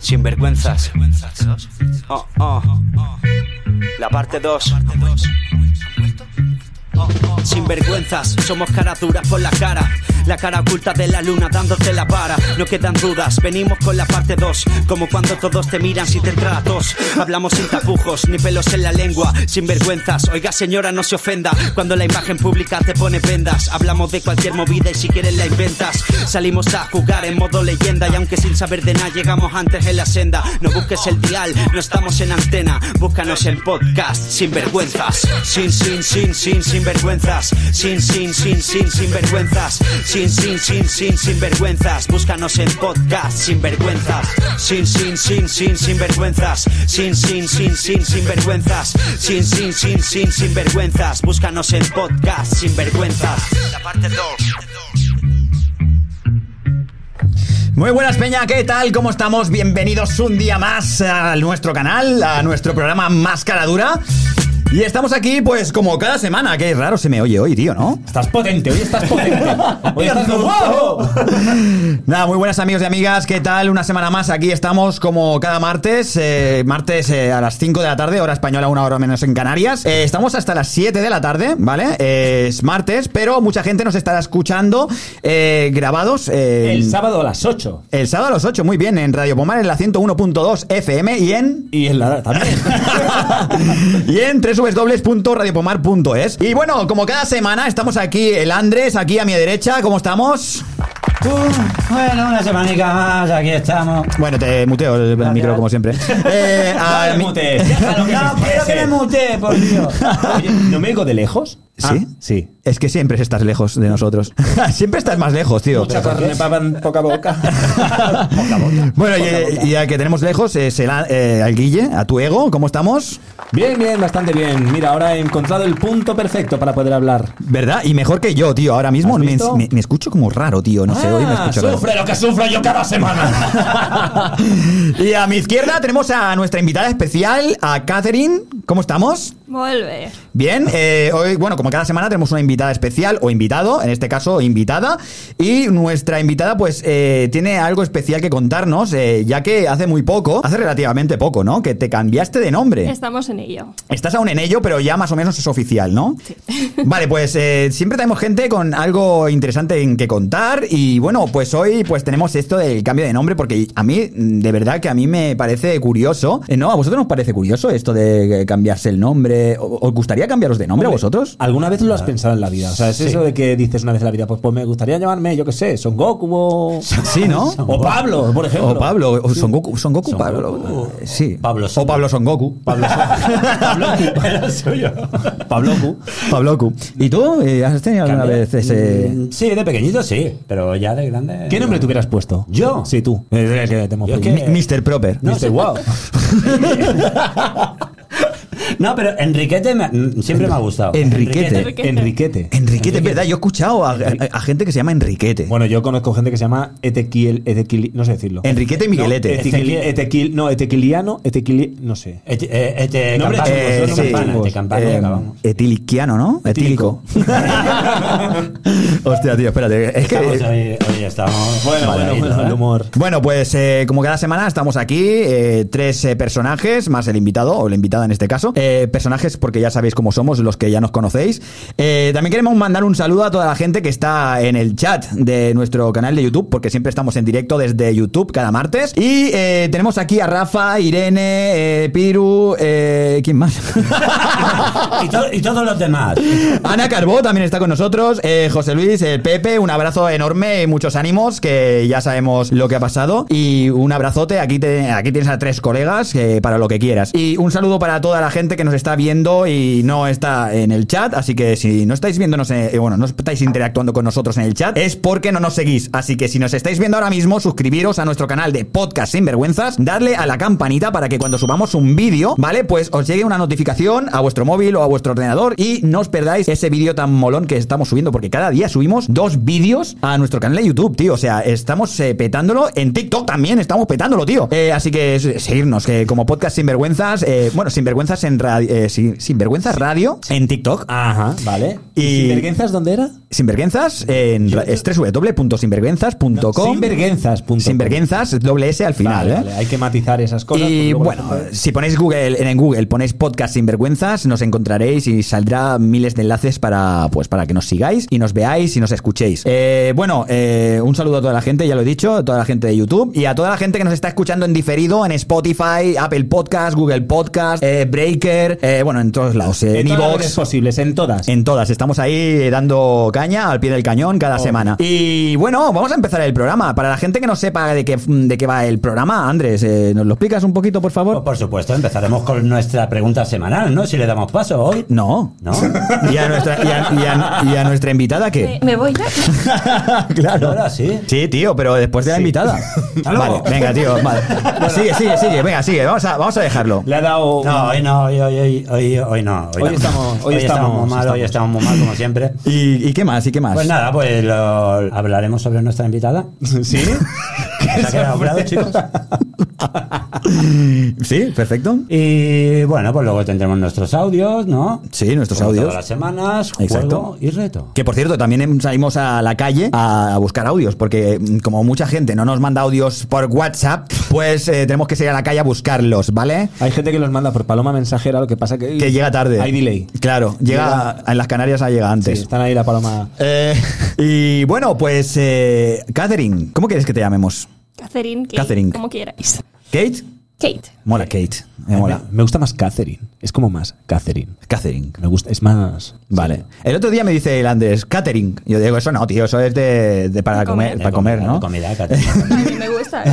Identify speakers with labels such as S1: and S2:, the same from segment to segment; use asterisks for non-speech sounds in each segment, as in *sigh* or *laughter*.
S1: Sinvergüenzas. Oh, oh. La parte 2. Sinvergüenzas, somos caras duras por la cara. La cara oculta de la luna dándote la vara. No quedan dudas, venimos con la parte 2. Como cuando todos te miran si te entra la tos. Hablamos sin tapujos, ni pelos en la lengua, sin vergüenzas. Oiga, señora, no se ofenda cuando la imagen pública te pone vendas. Hablamos de cualquier movida y si quieres la inventas. Salimos a jugar en modo leyenda y aunque sin saber de nada llegamos antes en la senda. No busques el dial, no estamos en antena. Búscanos en podcast, sin vergüenzas. Sin, sin, sin, sin, sin vergüenzas. Sin, sin, sin, sin, sin vergüenzas. Sin, sin, sin, sin, sin vergüenzas. Búscanos en podcast, sin vergüenzas. Sin, sin, sin, sin, sin vergüenzas. Sin, sin, sin, sin, sin vergüenzas. Sin, sin, sin, sin, sin vergüenzas. Búscanos en podcast, sin vergüenzas. La parte 2.
S2: Muy buenas, Peña, ¿qué tal? ¿Cómo estamos? Bienvenidos un día más a nuestro canal, a nuestro programa Máscara Dura. Y estamos aquí, pues, como cada semana. Qué raro se me oye hoy, tío, ¿no?
S3: Estás potente, hoy estás potente. Hoy estás con todo.
S2: Nada, muy buenas amigos y amigas, ¿qué tal? Una semana más, aquí estamos como cada martes, eh, martes eh, a las 5 de la tarde, hora española, una hora menos en Canarias. Eh, estamos hasta las 7 de la tarde, ¿vale? Eh, es martes, pero mucha gente nos estará escuchando eh, grabados. eh,
S3: El sábado a las 8.
S2: el sábado a las 8, muy bien, en Radio Pomar, en la 101.2 FM y en...
S3: Y en la también. *laughs*
S2: y en www.radiopomar.es. Y bueno, como cada semana estamos aquí, el Andrés, aquí a mi derecha, ¿cómo estamos?
S3: Uh, bueno, una semanica más, aquí estamos.
S2: Bueno, te muteo el, el
S3: Gracias.
S2: micro
S3: *laughs*
S2: como siempre. Eh, a
S3: no Ah, me
S2: mi-
S3: mutees, déjalo que
S4: No,
S3: se
S4: quiero
S3: exprese.
S4: que me mutee, por Dios.
S3: *laughs* Oye, ¿No me oigo de lejos?
S2: Ah,
S3: Ah, sí.
S2: Es que siempre estás lejos de nosotros. *laughs* siempre estás más lejos, tío.
S3: Mucha carne, papan, poca *laughs* boca.
S2: Bueno, y, y al que tenemos lejos es el, a- eh, al Guille, a tu ego, ¿cómo estamos?
S3: Bien, bien, bastante bien. Mira, ahora he encontrado el punto perfecto para poder hablar.
S2: ¿Verdad? Y mejor que yo, tío. Ahora mismo
S3: ¿Has
S2: me,
S3: visto?
S2: me- me escucho como raro, tío. No sé, hoy me
S3: Ah,
S2: escucho raro.
S3: sufre lo que sufro yo cada semana.
S2: Y a mi izquierda tenemos a nuestra invitada especial, a Catherine. ¿Cómo estamos?
S4: Vuelve.
S2: Bien, eh, hoy, bueno, como cada semana tenemos una invitada especial o invitado, en este caso invitada, y nuestra invitada pues eh, tiene algo especial que contarnos, eh, ya que hace muy poco, hace relativamente poco, ¿no? Que te cambiaste de nombre.
S4: Estamos en ello.
S2: Estás aún en ello, pero ya más o menos es oficial, ¿no? *laughs* Vale, pues eh, siempre tenemos gente con algo interesante en que contar y bueno, pues hoy pues tenemos esto del cambio de nombre porque a mí mm, de verdad que a mí me parece curioso. Eh, ¿No? ¿A vosotros nos parece curioso esto de eh, cambiarse el nombre? ¿O- ¿Os gustaría cambiaros de nombre a vosotros? Ah.
S3: ¿Alguna vez lo has pensado en la vida? O sea, es eso de que dices una vez en la vida, pues, pues me gustaría llamarme, yo qué sé, Son Goku o...
S2: Sí, ¿no?
S3: *laughs* o Pablo, por ejemplo.
S2: O Pablo, o Son Goku, Son Goku, Pablo. eh, Sí.
S3: Pablo
S2: o
S3: Son-
S2: Pablo Son Goku.
S3: Pablo
S2: *laughs*
S3: Pablo era suyo. Pablo
S2: Pablo Goku. ¿Y tú? Eh, ¿Has tenido alguna vez ese...?
S3: Mm,
S5: Sí, de pequeñito sí, pero ya de grande.
S3: ¿Qué nombre te hubieras puesto?
S5: ¿Yo?
S3: Sí, tú. Eh, eh, que te hemos
S5: Yo es
S3: pedido.
S5: que-
S2: Mi- Mr. Proper.
S5: No,
S3: Mister
S5: sí.
S3: Wow.
S5: No, pero Enriquete me- mm, siempre me ha gustado.
S2: Enriquete.
S4: Enriquete.
S3: Enriquete.
S2: Enriquete, es verdad, yo he escuchado a, a- a gente que se llama Enriquete.
S3: Bueno, yo conozco gente que se llama Etequiel, Etequil, no sé decirlo.
S2: Enriquete
S3: No,
S2: Miguelete.
S3: Etequil, Etequil- no, Etequiliano, Etequili, no sé.
S5: Este, eh, este
S3: Nombre
S5: campana,
S3: chungo,
S2: Eh,
S5: nosotros
S3: sí.
S5: campana, este
S3: chungos.
S5: campana,
S2: Eh,
S5: acabamos.
S2: etiliquiano, ¿no? Etílico.
S3: Etílico. *laughs*
S2: Hostia, tío, espérate. Es
S5: Estamos
S2: que.
S5: hoy, hoy estamos.
S3: Bueno,
S5: Vale,
S3: bueno,
S5: ahí,
S3: bueno,
S5: ¿no?
S3: el humor.
S2: Bueno, pues eh, como cada semana estamos aquí, eh, tres eh, personajes, más el invitado, o la invitada en este caso. Eh, personajes porque ya sabéis cómo somos, los que ya nos conocéis. Eh, también queremos mandar un saludo a toda la gente que está en el chat de nuestro canal de YouTube, porque siempre estamos en directo desde YouTube cada martes. Y eh, tenemos aquí a Rafa, Irene, eh, Piru, eh, ¿quién más?
S5: ¿eh? Y, to- y todos los demás.
S2: *laughs* Ana Carbó también está con nosotros, eh, José Luis, eh, Pepe, un abrazo enorme y muchos ánimos, que ya sabemos lo que ha pasado. Y un abrazote, aquí, te- aquí tienes a tres colegas eh, para lo que quieras. Y un saludo para toda la gente que nos está viendo y no está en el chat, así que si no estáis viéndonos, eh, bueno, no estáis interactuando con nosotros en el chat, es porque no nos seguís. Así que si nos estáis viendo ahora mismo, suscribiros a nuestro canal de Podcast Sin Vergüenzas, darle a la campanita para que cuando subamos un vídeo, ¿vale? Pues os llegue una notificación a vuestro móvil o a vuestro ordenador y no os perdáis ese vídeo tan molón que estamos subiendo, porque cada día subimos dos vídeos a nuestro canal de YouTube, tío. O sea, estamos eh, petándolo. En TikTok también estamos petándolo, tío. Eh, así que es- seguirnos, que como Podcast Sin Vergüenzas, eh, bueno, Sin Vergüenzas Sinvergüenzas en radio. eh, sí, Sinvergüenzas Radio en TikTok.
S3: Ajá, vale.
S2: Y-
S3: ¿Sinvergüenzas dónde era?
S2: Sinvergüenzas en ra- es www.sinvergüenzas.com.
S3: Sinvergüenzas punto com.
S2: Sinvergüenzas, doble S al final,
S3: Vale,
S2: ¿eh?
S3: vale, Hay que matizar esas cosas. porque
S2: Y
S3: luego
S2: bueno,
S3: la gente-
S2: si ponéis Google en Google, ponéis podcast sinvergüenzas, nos encontraréis y saldrá miles de enlaces para pues para que nos sigáis y nos veáis y nos escuchéis. Eh, bueno, eh, un saludo a toda la gente, ya lo he dicho, a toda la gente de YouTube y a toda la gente que nos está escuchando en diferido en Spotify, Apple Podcast, Google Podcast, eh, Breaker, eh, bueno, en todos lados, eh,
S3: en
S2: en
S3: todas las
S2: iVoox,
S3: redes posibles, en todas.
S2: en todas, estamos ahí dando caña al pie del cañón cada semana. Oh. Y bueno, vamos a empezar el programa. Para la gente que no sepa de qué, de qué va el programa, Andrés, eh, ¿nos lo explicas un poquito, por favor?
S5: Pues,
S2: *laughs*
S5: por supuesto, empezaremos con nuestra pregunta semanal, ¿no? Si le damos paso hoy.
S2: No.
S5: ¿No?
S2: ¿Y a nuestra, y a- y a- y a nuestra invitada
S4: Me,
S2: qué?
S4: me voy ya.
S5: claro. Ahora sí.
S2: Sí, tío, pero después de la invitada.
S5: *laughs* Hasta luego.
S2: Vale, venga, tío,
S5: *laughs*
S2: vale. Sigue, sigue, sigue, venga, sigue, vamos a, vamos a dejarlo.
S3: Le ha dado.
S5: No, hoy no, hoy, hoy, hoy, hoy, hoy no.
S3: Hoy
S5: no.
S3: estamos- hoy
S5: hoy estamos muy
S3: estamos,
S5: mal, hoy
S3: estamos.
S5: estamos muy mal, como siempre.
S2: ¿Y, y qué más? ¿Y qué más?
S5: Pues nada, pues lo- hablaremos sobre nuestra invitada.
S2: *laughs*
S3: ¿Sí?
S5: *laughs* ¿Se ha quedado claro, chicos?
S2: Sí, perfecto.
S5: Y bueno, pues luego tendremos nuestros audios, ¿no?
S2: Sí, nuestros
S5: Como
S2: audios.
S5: Todas las semanas,
S2: Exacto.
S5: juego y reto.
S2: Que por cierto, también em, salimos a la calle a buscar audios, porque mm, como mucha gente no nos manda audios por WhatsApp, pues eh, tenemos que salir a la calle a buscarlos, ¿vale?
S3: Hay gente que los manda por paloma mensajera, lo que pasa que.
S2: Que llega tarde.
S3: Hay delay.
S2: Claro, llega, en las Canarias ah, llega
S3: Sí,
S2: antes.
S3: están ahí la paloma.
S2: Eh, y bueno, pues eh, Catherine, ¿cómo quieres que te llamemos?
S4: Catherine, Kate,
S2: Catherine.
S4: como quierais.
S2: ¿Kate?
S4: Kate.
S2: Mola Kate, me mola.
S3: Me gusta más Catherine. Es como más Catherine.
S2: Catherine.
S3: Me gusta, es más.
S2: Vale. El otro día me dice el Andrés, catering. Yo digo, eso no, tío, eso es de, de para
S4: De
S2: comer,
S4: comer.
S2: para comer, ¿no? *laughs*
S5: Comida, catering.
S4: A mí me gusta. ¿eh?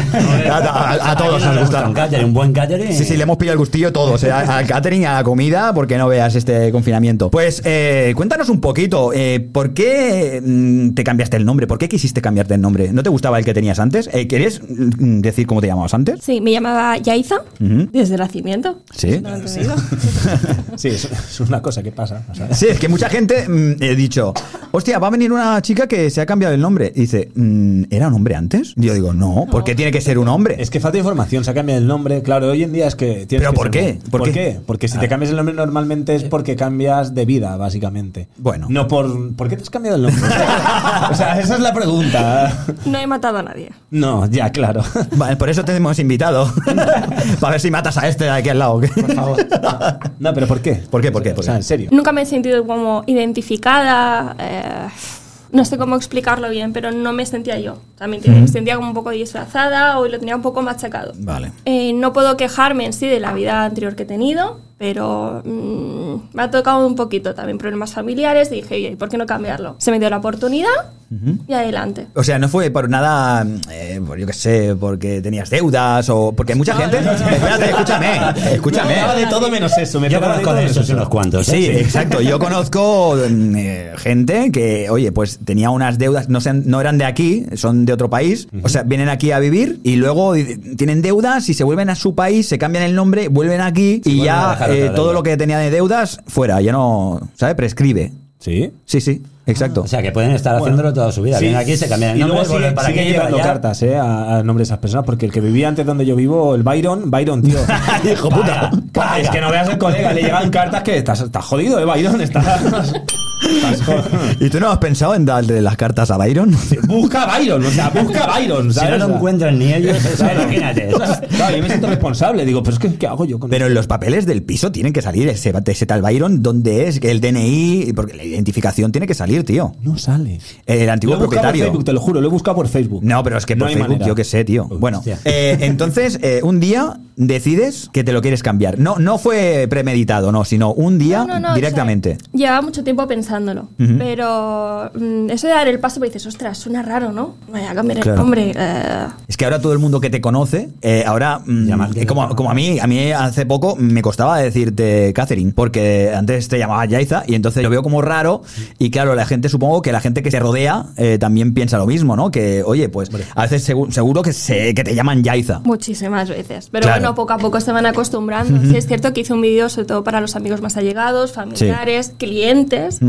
S2: A, a- a todos
S5: ¿A quién no
S2: nos
S5: le
S2: gusta.
S5: Un catering, un buen catering.
S2: Sí, sí, le hemos pillado el gustillo todos, eh, al catering, a la comida, porque no veas este confinamiento. Pues eh, cuéntanos un poquito, eh, ¿por qué mm, te cambiaste el nombre? ¿Por qué quisiste cambiarte el nombre? ¿No te gustaba el que tenías antes? Eh, ¿Quieres mm, decir cómo te llamabas antes?
S4: Sí, me llamaba Yaiza
S2: Ujú.
S4: desde nacimiento.
S2: ¿Mm? Sí.
S4: No lo he entendido.
S3: *laughs* Sí, es, es una cosa que pasa. o sea,
S2: Sí, es que mucha gente mm, he dicho, hostia, va a venir una chica que se ha cambiado el nombre. Y dice, mm, ¿era un hombre antes? Yo digo, no, ¿por qué tiene que ser un hombre?
S3: Es que falta información, se ha cambiado el nombre. Claro, hoy en día es que tienes
S2: ¿Pero
S3: que
S2: por
S3: ser-
S2: qué? ¿Por
S3: ¿Por,
S2: qué? Ah.
S3: qué? Porque si te cambias el nombre normalmente es porque cambias de vida, básicamente.
S2: Bueno.
S3: No por. ¿Por qué te has cambiado el
S2: *laughs*
S3: nombre? o sea, esa es la pregunta.
S4: No he matado a nadie.
S3: No, ya, claro.
S2: *laughs* Vale, por eso te
S3: *laughs*
S2: hemos invitado. Para ver si matas a este de aquí al lado.
S3: Por
S2: *laughs*
S3: favor. No, pero ¿por qué?
S2: ¿Por qué, por qué, por
S3: O sea,
S2: qué?
S3: en serio.
S4: Nunca me he sentido como identificada. eh, no sé cómo explicarlo bien, pero no me sentía yo. También te- sentía como un poco disfrazada o lo tenía un poco machacado.
S2: Vale.
S4: Eh, no puedo quejarme en sí de la vida anterior que he tenido, pero mm, me ha tocado un poquito también problemas familiares. Dije, oye, ¿por qué no cambiarlo? Se me dio la oportunidad y adelante.
S2: O sea, no fue por nada, eh, por, yo qué sé, porque tenías deudas o porque mucha
S3: Ah,
S2: gente... Espérate,
S5: *laughs*
S2: escúchame, escúchame.
S3: Me hablaba de todo menos eso. Me
S5: Yo
S3: hablaba de
S5: conozco
S3: todo
S5: de
S3: menos
S5: esos unos cuantos. ¿eh?
S2: Sí, *laughs* exacto. Yo conozco mm, eh, gente que, oye, pues tenía unas deudas, no, sean- no eran de aquí, son de otro país. O sea, vienen aquí a vivir y luego eh, tienen deudas y se vuelven a su país, se cambian el nombre, vuelven aquí y
S5: vuelven a
S2: ya
S5: dejar otra
S2: eh, todo
S5: deuda.
S2: lo que tenía de deudas fuera, ya no, ¿sabes? Prescribe.
S3: Sí.
S2: Sí, sí, exacto.
S5: Ah, O sea, que pueden estar haciéndolo toda su vida.
S3: Sí.
S5: Vienen aquí, se cambian el
S3: y
S5: nombre,
S3: luego
S5: vuelven
S3: siguen,
S5: para
S3: siguen
S5: aquí, para
S3: llegando
S5: allá.
S3: cartas eh, a, a nombre de esas personas, porque el que vivía antes donde yo vivo, el Byron, Byron,
S5: *laughs*
S3: tío.
S2: Hijo puta.
S3: Pa, Es que no veas el colega, le llegan cartas que estás, estás jodido, eh, Byron. Estás, estás jodido.
S2: ¿Y tú no has pensado en darle las cartas a Byron?
S3: Busca a Byron, o sea, busca a
S2: *laughs*
S3: Byron,
S5: Si
S3: ¿sabes?
S5: no lo encuentran ni ellos, o sea, imagínate. eso es-
S3: Claro, yo me siento responsable, digo, pero es que, ¿qué hago yo con
S2: Pero en los papeles del piso tienen que salir ese, ese tal Byron, dónde es, el DNI, porque la identificación tiene que salir, tío.
S3: No sale.
S2: El
S3: Lo
S2: antiguo
S3: he buscado por
S2: propietario.
S3: Facebook, te lo juro, lo he buscado por Facebook.
S2: No, pero es que
S3: No
S2: por
S3: hay
S2: Facebook,
S3: manera.
S2: yo qué sé, tío.
S3: Hostia.
S2: Bueno, eh, entonces, eh, un día decides que te lo quieres cambiar. No, no fue premeditado, no, sino un día
S4: No, no, no, o sea,
S2: directamente.
S4: llevaba mucho tiempo pensándolo,
S2: Ujú.
S4: pero mm, eso de dar el paso, me dices, ostras, suena raro, ¿no? Voy a cambiar
S2: Claro.
S4: el nombre. eh,
S2: Es que ahora todo el mundo que te conoce, eh, ahora, mm,
S5: Llama-
S2: eh, como, como a mí, a mí hace poco me costaba decirte Catherine, porque antes te llamaba Yaiza y entonces lo veo como raro y claro, la gente, supongo que la gente que se rodea eh, también piensa lo mismo, ¿no? Que, oye, pues a veces segu- seguro que, se, que te llaman Yaiza.
S4: Muchísimas veces. Pero
S2: Claro.
S4: bueno, poco a poco se van acostumbrando. Sí, es cierto que hice un vídeo sobre todo para los amigos más allegados, familiares, clientes,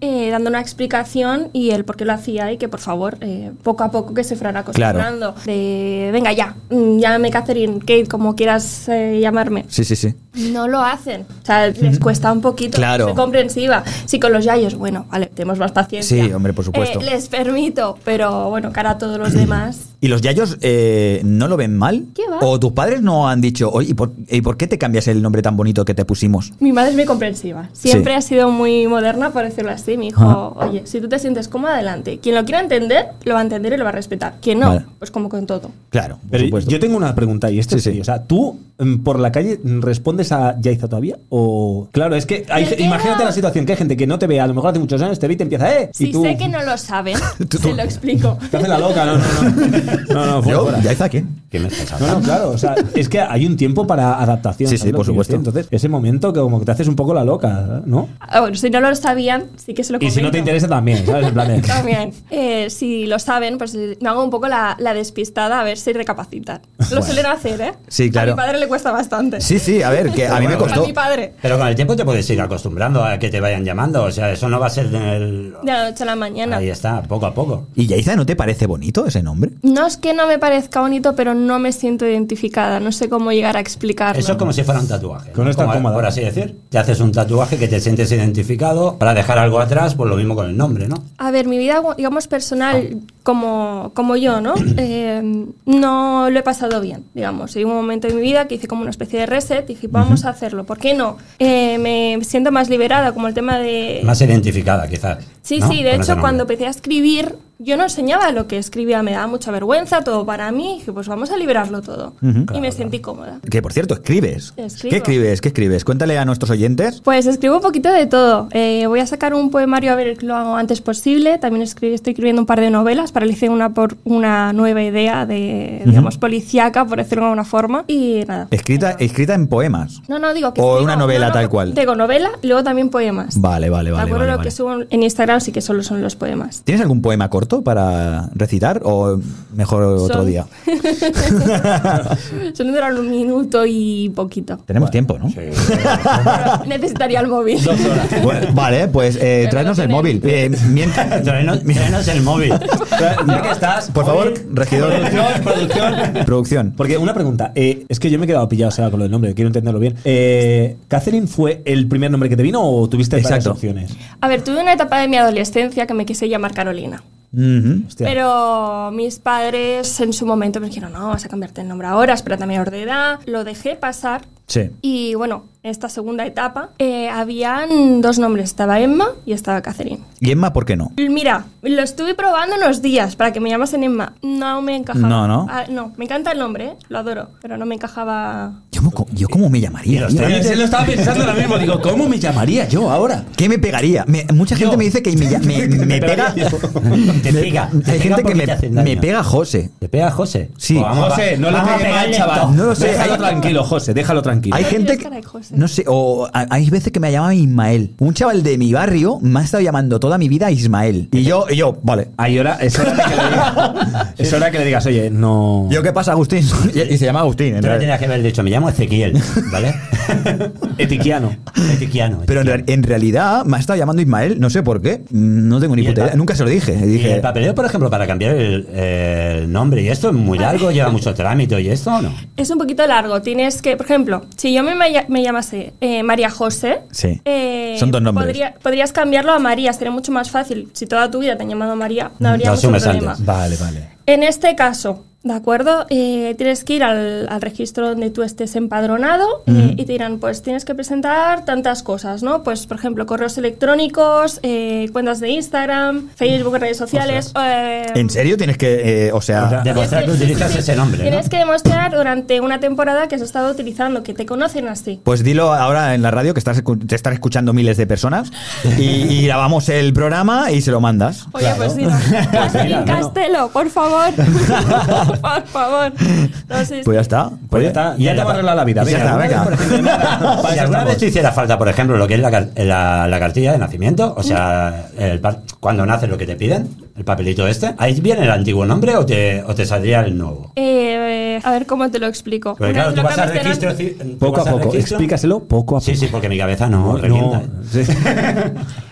S4: eh, dando una explicación y el por qué lo hacía y que por favor, eh, poco a poco que se fueran acostumbrando. De, venga ya, mm, llámame Catherine, Kate, como quieras eh, llamarme.
S2: Sí, sí, sí.
S4: No lo hacen. O sea, les cuesta un poquito.
S2: Claro.
S4: Soy comprensiva. Sí, con los yayos, bueno, vale, tenemos más paciencia.
S2: Sí, hombre, por supuesto.
S4: Eh, les permito, pero bueno, cara a
S2: *clears throat*
S4: todos los demás.
S2: ¿Y los yayos eh, no lo ven mal?
S4: ¿Qué va?
S2: ¿O tus padres no han dicho, oye, ¿y por, y por qué te cambias el nombre tan bonito que te pusimos?
S4: Mi madre es muy comprensiva. Siempre ha sido muy moderna, por decirlo así. Mi hijo, oye, si tú te sientes cómoda, adelante. Quien lo quiera entender, lo va a entender y lo va a respetar. Quien no,
S2: Vale.
S4: pues como con todo.
S2: Claro, por
S3: Pero
S2: supuesto.
S3: yo tengo una pregunta y este
S2: Sí, sí.
S3: O sea, ¿tú mm, por la calle mm, respondes a Yaiza todavía? O. Claro, es que hay-
S4: Me queda-
S3: imagínate la situación que hay gente que no te ve, a lo mejor hace muchos años, te ve y te empieza, eh. y
S4: Si
S3: tú,
S4: sé que no lo saben,
S2: *laughs* Tú- tú-
S4: se lo explico.
S3: Te hace la loca, no, no, no. No, no, fuera,
S2: ¿Yo?
S3: fuera.
S2: ¿Ya está quién?
S5: ¿Qué me estás
S3: No,
S5: hablando?
S3: no, claro. O sea, es que hay un tiempo para adaptación.
S2: Sí, sí,
S3: ¿sabes lo
S2: por
S3: que quiero decir?
S2: supuesto.
S3: Entonces, ese momento que como que te haces un poco la loca, ¿no?
S4: Ah, Bueno, si no lo sabían, sí que se lo
S3: Y si no te
S4: comento.
S3: interesa también, ¿sabes? En plan de-
S4: También. Eh, si lo saben, pues eh, me hago un poco la, la despistada a ver si recapacitan. Lo suelen hacer, ¿eh?
S2: Sí,
S4: A
S2: claro.
S4: mi padre le cuesta bastante.
S2: Sí, sí, a ver, que a mí me
S5: Bueno,
S2: costó.
S4: A mi padre.
S5: Pero con el tiempo te puedes ir acostumbrando a que te vayan llamando. O sea, eso no va a ser en el.
S4: De la noche a la mañana.
S5: Ahí está, poco a poco.
S2: ¿Y Yaiza no te parece bonito ese nombre?
S4: No es que no me parezca bonito, pero no me siento identificada. No sé cómo llegar a explicarlo.
S5: Eso es como si fuera un tatuaje.
S3: Con esta
S5: Como-
S3: cómoda.
S5: Por así decir. Te haces un tatuaje que te sientes identificado para dejar algo atrás, pues lo mismo con el nombre, ¿no?
S4: A ver, mi vida, digamos,
S5: Ah.
S4: personal, como, como yo,
S5: *clears throat*
S4: ¿no? Eh, no lo he pasado bien, digamos. Hay un momento de mi vida que hice como una especie de reset y dije, vamos a hacerlo, ¿por qué no? Eh, me siento más liberada, como el tema de...
S5: Más identificada, quizás.
S4: Eh, Sí,
S5: ¿no?
S4: sí, de
S5: Con ese
S4: hecho,
S5: nombre.
S4: cuando empecé a escribir, yo no enseñaba lo que escribía, me daba mucha vergüenza, todo para mí, dije, pues vamos a liberarlo todo. y me sentí cómoda.
S2: Que por cierto, escribes.
S4: Escribo.
S2: ¿Qué escribes? ¿Qué escribes? Cuéntale a nuestros oyentes.
S4: Pues escribo un poquito de todo. Eh, voy a sacar un poemario a ver lo hago antes posible. También escri- estoy escribiendo un par de novelas para elegir una por una nueva idea de, digamos, policíaca, por decirlo de alguna forma. Y nada.
S2: Escrita, escrita en poemas.
S4: No, no, digo que
S2: O
S4: escribo-
S2: una
S4: no,
S2: novela
S4: no,
S2: tal cual.
S4: Tengo novela y luego también poemas.
S2: Vale, vale,
S4: De
S2: vale.
S4: acuerdo
S2: vale,
S4: a lo
S2: vale.
S4: que subo en Instagram sí que solo son los poemas.
S2: ¿Tienes algún poema corto para recitar o mejor otro
S4: Son- *laughs*
S2: día?
S4: Suelen durar un minuto y
S2: *laughs*
S4: poquito.
S2: Tenemos tiempo, ¿no?
S4: Pero necesitaría el móvil.
S2: Bueno, vale, pues eh,
S4: Pero
S2: tráenos
S4: no
S2: el
S4: tiene-
S2: móvil. Eh,
S5: *laughs*
S2: mientras-
S5: Tráenos, tráenos
S2: *laughs*
S5: el móvil. ya que estás.
S2: Por favor,
S5: móvil,
S2: regidor.
S5: *laughs* Producción, producción.
S2: Producción.
S3: Porque una pregunta, eh, es que yo me he quedado pillado, o sea, con lo del nombre, quiero entenderlo bien. Eh, ¿Catherine fue el primer nombre que te vino o tuviste varias
S2: Exacto.
S3: opciones?
S4: A ver, tuve una etapa de mi adolescencia que me quise llamar Carolina.
S2: Ujú.
S3: Hostia.
S4: Pero mis padres en su momento me dijeron, no, vas a cambiarte el nombre ahora, espérate a mayor de edad. Lo dejé pasar.
S2: Sí.
S4: Y bueno, esta segunda etapa, eh, habían dos nombres, estaba Emma y estaba Catherine.
S2: ¿Y Emma por qué no?
S4: Mira, lo estuve probando unos días para que me llamasen Emma. No me encajaba.
S2: No, ¿no?
S4: Ah, no, me encanta el nombre, ¿eh? lo adoro, pero no me encajaba.
S2: Yo, mo- yo cómo me
S5: Y
S2: llamaría.
S5: los
S2: tío?
S5: trámites-
S3: lo estaba pensando ahora mismo, digo, ¿cómo me llamaría yo ahora?
S2: ¿Qué me pegaría? Me- mucha gente me dice que me,
S3: *laughs*
S2: ya- me- me pega. *laughs*
S5: Te pega.
S2: Hay
S5: Te pega
S2: gente que
S5: porque
S2: me,
S5: te hacen daño.
S2: me pega José.
S5: ¿Te pega José?
S2: Sí.
S5: Pues vamos,
S3: José,
S5: va-
S3: no le
S5: vamos a
S3: pegues mal,
S5: pegarle
S3: chaval.
S2: No lo sé,
S3: Déjalo
S2: hay-
S3: tranquilo, José, déjalo tranquilo.
S2: Hay
S4: Ay,
S2: gente
S4: Dios,
S2: que,
S4: caray, José.
S2: no sé, o a- hay veces que me llamaba Ismael. Un chaval de mi barrio me ha estado llamando toda mi vida Ismael. Y yo, y yo, vale.
S3: Ahí hora, es hora de que le
S2: *laughs*
S3: digas, es hora que le digas, oye, no...
S2: Yo, ¿qué pasa, Agustín? *laughs* Y, y se llama Agustín. en
S5: Tú le
S2: realidad.
S5: tenías que haber dicho, me llamo Ezequiel,
S2: *laughs*
S5: ¿vale?
S3: Etiquiano.
S5: Ezequiano.
S2: Pero en, real-
S5: Ezequiano.
S2: en realidad me ha estado llamando Ismael, no sé por qué. Mm, No tengo ni
S5: Y el
S2: puta
S5: pa-
S2: idea. Nunca se lo dije.
S5: Y
S2: Dije,
S5: el papeleo, por ejemplo, para cambiar el, eh, el nombre y esto es muy largo, lleva mucho trámite y esto, ¿o ¿no?
S4: Es un poquito largo, tienes que, por ejemplo, si yo me, maya- me llamase eh, María José,
S2: Sí.
S4: eh,
S2: Son dos nombres.
S4: podría- podrías cambiarlo a María, sería mucho más fácil. Si toda tu vida te han llamado María,
S6: Mm,
S4: no habría
S5: Lo
S4: mucho
S5: asumes
S4: problema.
S5: antes.
S3: Vale, vale.
S4: En este caso, ¿de acuerdo? Eh, tienes que ir al, al registro donde tú estés empadronado eh, y te dirán, pues tienes que presentar tantas cosas, ¿no? Pues, por ejemplo, correos electrónicos, eh, cuentas de Instagram, Facebook, redes sociales. eh,
S2: ¿en serio tienes que.? eh, o sea.
S3: O sea,
S5: Demostrar
S4: Sí,
S5: que
S4: sí, sí,
S5: utilizas
S4: sí.
S5: ese nombre. ¿no?
S4: Tienes que demostrar durante una temporada que has estado utilizando, que te conocen así.
S2: Pues dilo ahora en la radio que estás, escu- te están escuchando miles de personas y, y grabamos el programa y se lo mandas.
S4: Oye, pues sí. Catherine
S3: mira, no, no.
S4: Castelo, por favor. *laughs* Por favor. Entonces,
S2: Pues ya está.
S3: Pues ya está, ya te va a arreglar la vida.
S2: Ya está, venga. *laughs*
S3: Para
S5: Si
S3: eso
S5: alguna vez
S3: estamos.
S5: te hiciera falta, por ejemplo, lo que es la, car- la- la cartilla de nacimiento, o sea,
S4: Mm.
S5: el par- cuando naces lo que te piden, el papelito este, ¿ahí viene el antiguo nombre o te, o te saldría el nuevo?
S4: eh, a ver cómo te lo explico. Una
S5: Porque claro,
S4: vez
S5: tú
S4: lo
S5: vas al
S4: cambiaste,
S5: registro...
S4: ¿no?
S5: ci- tú
S3: Poco a
S5: vas al
S3: poco,
S5: registro-
S3: explícaselo poco a poco.
S5: Sí, sí, porque mi cabeza
S3: No,
S5: no, revienta.
S3: sí.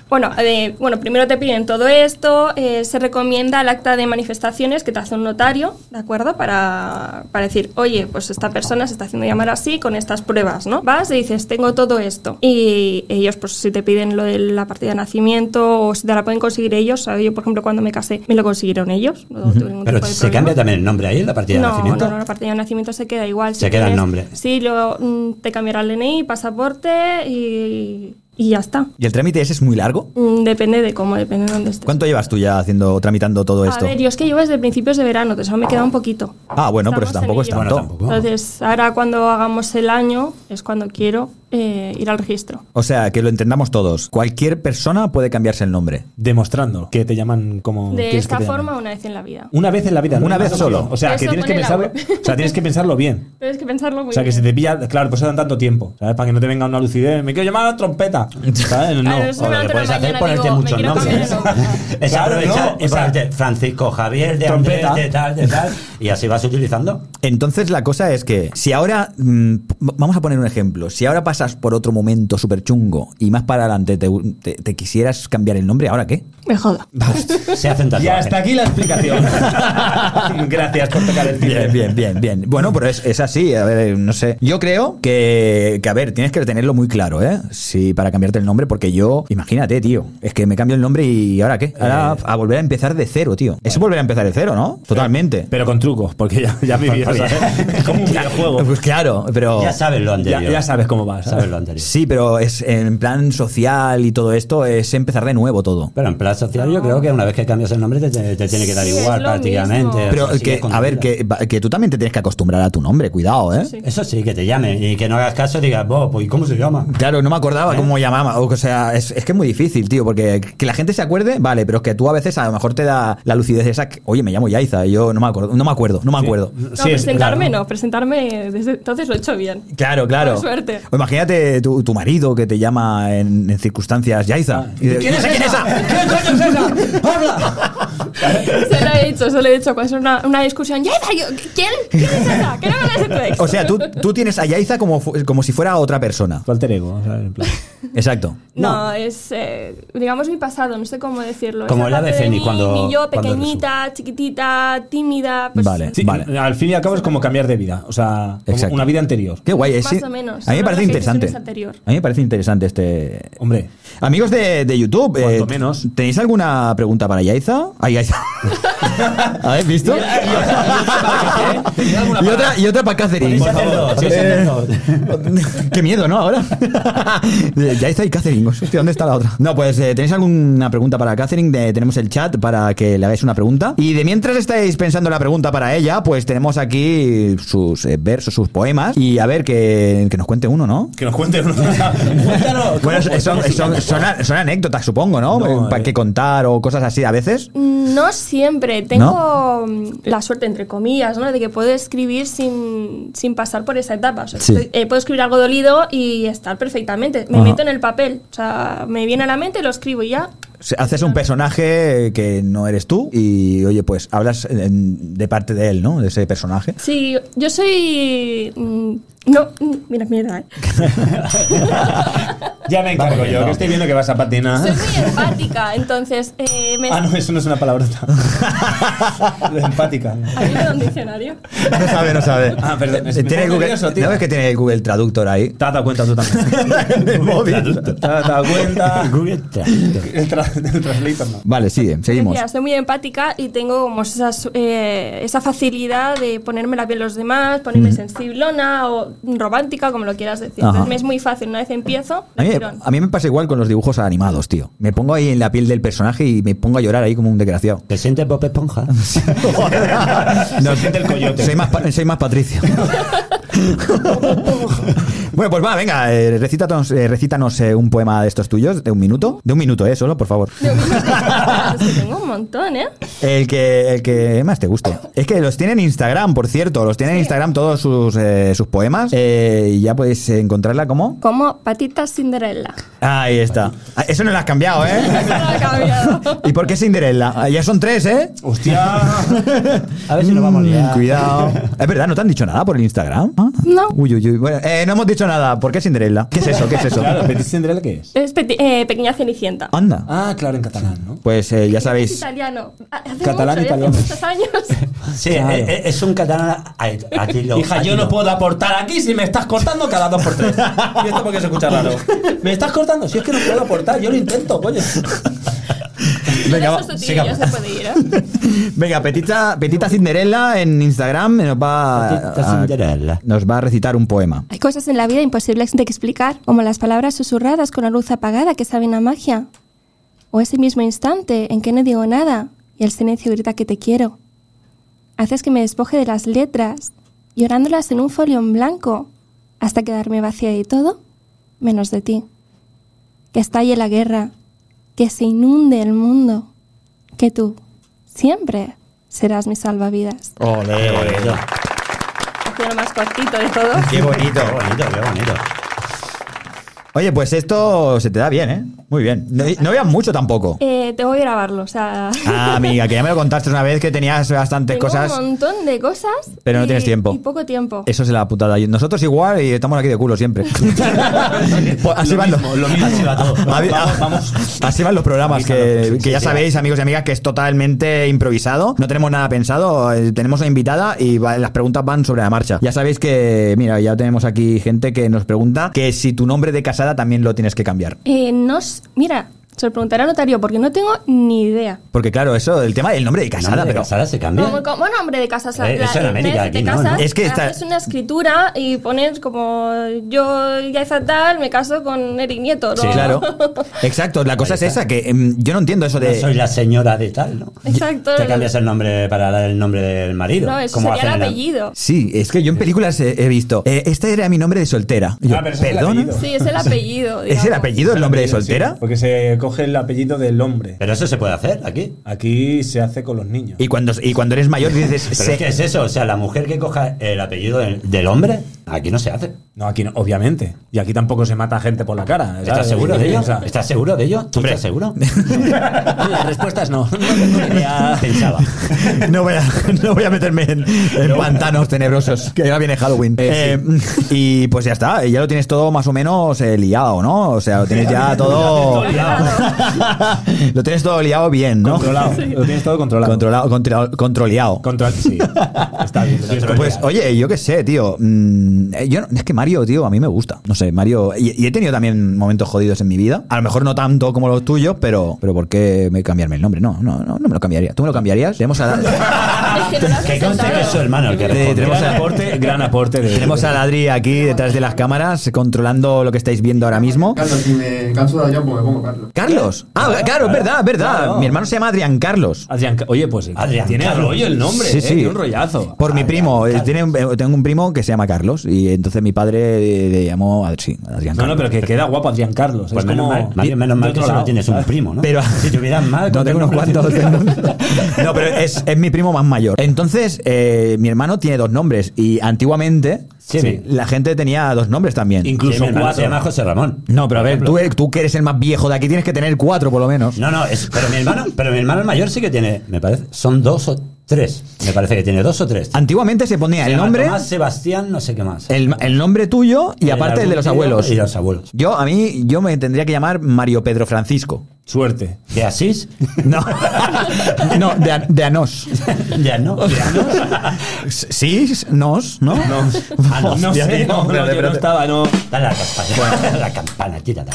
S4: Bueno, eh, bueno, primero te piden todo esto, eh, se recomienda el acta de manifestaciones que te hace un notario, ¿de acuerdo? Para, para decir, oye, pues esta persona se está haciendo llamar así con estas pruebas, ¿no? Vas y dices, tengo todo esto. Y ellos, pues si te piden lo de la partida de nacimiento o si te la pueden conseguir ellos, ¿sabes? yo por ejemplo cuando me casé me lo consiguieron ellos, no tuve ningún
S5: Pero
S4: tipo de
S5: se
S4: problema.
S5: cambia también el nombre ahí en la partida
S4: no,
S5: de nacimiento.
S4: No, no, la partida de nacimiento se queda igual.
S5: Se
S4: si
S5: queda el
S4: tienes-
S5: nombre.
S4: Sí, luego mm, te cambiará el DNI, pasaporte y, y ya está.
S2: ¿Y el trámite ese es muy largo?
S4: Mm, Depende de cómo, depende de dónde estés.
S2: ¿Cuánto llevas tú ya haciendo, tramitando todo
S4: A
S2: esto?
S4: ver, yo es que llevo desde principios de verano, solo me queda un poquito.
S2: Ah, bueno, pero
S4: Estamos
S2: tampoco
S4: en
S2: es
S4: ello.
S2: tanto.
S5: Bueno, tampoco.
S4: Entonces, ahora cuando hagamos el año es cuando quiero eh, ir al registro.
S2: O sea, que lo entendamos todos. Cualquier persona puede cambiarse el nombre.
S3: Demostrando que te llaman como. quieres
S4: De
S3: Mm, que
S4: esta
S3: te llamen.
S4: forma, una vez en la vida.
S3: Una vez en la vida. no
S2: Una
S3: hay
S2: vez
S3: más
S2: solo.
S3: opción. O sea,
S4: Eso
S3: que tienes que,
S4: pone la
S3: pensarlo,
S4: web.
S3: o sea, tienes que pensarlo bien.
S4: Tienes que pensarlo muy
S3: O sea, que
S4: bien.
S3: si te pilla, claro, por eso dan tanto tiempo, ¿sabes? Para que no te venga una lucidez. Me quiero llamar a la trompeta. ¿Sabes? No.
S4: Claro, es
S5: O
S4: una
S5: lo que
S4: otra
S5: puedes hacer
S4: mañana
S5: es ponerte
S4: digo, me
S5: muchos
S4: quiero
S5: *laughs* nombres.
S4: cambiar el
S5: Es
S3: Claro,
S5: aprovechar
S3: no,
S5: es
S3: o sea,
S5: ponerte Francisco, Javier, de
S3: trompeta.
S5: Andrés, de tal, de tal. Y así vas utilizando.
S2: Entonces la cosa es que si ahora, mm, p- vamos a poner un ejemplo, si ahora pasas por otro momento súper chungo y más para adelante te, te- te quisieras cambiar el nombre, ¿ahora qué?
S4: Me jodo.
S5: *laughs* Se hacen
S3: Y
S5: tatuajes.
S3: hasta aquí la explicación.
S5: *laughs*
S3: Gracias por tocar el timbre.
S2: Bien, bien, bien, bien. Bueno, pero es, es así, a ver, no sé. Yo creo que, que, a ver, tienes que tenerlo muy claro, ¿eh? Sí, para cambiarte el nombre, porque yo, imagínate, tío, es que me cambio el nombre y ¿ahora qué?
S5: Eh.
S2: Ahora a volver a empezar de cero, tío. Eso es volver a empezar de cero, ¿no? Totalmente.
S3: Pero con trucos, porque ya,
S2: *laughs*
S3: ya viví, o sea,
S5: ¿eh?
S3: es como un videojuego.
S2: Pues claro, pero...
S5: Ya sabes lo
S3: Ya,
S5: anterior.
S3: ya sabes cómo va, ¿sabes?
S5: Sabes lo anterior.
S2: Sí, pero es en plan social y todo esto es empezar de nuevo todo.
S5: Pero en plan social yo creo que una vez que cambias el nombre te, te- te tiene que dar
S4: Sí,
S5: igual
S4: es lo
S5: prácticamente.
S4: mismo.
S5: o sea,
S2: Pero
S5: sigues
S2: que,
S5: con tu
S2: a ver,
S5: vida.
S2: que, que tú también te tienes que acostumbrar a tu nombre, cuidado, ¿eh?
S4: Sí.
S5: Eso sí, que te llamen y que no hagas caso y digas, "Bo, pues ¿y cómo se llama?
S2: Claro, no me acordaba
S5: ¿Eh?
S2: cómo llamaba. O sea, es, es que es muy difícil, tío, porque que la gente se acuerde, vale, pero es que tú a veces a lo mejor te da la lucidez esa, que, oye, me llamo Yaiza, y yo no me acuerdo, no me acuerdo, no me acuerdo.
S4: No,
S3: es-
S4: presentarme
S3: claro.
S4: no, presentarme desde entonces lo he hecho bien.
S2: Claro, claro.
S4: Por suerte.
S2: O imagínate tu, tu marido que te llama en, en circunstancias
S5: Ah.
S2: Yaiza. Y dice, *laughs* "No sé ¿Quién es
S4: *laughs*
S2: esa?
S3: ¿Quién coño es esa? ¡Habla!
S4: Se lo he dicho, se lo he dicho. Cuando es una, una discusión, ya está, yo, ¿quién? ¿Quién es esa? ¿Qué no conoces tu ex?
S2: O sea, tú, tú tienes a Yaiza como, fu- como si fuera otra persona.
S3: Tu alter ego, ¿sabes? En plan.
S2: Exacto.
S4: No, es, eh, digamos, mi pasado, no sé cómo decirlo.
S5: Como
S4: Esa
S5: el ave
S4: parte de
S5: fénix
S4: mí,
S5: cuando-
S4: Mi yo
S5: cuando
S4: pequeñita, chiquitita, tímida. Pues,
S2: Vale.
S3: Sí,
S2: Vale.
S3: Al fin y al cabo es como cambiar de vida, o sea, como
S2: Exacto.
S3: una vida anterior.
S2: Qué guay, es-
S4: Más o menos.
S2: A mí me
S4: Solo
S2: parece
S4: la gestión
S2: interesante.
S4: es anterior.
S2: A mí me parece interesante este.
S3: Hombre,
S2: Amigos de, de YouTube, eh,
S3: Cuanto menos.
S2: ¿tenéis alguna pregunta para Yaiza? Ah, Yaiza. ¿Habéis visto? y otra, y otra para Catherine.
S5: Podéis
S2: por
S5: hacer
S2: favor.
S5: dos, podéis hacer dos.
S2: Eh, *laughs* Qué miedo, ¿no? Ahora. Yaiza y Catherine. Hostia, ¿dónde está la otra? No, pues eh, tenéis alguna pregunta para Catherine. De- tenemos el chat para que le hagáis una pregunta. Y de mientras estáis pensando la pregunta para ella, pues tenemos aquí sus eh, versos, sus poemas. Y a ver, que, que nos cuente uno, ¿no?
S3: que nos cuente uno. *laughs* Cuéntanos.
S2: Bueno, son, son- son- son a- son anécdotas, supongo, ¿no?
S3: No,
S2: Para
S3: eh.
S2: que contar o cosas así a veces.
S4: Mm, No siempre. Tengo mm, la suerte, entre comillas, ¿no? de que puedo escribir sin, sin pasar por esa etapa. O sea,
S2: Sí.
S4: estoy- eh, puedo escribir algo dolido y estar perfectamente. Me
S2: Ajá.
S4: meto en el papel. O sea, me viene a la mente, lo escribo y ya.
S2: Se- Haces un personaje que no eres tú y, oye, pues hablas en- de parte de él, ¿no? De ese personaje.
S4: Sí, yo soy. mm, No, mm, mira, mierda. ¿eh?
S3: Ya me encargo
S5: Vamos,
S3: yo,
S5: no.
S3: que estoy viendo que vas a patinar.
S4: Soy muy empática, entonces eh, me.
S3: Ah, no, eso no es una palabrota. Empática.
S4: ¿Habéis leído un diccionario?
S2: No sabe, no sabe.
S3: Ah, perdón, me
S2: Tiene
S3: pongo
S2: Google-
S3: nervioso, tío.
S2: ¿No ves que tiene el Google Traductor ahí?
S3: Te has dado cuenta tú también.
S2: *laughs* El móvil.
S3: Te has dado cuenta.
S5: Google Translate.
S3: El, tra el translator no.
S2: Vale, sigue, seguimos.
S4: Decía, soy muy empática y tengo como esas, eh, esa facilidad de ponerme la piel de los demás, ponerme sensiblona o romántica, como lo quieras decir.
S2: Ajá.
S4: Entonces me es muy fácil, una vez empiezo,
S2: A mí, *laughs*
S4: tirón.
S2: a mí me pasa igual con los dibujos animados, tío. Me pongo ahí en la piel del personaje y me pongo a llorar ahí como un desgraciado.
S5: ¿Te
S2: *laughs*
S5: sientes Bob Esponja? *laughs*
S2: No,
S3: siente el coyote.
S2: Soy más, pa- soy más Patricio. bueno, pues va, venga, eh, recítanos, eh, recítanos, eh, un poema de estos tuyos, de un minuto. De un minuto, eh, solo, por favor.
S4: Es que tengo un montón, ¿eh?
S2: El que, el que más te guste. Es que los tiene en Instagram, por cierto. Los tiene en Instagram todos sus, eh, sus poemas. Eh, y ya podéis encontrarla como.
S4: Como patitas Cinderella.
S2: Ahí está. Ah, Eso no lo has cambiado,
S4: Eso no
S2: ¿eh?
S4: lo ha cambiado.
S2: *laughs* ¿Y por qué Cinderella? Ah, Ya son tres, ¿eh?
S3: Hostia. *laughs* A ver si nos vamos a
S2: Mm,
S3: liar.
S2: Cuidado. Es verdad, ¿no te han dicho nada por el Instagram? Ah.
S4: No.
S2: Uy, uy, uy. Bueno, eh, no hemos dicho nada. ¿Por qué Cinderella? ¿Qué es eso? ¿Qué es eso?
S3: Claro, ¿Petit Cinderella qué es?
S4: Es peti- eh, pequeña cenicienta.
S2: Anda.
S3: Ah, claro, en catalán, ¿no?
S2: Pues eh, ya
S4: Es
S2: sabéis.
S4: italiano. Hace
S3: Catalán,
S4: mucho, ¿eh?
S3: italiano.
S4: Hace muchos años.
S5: Sí,
S3: Claro.
S5: eh, eh, es un catalán a- a tiro,
S6: Hija,
S5: a
S6: yo
S5: tiro.
S6: no puedo aportar aquí si me estás cortando cada dos por tres. ¿Y esto porque se escucha raro? ¿Me estás cortando? Si es que no puedo aportar, yo lo intento,
S3: *laughs*
S6: coño.
S2: Venga,
S4: Yo
S2: va,
S4: no sustituyo,
S2: sigamos.
S4: ya se puede ir, ¿eh?
S2: Venga, Petita, Petita Cinderella en Instagram nos va, a-
S5: Petita Cinderella.
S2: nos va a recitar un poema.
S4: Hay cosas en la vida imposibles de explicar, como las palabras susurradas con la luz apagada que saben a magia, o ese mismo instante en que no digo nada y el silencio grita que te quiero. Haces que me despoje de las letras, llorándolas en un folio en blanco, hasta quedarme vacía de todo, menos de ti. Que estalle la guerra, que se inunde el mundo, que tú siempre serás mi salvavidas.
S5: Qué bonito,
S4: lo más cortito de todo.
S2: Qué bonito.
S5: qué bonito, qué bonito.
S2: Oye, pues esto se te da bien, ¿eh? Muy bien. No, no veas mucho tampoco.
S4: Eh, tengo que grabarlo, o sea...
S2: Ah, amiga, que ya me lo contaste una vez que tenías bastantes
S4: Tengo
S2: cosas. Oh.
S4: un montón de cosas.
S2: Pero no
S4: y-
S2: tienes tiempo.
S4: Y poco tiempo.
S2: Eso es la putada. Y Nosotros igual y estamos aquí de culo siempre.
S4: *laughs*
S2: Pues así
S3: Lo
S2: van los-
S3: mismo, lo mismo.
S2: así va todo.
S3: Vamos, vamos, vamos.
S2: Así van los programas
S3: Avísalo, sí,
S2: que,
S3: sí,
S2: que ya
S3: sí.
S2: sabéis, amigos y amigas, que es totalmente improvisado. No tenemos nada pensado. eh, Tenemos una invitada y va- las preguntas van sobre la marcha. Ya sabéis que, mira, ya tenemos aquí gente que nos pregunta que si tu nombre de casada también lo tienes que cambiar.
S4: Eh, no s- mira, se lo preguntaré al notario porque no tengo ni idea.
S2: Porque claro, eso, el tema del nombre de casada,
S5: Nombre de
S2: pero
S5: Casada se cambia.
S4: Como, como nombre de casas. la-
S5: Eh,
S4: la-
S5: eso en
S4: el
S5: América,
S4: mes
S5: aquí
S4: te
S5: no,
S4: casas,
S5: ¿no?
S2: Es que está-
S4: haces una escritura y pones como yo ya tal, me caso con Eric Nieto. ¿no?
S2: Sí,
S5: *laughs*
S2: claro. Exacto, la cosa es
S5: está.
S2: esa, que em, yo no entiendo eso
S5: No
S2: de...
S5: soy la señora de tal, ¿no?
S4: *laughs* Exacto.
S5: Te cambias el nombre para dar el nombre del marido.
S4: No, eso
S5: como
S4: sería
S5: hacen
S4: el
S5: en la-
S4: apellido.
S2: Sí, es que yo en películas he, he visto. eh, este era mi nombre de soltera. Y yo,
S3: Ah, pero eso es el
S2: ¿Perdona?
S3: apellido.
S4: Sí, es el apellido.
S2: ¿Es el
S4: digamos.
S2: apellido el nombre de soltera?
S3: Sí, porque se coge el apellido del hombre.
S5: Pero eso se puede hacer aquí.
S3: Aquí se hace con los niños.
S2: Y cuando, y cuando
S3: *laughs*
S2: eres
S5: *laughs*
S2: mayor dices,
S5: Pero
S2: "Se-
S5: es que es eso, o sea, la mujer que coja el apellido del, del hombre, aquí no se hace.
S3: No, aquí no, obviamente. Y aquí tampoco se mata gente por la cara. ¿sabes?
S5: ¿Estás seguro de ello?
S3: O sea,
S5: ¿Estás seguro de ello? ¿Tú
S2: *laughs*
S5: estás seguro?
S3: La respuesta es
S5: *laughs*
S3: no. No tengo ni idea.
S5: Pensaba.
S2: no, voy a, no voy a meterme en, en pantanos tenebrosos, que ya viene Halloween. Eh, Y pues ya está, ya lo tienes todo más o menos eh, liado, ¿no? O sea, lo tienes ya todo... lo tienes todo liado bien, ¿no? *laughs*
S3: Controlado. Lo tienes todo controlado.
S2: Controlado, controlado, controleado.
S3: Control.
S2: *laughs*
S3: Sí. Está bien. lo tienes
S2: Pues,
S3: controlado.
S2: oye, yo qué sé, tío. Mm, eh, yo, no- es que Mario, tío, a mí me gusta. No sé, Mario. Y, y he tenido también momentos jodidos en mi vida. A lo mejor no tanto como los tuyos, pero. Pero ¿por qué me cambiarme el nombre? No, no, no, no me lo cambiaría. ¿Tú me lo cambiarías? Tenemos a,
S3: *laughs*
S4: Es que no lo has
S5: Que
S3: este
S5: conste que es su
S4: presentado.
S5: hermano el que
S2: Sí,
S5: responde.
S2: tenemos
S3: gran eh, aporte, gran aporte de.
S2: tenemos a Adri aquí detrás de las cámaras, controlando lo que estáis viendo ahora
S7: *laughs*
S2: mismo.
S7: Carlos, si me canso de allá, pues me pongo Carlos.
S2: Carlos. Ah, claro, es verdad, es verdad.
S3: Claro.
S2: Mi hermano se llama Adrián Carlos.
S3: Adrián, oye, pues
S5: Adrián
S3: tiene
S5: Carlos.
S3: rollo el nombre,
S2: Sí,
S3: eh,
S2: sí.
S3: tiene un rollazo.
S2: Por mi
S5: Adrián
S2: primo, eh,
S5: Ah, Carlos.
S2: tiene un- eh, tengo un primo que se llama Carlos y entonces mi padre eh, le llamó Ad- sí, Adrián
S3: No, no,
S2: Carlos.
S3: pero que queda guapo Adrián Carlos.
S5: Pues
S3: es
S5: menos
S3: como
S5: mal, Mario,
S3: de-
S5: menos mal
S3: de
S5: que
S3: otro
S5: solo
S3: lado,
S5: tienes
S3: *laughs*
S5: un
S3: ¿sabes?
S5: primo, ¿no?
S2: Pero- *laughs*
S5: si tuvieras más...
S2: No, tengo unos cuantos.
S5: *laughs*
S2: tengo- No, pero es, es mi primo más mayor. Entonces, eh, mi hermano tiene dos nombres y antiguamente
S5: Sí.
S2: sí, la gente tenía dos nombres también.
S5: Incluso
S3: Incluso
S5: mi hermano
S3: cuatro.
S5: se llama José Ramón.
S2: No, pero a ver,
S5: Por
S2: tú, eh,
S5: ejemplo.
S2: tú que eres el más viejo de aquí tienes que tener cuatro por lo menos.
S5: No, no, es- pero mi hermano, pero mi hermano el mayor sí que tiene, me parece, son dos o tres. Me parece que tiene dos o tres.
S2: Antiguamente se ponía
S5: Se
S2: el
S5: llama
S2: nombre,
S5: Tomás Sebastián, no sé qué más.
S2: el, el nombre tuyo y aparte el de los
S5: tío
S2: abuelos.
S5: Y los abuelos.
S2: Yo, a mí, yo me tendría que llamar Mario Pedro Francisco.
S3: Suerte.
S5: De Asís,
S2: No, no de, An- de Anós.
S5: ya no.
S2: *laughs* Sí, nos, ¿no?
S3: No,
S2: *laughs* Hostia,
S3: sé,
S5: *laughs*
S2: tío,
S3: no, no, yo
S2: espérate,
S3: no
S2: espérate.
S3: estaba, no.
S2: *laughs*
S5: Dale a la campana. la campana, tírala.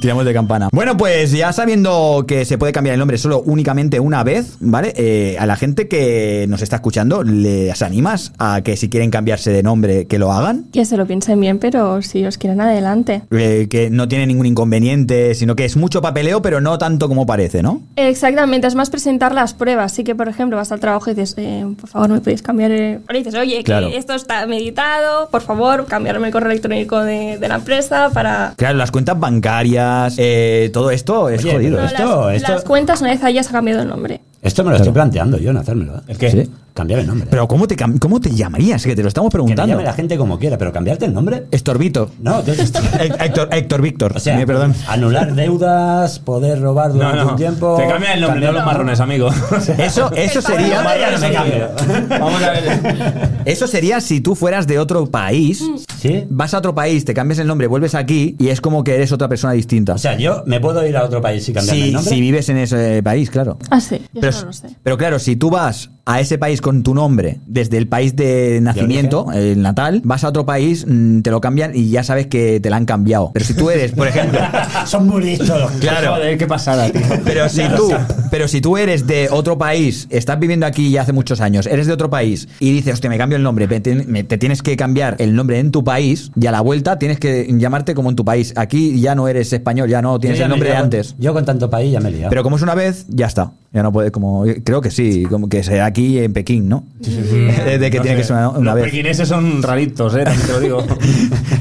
S2: Tiramos de campana. Bueno, pues ya sabiendo que se puede cambiar el nombre solo únicamente una vez, ¿vale? Eh, a la gente que nos está escuchando, ¿les animas a que si quieren cambiarse de nombre, que lo hagan?
S4: Que se lo piensen bien, pero si os quieren adelante.
S2: Eh, que no tiene ningún inconveniente, sino que es mucho papeleo, pero no tanto como parece, ¿no?
S4: Exactamente, es más presentar las pruebas. Así que, por ejemplo, vas al trabajo y dices, eh, por favor, ¿me podéis cambiar? eh? O le dices, oye, que
S2: Claro.
S4: esto está meditado, por favor, cambiarme el correo electrónico de, de la empresa para...
S2: Claro, las cuentas bancarias, eh, todo esto es
S5: Oye,
S2: jodido.
S5: pero
S4: No,
S5: esto-
S4: las,
S5: esto-
S4: las cuentas una vez hayas cambiado el nombre.
S5: Esto me lo estoy planteando yo en hacérmelo. ¿eh?
S3: ¿El qué?
S2: Sí.
S5: Cambiar el nombre.
S2: Pero ¿cómo te, cam- cómo te llamarías? Que te lo estamos
S5: que me
S2: preguntando.
S5: llame la gente como quiera, pero cambiarte el nombre.
S2: Estorbito.
S5: No,
S2: *laughs*
S5: tú-
S2: Hé- Héctor, Héctor Víctor.
S5: O sea,
S2: Eh, perdón.
S5: anular deudas, poder robar
S6: No,
S5: durante
S6: no.
S5: un tiempo.
S6: Te cambia el nombre, no
S5: cambiar-
S6: los marrones, amigo.
S2: Eso, *laughs* eso
S4: Estaba
S2: sería.
S5: Vale, ya no me cambio.
S6: Vamos a ver.
S2: Eso sería si tú fueras de otro país,
S4: Mm.
S5: ¿Sí?
S2: vas a otro país, te cambias el nombre, vuelves aquí y es como que eres otra persona distinta.
S5: O sea, yo me puedo ir a otro país y cambiarme el
S2: si,
S5: nombre.
S2: si vives en ese país, claro.
S4: Ah, sí, yo
S2: Pero,
S4: eso no lo sé.
S2: pero claro, si tú vas a ese país con tu nombre desde el país de nacimiento, el natal, vas a otro país, mm, te lo cambian y ya sabes que te la han cambiado. Pero si tú
S5: *laughs*
S2: eres, por ejemplo,
S5: Son muy listos.
S2: Claro.
S5: *laughs*
S3: Joder, qué pasada, tío.
S2: Pero si tú, pero si tú eres de otro país, estás viviendo aquí ya hace muchos años, eres de otro país y dices, hostia, me cambio el nombre, me te, me- te tienes que cambiar el nombre en tu país y a la vuelta tienes que llamarte como en tu país. Aquí ya no eres español, ya no tienes
S5: Yo ya
S2: el
S5: me
S2: nombre
S5: he
S2: de
S5: liado.
S2: antes.
S5: Yo con tanto país ya me he liado.
S2: Pero como es una vez, ya está. Ya no puedes, como creo que sí, como que será aquí en Pekín, ¿no? *laughs* De, de que
S3: No sé,
S2: tiene que ser una, una
S3: Los
S2: vez.
S3: pequineses son raritos, eh, también te lo digo.
S2: *laughs*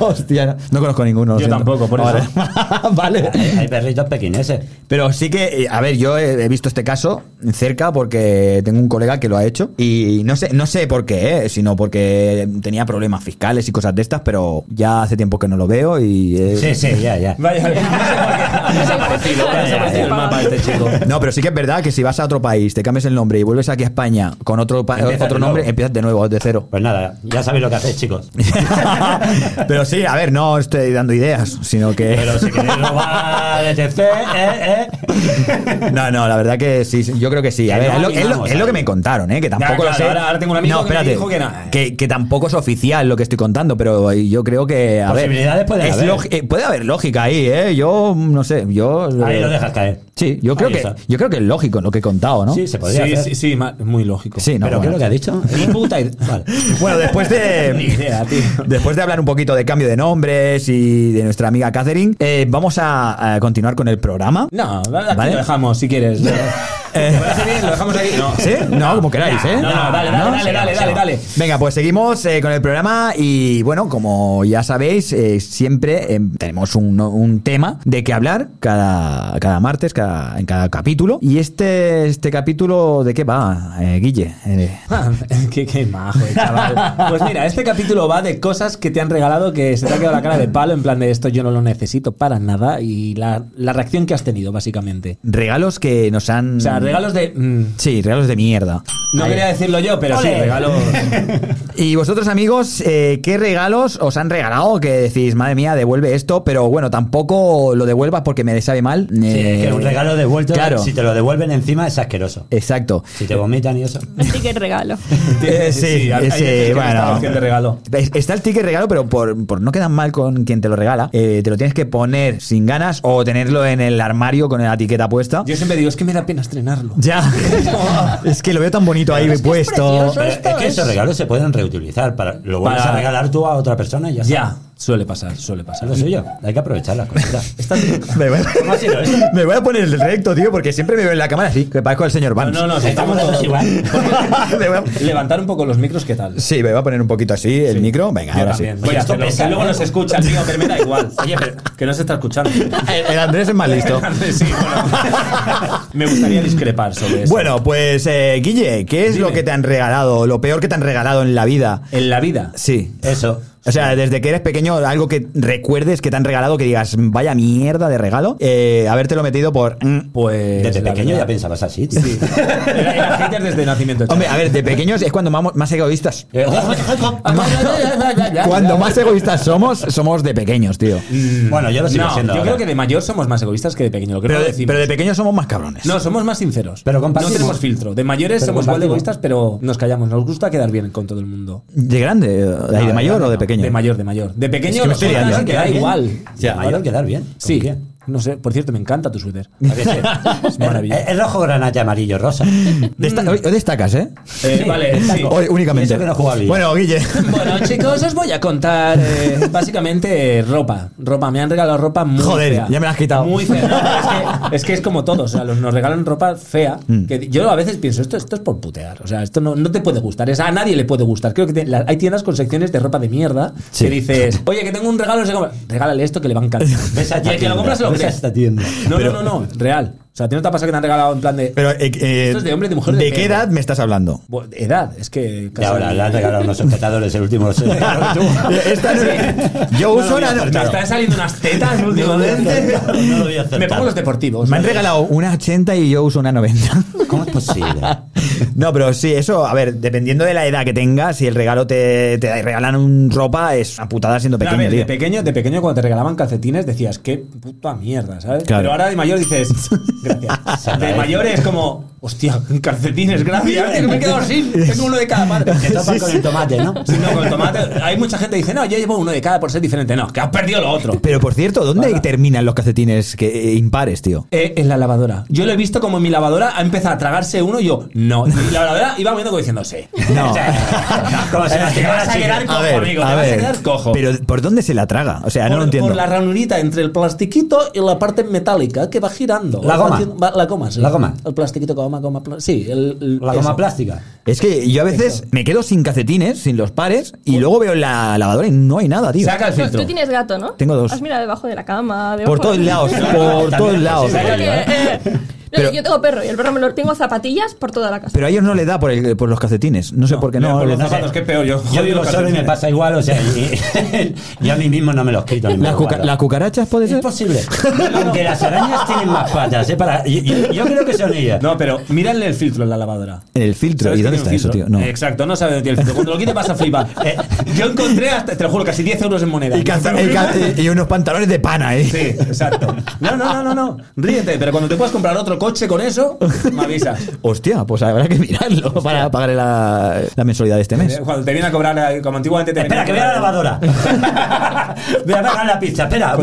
S2: Hostia, no, no conozco ninguno. lo
S3: Yo
S2: siento.
S3: tampoco, por
S2: vale.
S3: eso.
S2: *laughs* vale.
S5: hay, hay perritos pequineses.
S2: Pero sí que, eh, a ver, yo he he visto este caso cerca porque tengo un colega que lo ha hecho y no sé, no sé por qué, eh, sino porque tenía problemas fiscales y cosas de estas, pero ya hace tiempo que no lo veo y... eh,
S5: Sí, sí, ya, ya.
S3: Vaya,
S4: Desaparecido,
S5: Ya, ya,
S4: desaparecido
S5: ya.
S4: el mapa este
S5: chico.
S2: *laughs* No, pero sí que es verdad que si vas a otro país, te cambias el nombre y vuelves aquí a España con otro, pa-
S5: Empiezas
S2: otro
S5: de
S2: nombre,
S5: nuevo.
S2: empiezas de nuevo, de cero.
S5: Pues nada, ya sabéis lo que hacéis, chicos.
S2: *laughs* pero sí, a ver, no estoy dando ideas, sino que...
S5: Pero si queréis robar, etc. Eh, eh.
S2: *laughs* No, no, la verdad que sí, sí, yo creo que sí. A
S5: Que
S2: ver,
S5: no
S2: es, lo, es lo-
S5: animamos,
S2: es lo que
S5: ¿sabes?
S2: me contaron, ¿eh? Que tampoco
S3: claro,
S2: lo sé.
S3: ahora- ahora tengo un amigo
S2: no,
S3: que me
S2: espérate,
S3: dijo que no.
S2: que- que tampoco es oficial lo que estoy contando, pero yo creo que. A ver,
S5: Posibilidades pueden
S2: es
S5: haber.
S2: lógi- eh, puede haber lógica ahí, ¿eh? Yo no sé, yo.
S5: Ahí
S2: eh,
S5: lo dejas caer.
S2: Sí, yo creo,
S5: Ahí
S2: que,
S5: está.
S2: yo creo que es lógico lo que he contado, ¿no?
S5: Sí, se podría
S3: Sí,
S5: hacer.
S3: sí, sí, ma- muy lógico.
S2: Sí, no,
S5: Pero ¿qué
S2: bueno.
S5: es lo que
S2: *laughs*
S5: ha dicho? Ni puta idea. Vale.
S2: Bueno, después
S3: *laughs*
S2: *laughs*
S3: Ni
S2: de. eh,
S3: idea, tío.
S2: Después de hablar un poquito de cambio de nombres y de nuestra amiga Catherine, eh, vamos a, a continuar con el programa.
S3: No, aquí
S2: Vale.
S3: lo dejamos si quieres.
S2: Eh,
S3: ¿Te parece bien? ¿Lo dejamos aquí? No.
S2: *laughs* ¿Sí? No, como queráis, ¿eh?
S3: No, no, dale, dale, dale, dale, dale, dale.
S2: Venga, pues seguimos eh, con el programa y bueno, como ya sabéis, eh, siempre eh, tenemos un, un tema de qué hablar cada, cada martes, cada, en cada capítulo. ¿Y este, este capítulo de qué va, eh, Guille? Eh,
S3: Ah, *laughs* qué, qué majo, eh, chaval. Pues mira, este capítulo va de cosas que te han regalado que se te ha quedado la cara de palo, en plan de esto yo no lo necesito para nada y la, la reacción que has tenido, básicamente.
S2: regalos que nos han...
S3: O sea, regalos de... mm,
S2: Sí, regalos de mierda.
S3: no quería decirlo yo, pero sí,
S5: Ole.
S3: regalos...
S2: Y vosotros amigos, eh, ¿qué regalos os han regalado? Que decís, madre mía, devuelve esto, pero bueno, tampoco lo devuelvas porque me sabe mal.
S5: Sí,
S2: Eh,
S5: que un regalo devuelto,
S2: Claro.
S5: si te lo devuelven encima, es asqueroso.
S2: Exacto.
S5: Si te vomitan y eso.
S4: El ticket regalo.
S2: Eh, sí,
S3: hay- hay
S2: sí,
S3: veces que no está
S2: bueno.
S3: la opción de regalo.
S2: Es- Está el ticket regalo, pero por, por no quedar mal con quien te lo regala, eh, te lo tienes que poner sin ganas o tenerlo en el armario con la etiqueta puesta.
S3: Yo siempre digo, es que me da pena estrenarlo.
S2: Ya.
S5: *laughs*
S2: es que lo
S3: *laughs*
S2: veo tan bonito ahí puesto.
S5: Pero es
S3: eh.
S5: que esos regalos se pueden reutilizar. Para, lo vuelves
S3: Para-
S5: a regalar tú a otra persona y ya está.
S3: Ya, suele pasar, suele
S5: Es
S3: pasar.
S5: lo suyo. Hay que aprovechar las cosas. *laughs*
S2: Me voy, a-
S5: ¿Cómo ha sido eso?
S2: me voy a poner el recto, tío, porque siempre me veo en la cámara así, que parezco el señor Vance.
S3: No, no, no, si
S5: Estamos
S3: estamos
S5: todos igual.
S2: Me voy
S3: *laughs*
S2: a-
S3: Levantar un poco los micros, ¿qué tal?
S2: sí, me voy a poner un poquito así el micro. Venga,
S3: Yo
S2: ahora
S3: también.
S2: sí.
S3: Voy
S5: Oye,
S3: a
S5: esto
S3: hacerlo,
S5: pesa,
S3: que luego
S5: ¿eh?
S3: nos escucha, tío, pero me da igual. *laughs* Oye, pero Eh, que no se está *laughs* escuchando.
S2: El, el Andrés es más listo.
S3: Sí, bueno. *laughs* Me gustaría discrepar *laughs* sobre eso.
S2: Bueno, pues eh, Guille, ¿qué es
S3: Dime.
S2: lo que te han regalado? Lo peor que te han regalado en la vida.
S3: En la vida.
S2: Sí.
S5: Eso.
S2: O sea, desde que eres pequeño, algo que recuerdes que te han regalado, que digas, vaya mierda de regalo, eh, habértelo metido por... mm.
S3: Pues.
S5: Desde
S3: la
S5: pequeño ya
S3: verdad.
S5: pensabas así, tío.
S3: Sí.
S2: *laughs*
S3: Era, era hater desde nacimiento.
S2: Hombre, a
S3: chaval.
S2: ver, de pequeños es cuando más, más
S5: *laughs*
S2: egoístas...
S5: Eh,
S2: Cuando más egoístas somos, somos de pequeños, tío.
S5: Bueno, yo lo sigo
S3: No,
S5: siendo.
S3: yo
S5: ahora.
S3: creo que de mayor somos más egoístas que de pequeño. Lo que
S2: Pero
S3: no
S2: de,
S3: decimos.
S2: pero de pequeños somos más cabrones.
S3: No, somos más sinceros.
S5: Pero
S3: no
S5: compartimos.
S3: tenemos filtro. De mayores
S5: Pero
S3: somos igual de egoístas,
S5: compartimos.
S3: pero nos callamos. Nos gusta quedar bien con todo el mundo. Ah,
S2: ¿De grande? eh, ¿De,
S3: No,
S2: mayor
S3: grande
S2: o de
S3: no.
S2: pequeño.
S6: De mayor, de mayor. De pequeño
S2: Es que me
S6: lo
S2: estoy
S6: sueltas
S2: liando.
S6: y te da
S5: Quedar bien.
S6: igual.
S5: O sea, mayor quedar bien. ¿Con
S6: Sí.
S5: quién?
S6: No sé, por cierto, me encanta tu suéter.
S5: ¿A que sí?
S6: Es maravilloso.
S5: Es, es rojo, granate, amarillo, rosa. Mm.
S2: Desta- hoy- hoy destacas, ¿eh?
S6: Eh, vale, sí.
S2: Hoy únicamente.
S5: Y eso que no jugaba bien.
S2: bueno, Guille.
S6: Bueno, chicos, os voy a contar
S2: *laughs*
S6: eh, básicamente eh, ropa. Ropa, me han regalado ropa muy
S2: Joder,
S6: fea.
S2: ya me la has quitado.
S6: Muy fea.
S2: *laughs*
S6: No, es, que, es que es como todos, o sea, los- nos regalan ropa fea.
S2: Mm.
S6: Que yo a veces pienso, esto, esto es por putear. O sea, esto no, no te puede gustar. Es, a nadie le puede gustar. Creo que te- la- hay tiendas con secciones de ropa de mierda
S2: Sí.
S6: que
S2: *laughs*
S6: dices, oye, que tengo un regalo, no sé cómo. Regálale esto que le va a encantar.
S5: Ves a
S6: Y el que lo compra se lo
S5: ves a
S6: cree.
S5: esta tienda.
S6: No, no, no, no, real. O sea, ¿a ti no te ha pasado que te han regalado en plan de.
S2: Pero, eh, eh,
S6: Esto es de hombre, de mujer,
S2: ¿De
S6: de
S2: qué
S6: feo.
S2: edad me estás hablando?
S6: Bueno, edad, es que.
S5: Y ahora le han regalado unos sujetadores el último. sujetador que tuvo.
S2: *laughs* Esta no- yo
S5: No lo
S2: uso
S5: había
S2: una-
S5: acertado.
S6: Me están saliendo unas tetas últimamente.
S5: No lo voy a acertar.
S6: Me pongo los deportivos.
S2: Me han regalado una 80 y yo uso una 90.
S5: *laughs* ¿Cómo es posible?
S2: No, pero sí, eso, a ver, dependiendo de la edad que tengas, si el regalo te, te regalan un ropa, es una putada siendo
S6: Pero a
S2: pequeño,
S6: ver, de
S2: tío.
S6: pequeño, de pequeño cuando te regalaban calcetines decías, qué puta mierda, ¿sabes?
S2: Claro.
S6: Pero ahora de mayor dices, gracias. De mayor es como, hostia, calcetines, gracias. que me he quedado sin, tengo uno de cada madre.
S5: Te topan con el tomate, ¿no?
S6: Sí, no, con el tomate. Hay mucha gente que dice, no, yo llevo uno de cada por ser diferente. No, que has perdido lo otro.
S2: Pero por cierto, ¿dónde terminan los calcetines que, eh, impares, tío?
S6: Eh, en la lavadora. Yo lo he visto como mi lavadora ha empezado a tragarse uno y yo, no. Y la lavadora iba moviendo como diciendo, sí.
S2: No.
S6: *laughs* O sea, como *laughs* si
S5: Eh,
S6: te vas a quedar cojo, amigo. Te vas a quedar cojo.
S2: Pero ¿por dónde se la traga? O sea, no
S6: por,
S2: lo entiendo.
S6: por la ranurita entre el plastiquito y la parte metálica que va girando.
S5: La goma.
S6: Va- la goma, sí.
S5: La goma.
S6: El plastiquito, goma, goma, pla- Sí, el, el-
S5: La
S6: eso. *laughs*
S5: goma plástica.
S2: Es que yo a veces me quedo sin calcetines, sin los pares, y luego veo la lavadora y no hay nada, tío.
S6: Saca el
S4: Tú,
S6: filtro.
S4: tú tienes gato, ¿no?
S2: Tengo dos.
S4: Has mirado debajo de la cama. debajo
S2: Por
S4: de-
S2: todos lados, por todos lados.
S4: Porque, eh, yo-
S2: Pero-
S4: yo tengo perro y el perro me lo tengo zapatillas por toda la casa.
S2: Pero a ellos no les da por, el- por los calcetines. No sé por qué no.
S6: por
S2: les
S6: los
S2: da.
S6: zapatos, que es peor. Yo,
S5: Yo vivo solo y me pasa igual, o sea, y, y *laughs* a mí mismo no me los quito. ni me
S2: Las,
S5: los
S2: cuca-
S5: guardo.
S2: las cucarachas puede
S5: Es
S2: ser.
S5: posible. Aunque las arañas tienen más patas, ¿eh? Para, yo, yo- yo creo que son ellas.
S6: No, pero mírale el filtro en la lavadora.
S2: En el filtro.
S6: ¿Sabes
S2: ¿Y
S6: que
S2: dónde está
S6: tiene un
S2: eso, tío?
S6: filtro? Eh,
S2: No.
S6: Exacto, no sabe dónde tiene el filtro. Cuando lo quites vas a flipar. Eh, yo encontré, hasta, te lo juro, casi 10 euros en moneda.
S2: Y, calza- y cal- y unos pantalones de pana, ¿eh?
S6: Sí, exacto. No, no, no, no, no. Ríete, pero cuando te puedas comprar otro coche con eso, me avisas.
S2: Hostia, pues habrá que mirarlo para pagar la, la mensualidad de este mes.
S6: Eh, Cuando te viene a cobrar, eh, como antiguamente te
S5: Espera, que voy
S6: venía
S5: a
S6: a
S5: la
S6: cobrar-
S5: lavadora.
S6: *laughs*
S5: voy a pagar la pizza, espera.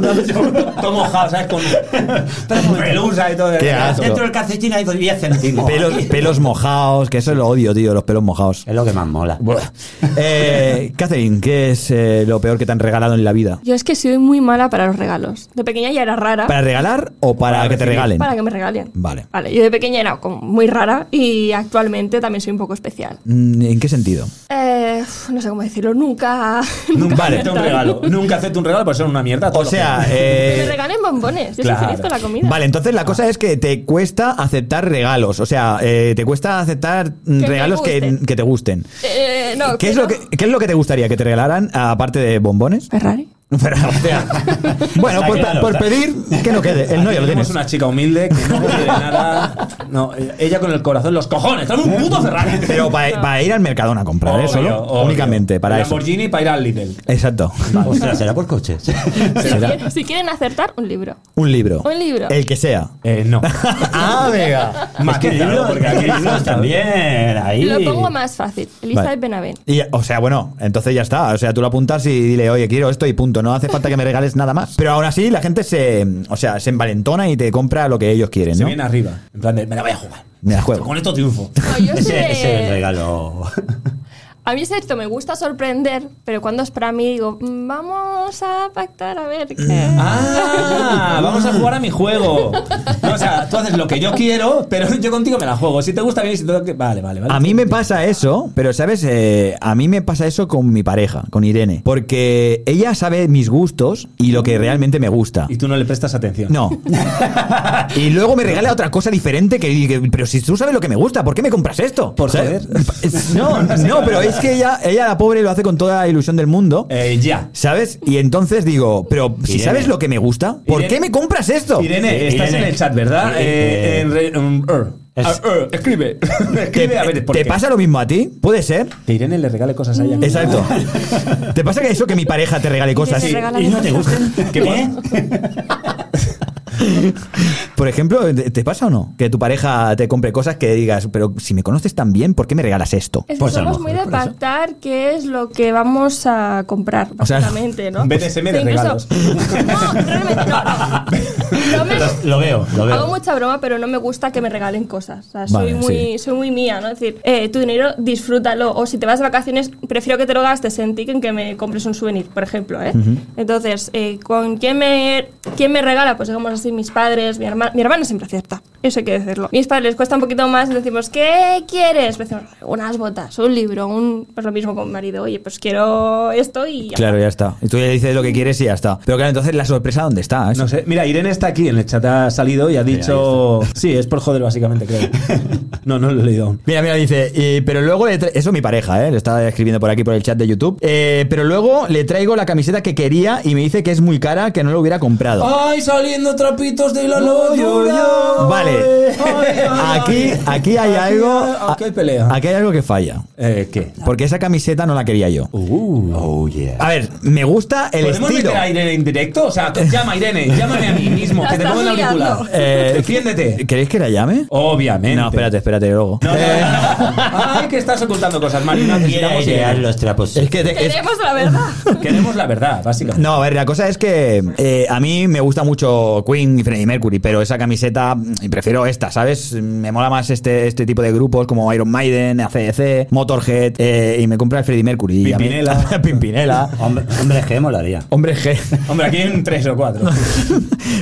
S6: Todo mojado, ¿sabes? Con
S5: un momento.
S6: pelusa y todo.
S2: Qué asco.
S5: Dentro del calcetín hay 10 céntimos.
S2: Pelos, pelos mojados, que eso lo odio, tío, los pelos mojados.
S5: Es lo que más mola.
S2: Buah. Eh, Catherine, ¿qué es eh, lo peor que te han regalado en la vida?
S4: Yo es que soy muy mala para los regalos. De pequeña ya era rara.
S2: ¿Para regalar o para, que te regalen?
S4: Para que me regalen.
S2: Vale.
S4: Vale, yo de pequeña era como muy rara y actualmente también soy un poco especial.
S2: Mm, ¿En qué sentido?
S4: Eh, no sé cómo decirlo, nunca. *laughs*
S6: Nunca
S2: Vale.
S6: acepté un regalo. Nunca acepté un regalo por ser una mierda. todo
S2: O
S4: *laughs*
S6: lo
S2: sea,
S6: que-
S4: Que me
S2: eh,
S4: regalen bombones. Yo
S6: claro.
S4: soy feliz con la comida.
S2: vale, entonces la cosa es que te cuesta aceptar regalos, o sea, eh, te cuesta aceptar mm,
S4: me
S2: regalos que,
S4: gusten.
S2: que te gusten.
S4: Eh, no,
S2: ¿Qué, es
S4: pero-
S2: lo que, ¿Qué es lo que te gustaría que te regalaran aparte de bombones?
S4: Ferrari.
S2: Pero, o sea, bueno, pues- por,
S5: Está claro,
S2: por
S5: está-
S2: pedir que no quede, el no ya lo
S6: Tenemos
S2: tienes.
S6: una chica humilde que no quiere nada. No, eh, ella con el corazón, en los cojones. ¡Dame
S5: ¿Eh?
S6: un puto Ferrari!
S2: Pero para, para ir al mercadona a comprar, ¿eh?
S6: Obvio,
S2: Solo,
S6: obvio.
S2: únicamente, para eso. ¿Eh,
S6: Lamborghini para ir al Lidl.
S2: Exacto.
S5: Ostras, será por
S2: *laughs*
S5: coches.
S4: Si
S2: Será
S4: quieren, si quieren acertar, un libro.
S2: Un libro.
S4: Un libro.
S2: El que sea.
S6: Eh, no.
S2: ah,
S4: *laughs*
S2: venga.
S5: Más que libros, porque aquí hay
S2: *laughs*
S5: libros también. Ahí.
S4: Lo pongo más fácil. Elizabeth
S2: Vale.
S4: Benavent.
S2: Y, o sea, bueno, entonces ya está. O sea, tú lo apuntas y dile, oye, quiero esto y punto. No hace falta que me regales nada más. Pero aún así, la gente se, o sea, se envalentona y te compra lo que ellos quieren,
S6: Se
S2: ¿no?
S6: viene arriba. En plan de, me la voy a jugar.
S2: Me la juego.
S6: Con esto triunfo.
S4: No,
S2: *laughs*
S4: yo
S6: *laughs*
S4: soy
S5: Ese,
S4: de-
S5: ese es el regalo.
S4: A mí es cierto, me gusta sorprender, pero cuando es para mí digo, "Mm, vamos a pactar a ver qué.
S2: Mm. *laughs*
S6: Ah, vamos a jugar a mi juego. No, o sea, tú haces lo que yo quiero, pero yo contigo me la juego. Si te gusta bien, si te Vale, vale, vale.
S2: A mí me pasa eso, pero sabes, Eh, a mí me pasa eso con mi pareja, con Irene, porque ella sabe mis gustos y lo que realmente me gusta.
S6: Y tú no le prestas atención.
S2: No.
S6: *laughs*
S2: y luego me regala otra cosa diferente que, que- pero si tú sabes lo que me gusta, ¿por qué me compras esto?
S6: Por
S2: ¿Sabes?
S6: joder.
S2: *laughs* No, no, pero es que ella, ella la pobre lo hace con toda la ilusión del mundo.
S6: Eh, ya.
S2: ¿Sabes? Y entonces digo, pero si
S5: Irene.
S2: sabes lo que me gusta, ¿por
S6: Irene.
S2: qué me compras esto? Eh,
S6: Irene,
S5: Sí,
S6: estás
S5: Irene.
S6: en el chat, ¿verdad?
S5: Sí,
S6: Eh,
S5: eh,
S6: en re- en- er.
S5: Es-
S6: Ah, er, escribe.
S2: *laughs* ¿Te,
S6: escribe a ver por
S2: te
S6: qué.
S2: pasa lo mismo a ti? ¿Puede ser? Mm.
S6: Que Irene le regale cosas a ella. *laughs*
S2: Exacto. ¿Te pasa que eso que mi pareja te regale cosas?
S4: Irene regala-
S5: ¿Y no te gustan? ¿Qué?
S2: Por ejemplo, ¿te te pasa o no? Que tu pareja te compre cosas que digas, pero si me conoces tan bien, ¿por qué me regalas esto?
S4: Es que
S5: Pues a lo
S4: somos
S5: mejor
S4: muy de
S5: por eso.
S4: pactar qué es lo que vamos a comprar,
S2: O sea,
S4: básicamente, ¿no?
S6: un BDSM de
S4: Que incluso-
S6: regalos.
S4: No, realmente no. no. No me-
S5: Lo- Lo veo, lo
S4: Hago
S5: veo.
S4: mucha broma, pero no me gusta que me regalen cosas. O sea,
S2: Vale,
S4: soy, muy, soy muy mía, ¿no? Es decir, eh, tu dinero disfrútalo. O si te vas de vacaciones, prefiero que te lo gastes en ti que en que me compres un souvenir, por ejemplo, ¿eh? Entonces, eh, ¿con quién me, quién me regala? Pues digamos así, mis padres, mi hermano. Mi hermano siempre acierta, eso hay que decirlo. Mis padres les cuesta un poquito más, decimos, ¿qué quieres? Pues decimos, unas botas, un libro, un... Pues lo mismo con mi marido, oye, pues quiero esto y... ya
S2: Claro, ya está. Y tú le dices lo que quieres y ya está. Pero claro, entonces la sorpresa, ¿dónde está? ¿eh?
S3: No sé. Mira, Irene está aquí en el chat, ha salido y ha dicho. Sí, es por joder, básicamente,
S2: *laughs*
S3: creo. No, no lo he leído aún.
S2: Mira, mira, dice, eh, pero luego le tra- Eso es mi pareja, ¿eh? Le estaba escribiendo por aquí por el chat de YouTube. Eh, pero luego le traigo la camiseta que quería y me dice que es muy cara, que no lo hubiera comprado.
S6: ¡Ay, saliendo trapitos de la locura!
S2: Vale.
S6: Ay,
S2: *laughs*
S6: ay,
S2: Aquí,
S6: ay.
S2: aquí hay
S6: Aquí
S2: algo.
S6: hay- Aquí hay pelea.
S2: Aquí hay algo que falla.
S3: Eh, ¿Qué?
S2: Porque esa camiseta no la quería yo.
S5: Oh, yeah.
S2: A ver, me gusta el
S6: Uh. ¿Podemos
S2: estilo.
S6: meter a Irene en directo? O sea, llama Irene, llámame a mí mismo, *laughs*
S4: La
S6: que te
S4: estás
S6: pongo el auricular.
S4: liando.
S6: *laughs*
S2: Eh,
S6: Defiéndete.
S2: ¿Queréis que la llame?
S6: Obviamente.
S2: No, espérate, espérate, luego.
S6: No, no, no,
S2: Eh,
S6: no. Ay, que estás ocultando cosas, Mari.
S2: *laughs*
S6: No eh.
S5: Quiere
S6: necesitamos
S5: airear
S6: ideal.
S5: los trapos.
S2: es que te- es-
S4: Queremos la
S5: *laughs*
S4: verdad.
S6: Queremos la verdad, básicamente.
S2: No, a ver, la cosa es que eh, a mí me gusta mucho Queen y Freddie Mercury, pero esa camiseta mm, prefiero esta, ¿sabes? Me mola más este, este tipo de grupos como Iron Maiden, ACDC, Motorhead, eh, y me compra el Freddie Mercury. Y a mí-
S6: Pimpinela.
S2: *laughs* Pimpinela.
S5: Hombre, hombre, que molaría.
S2: Hombre G.
S6: Hombre, aquí hay un 3 o 4.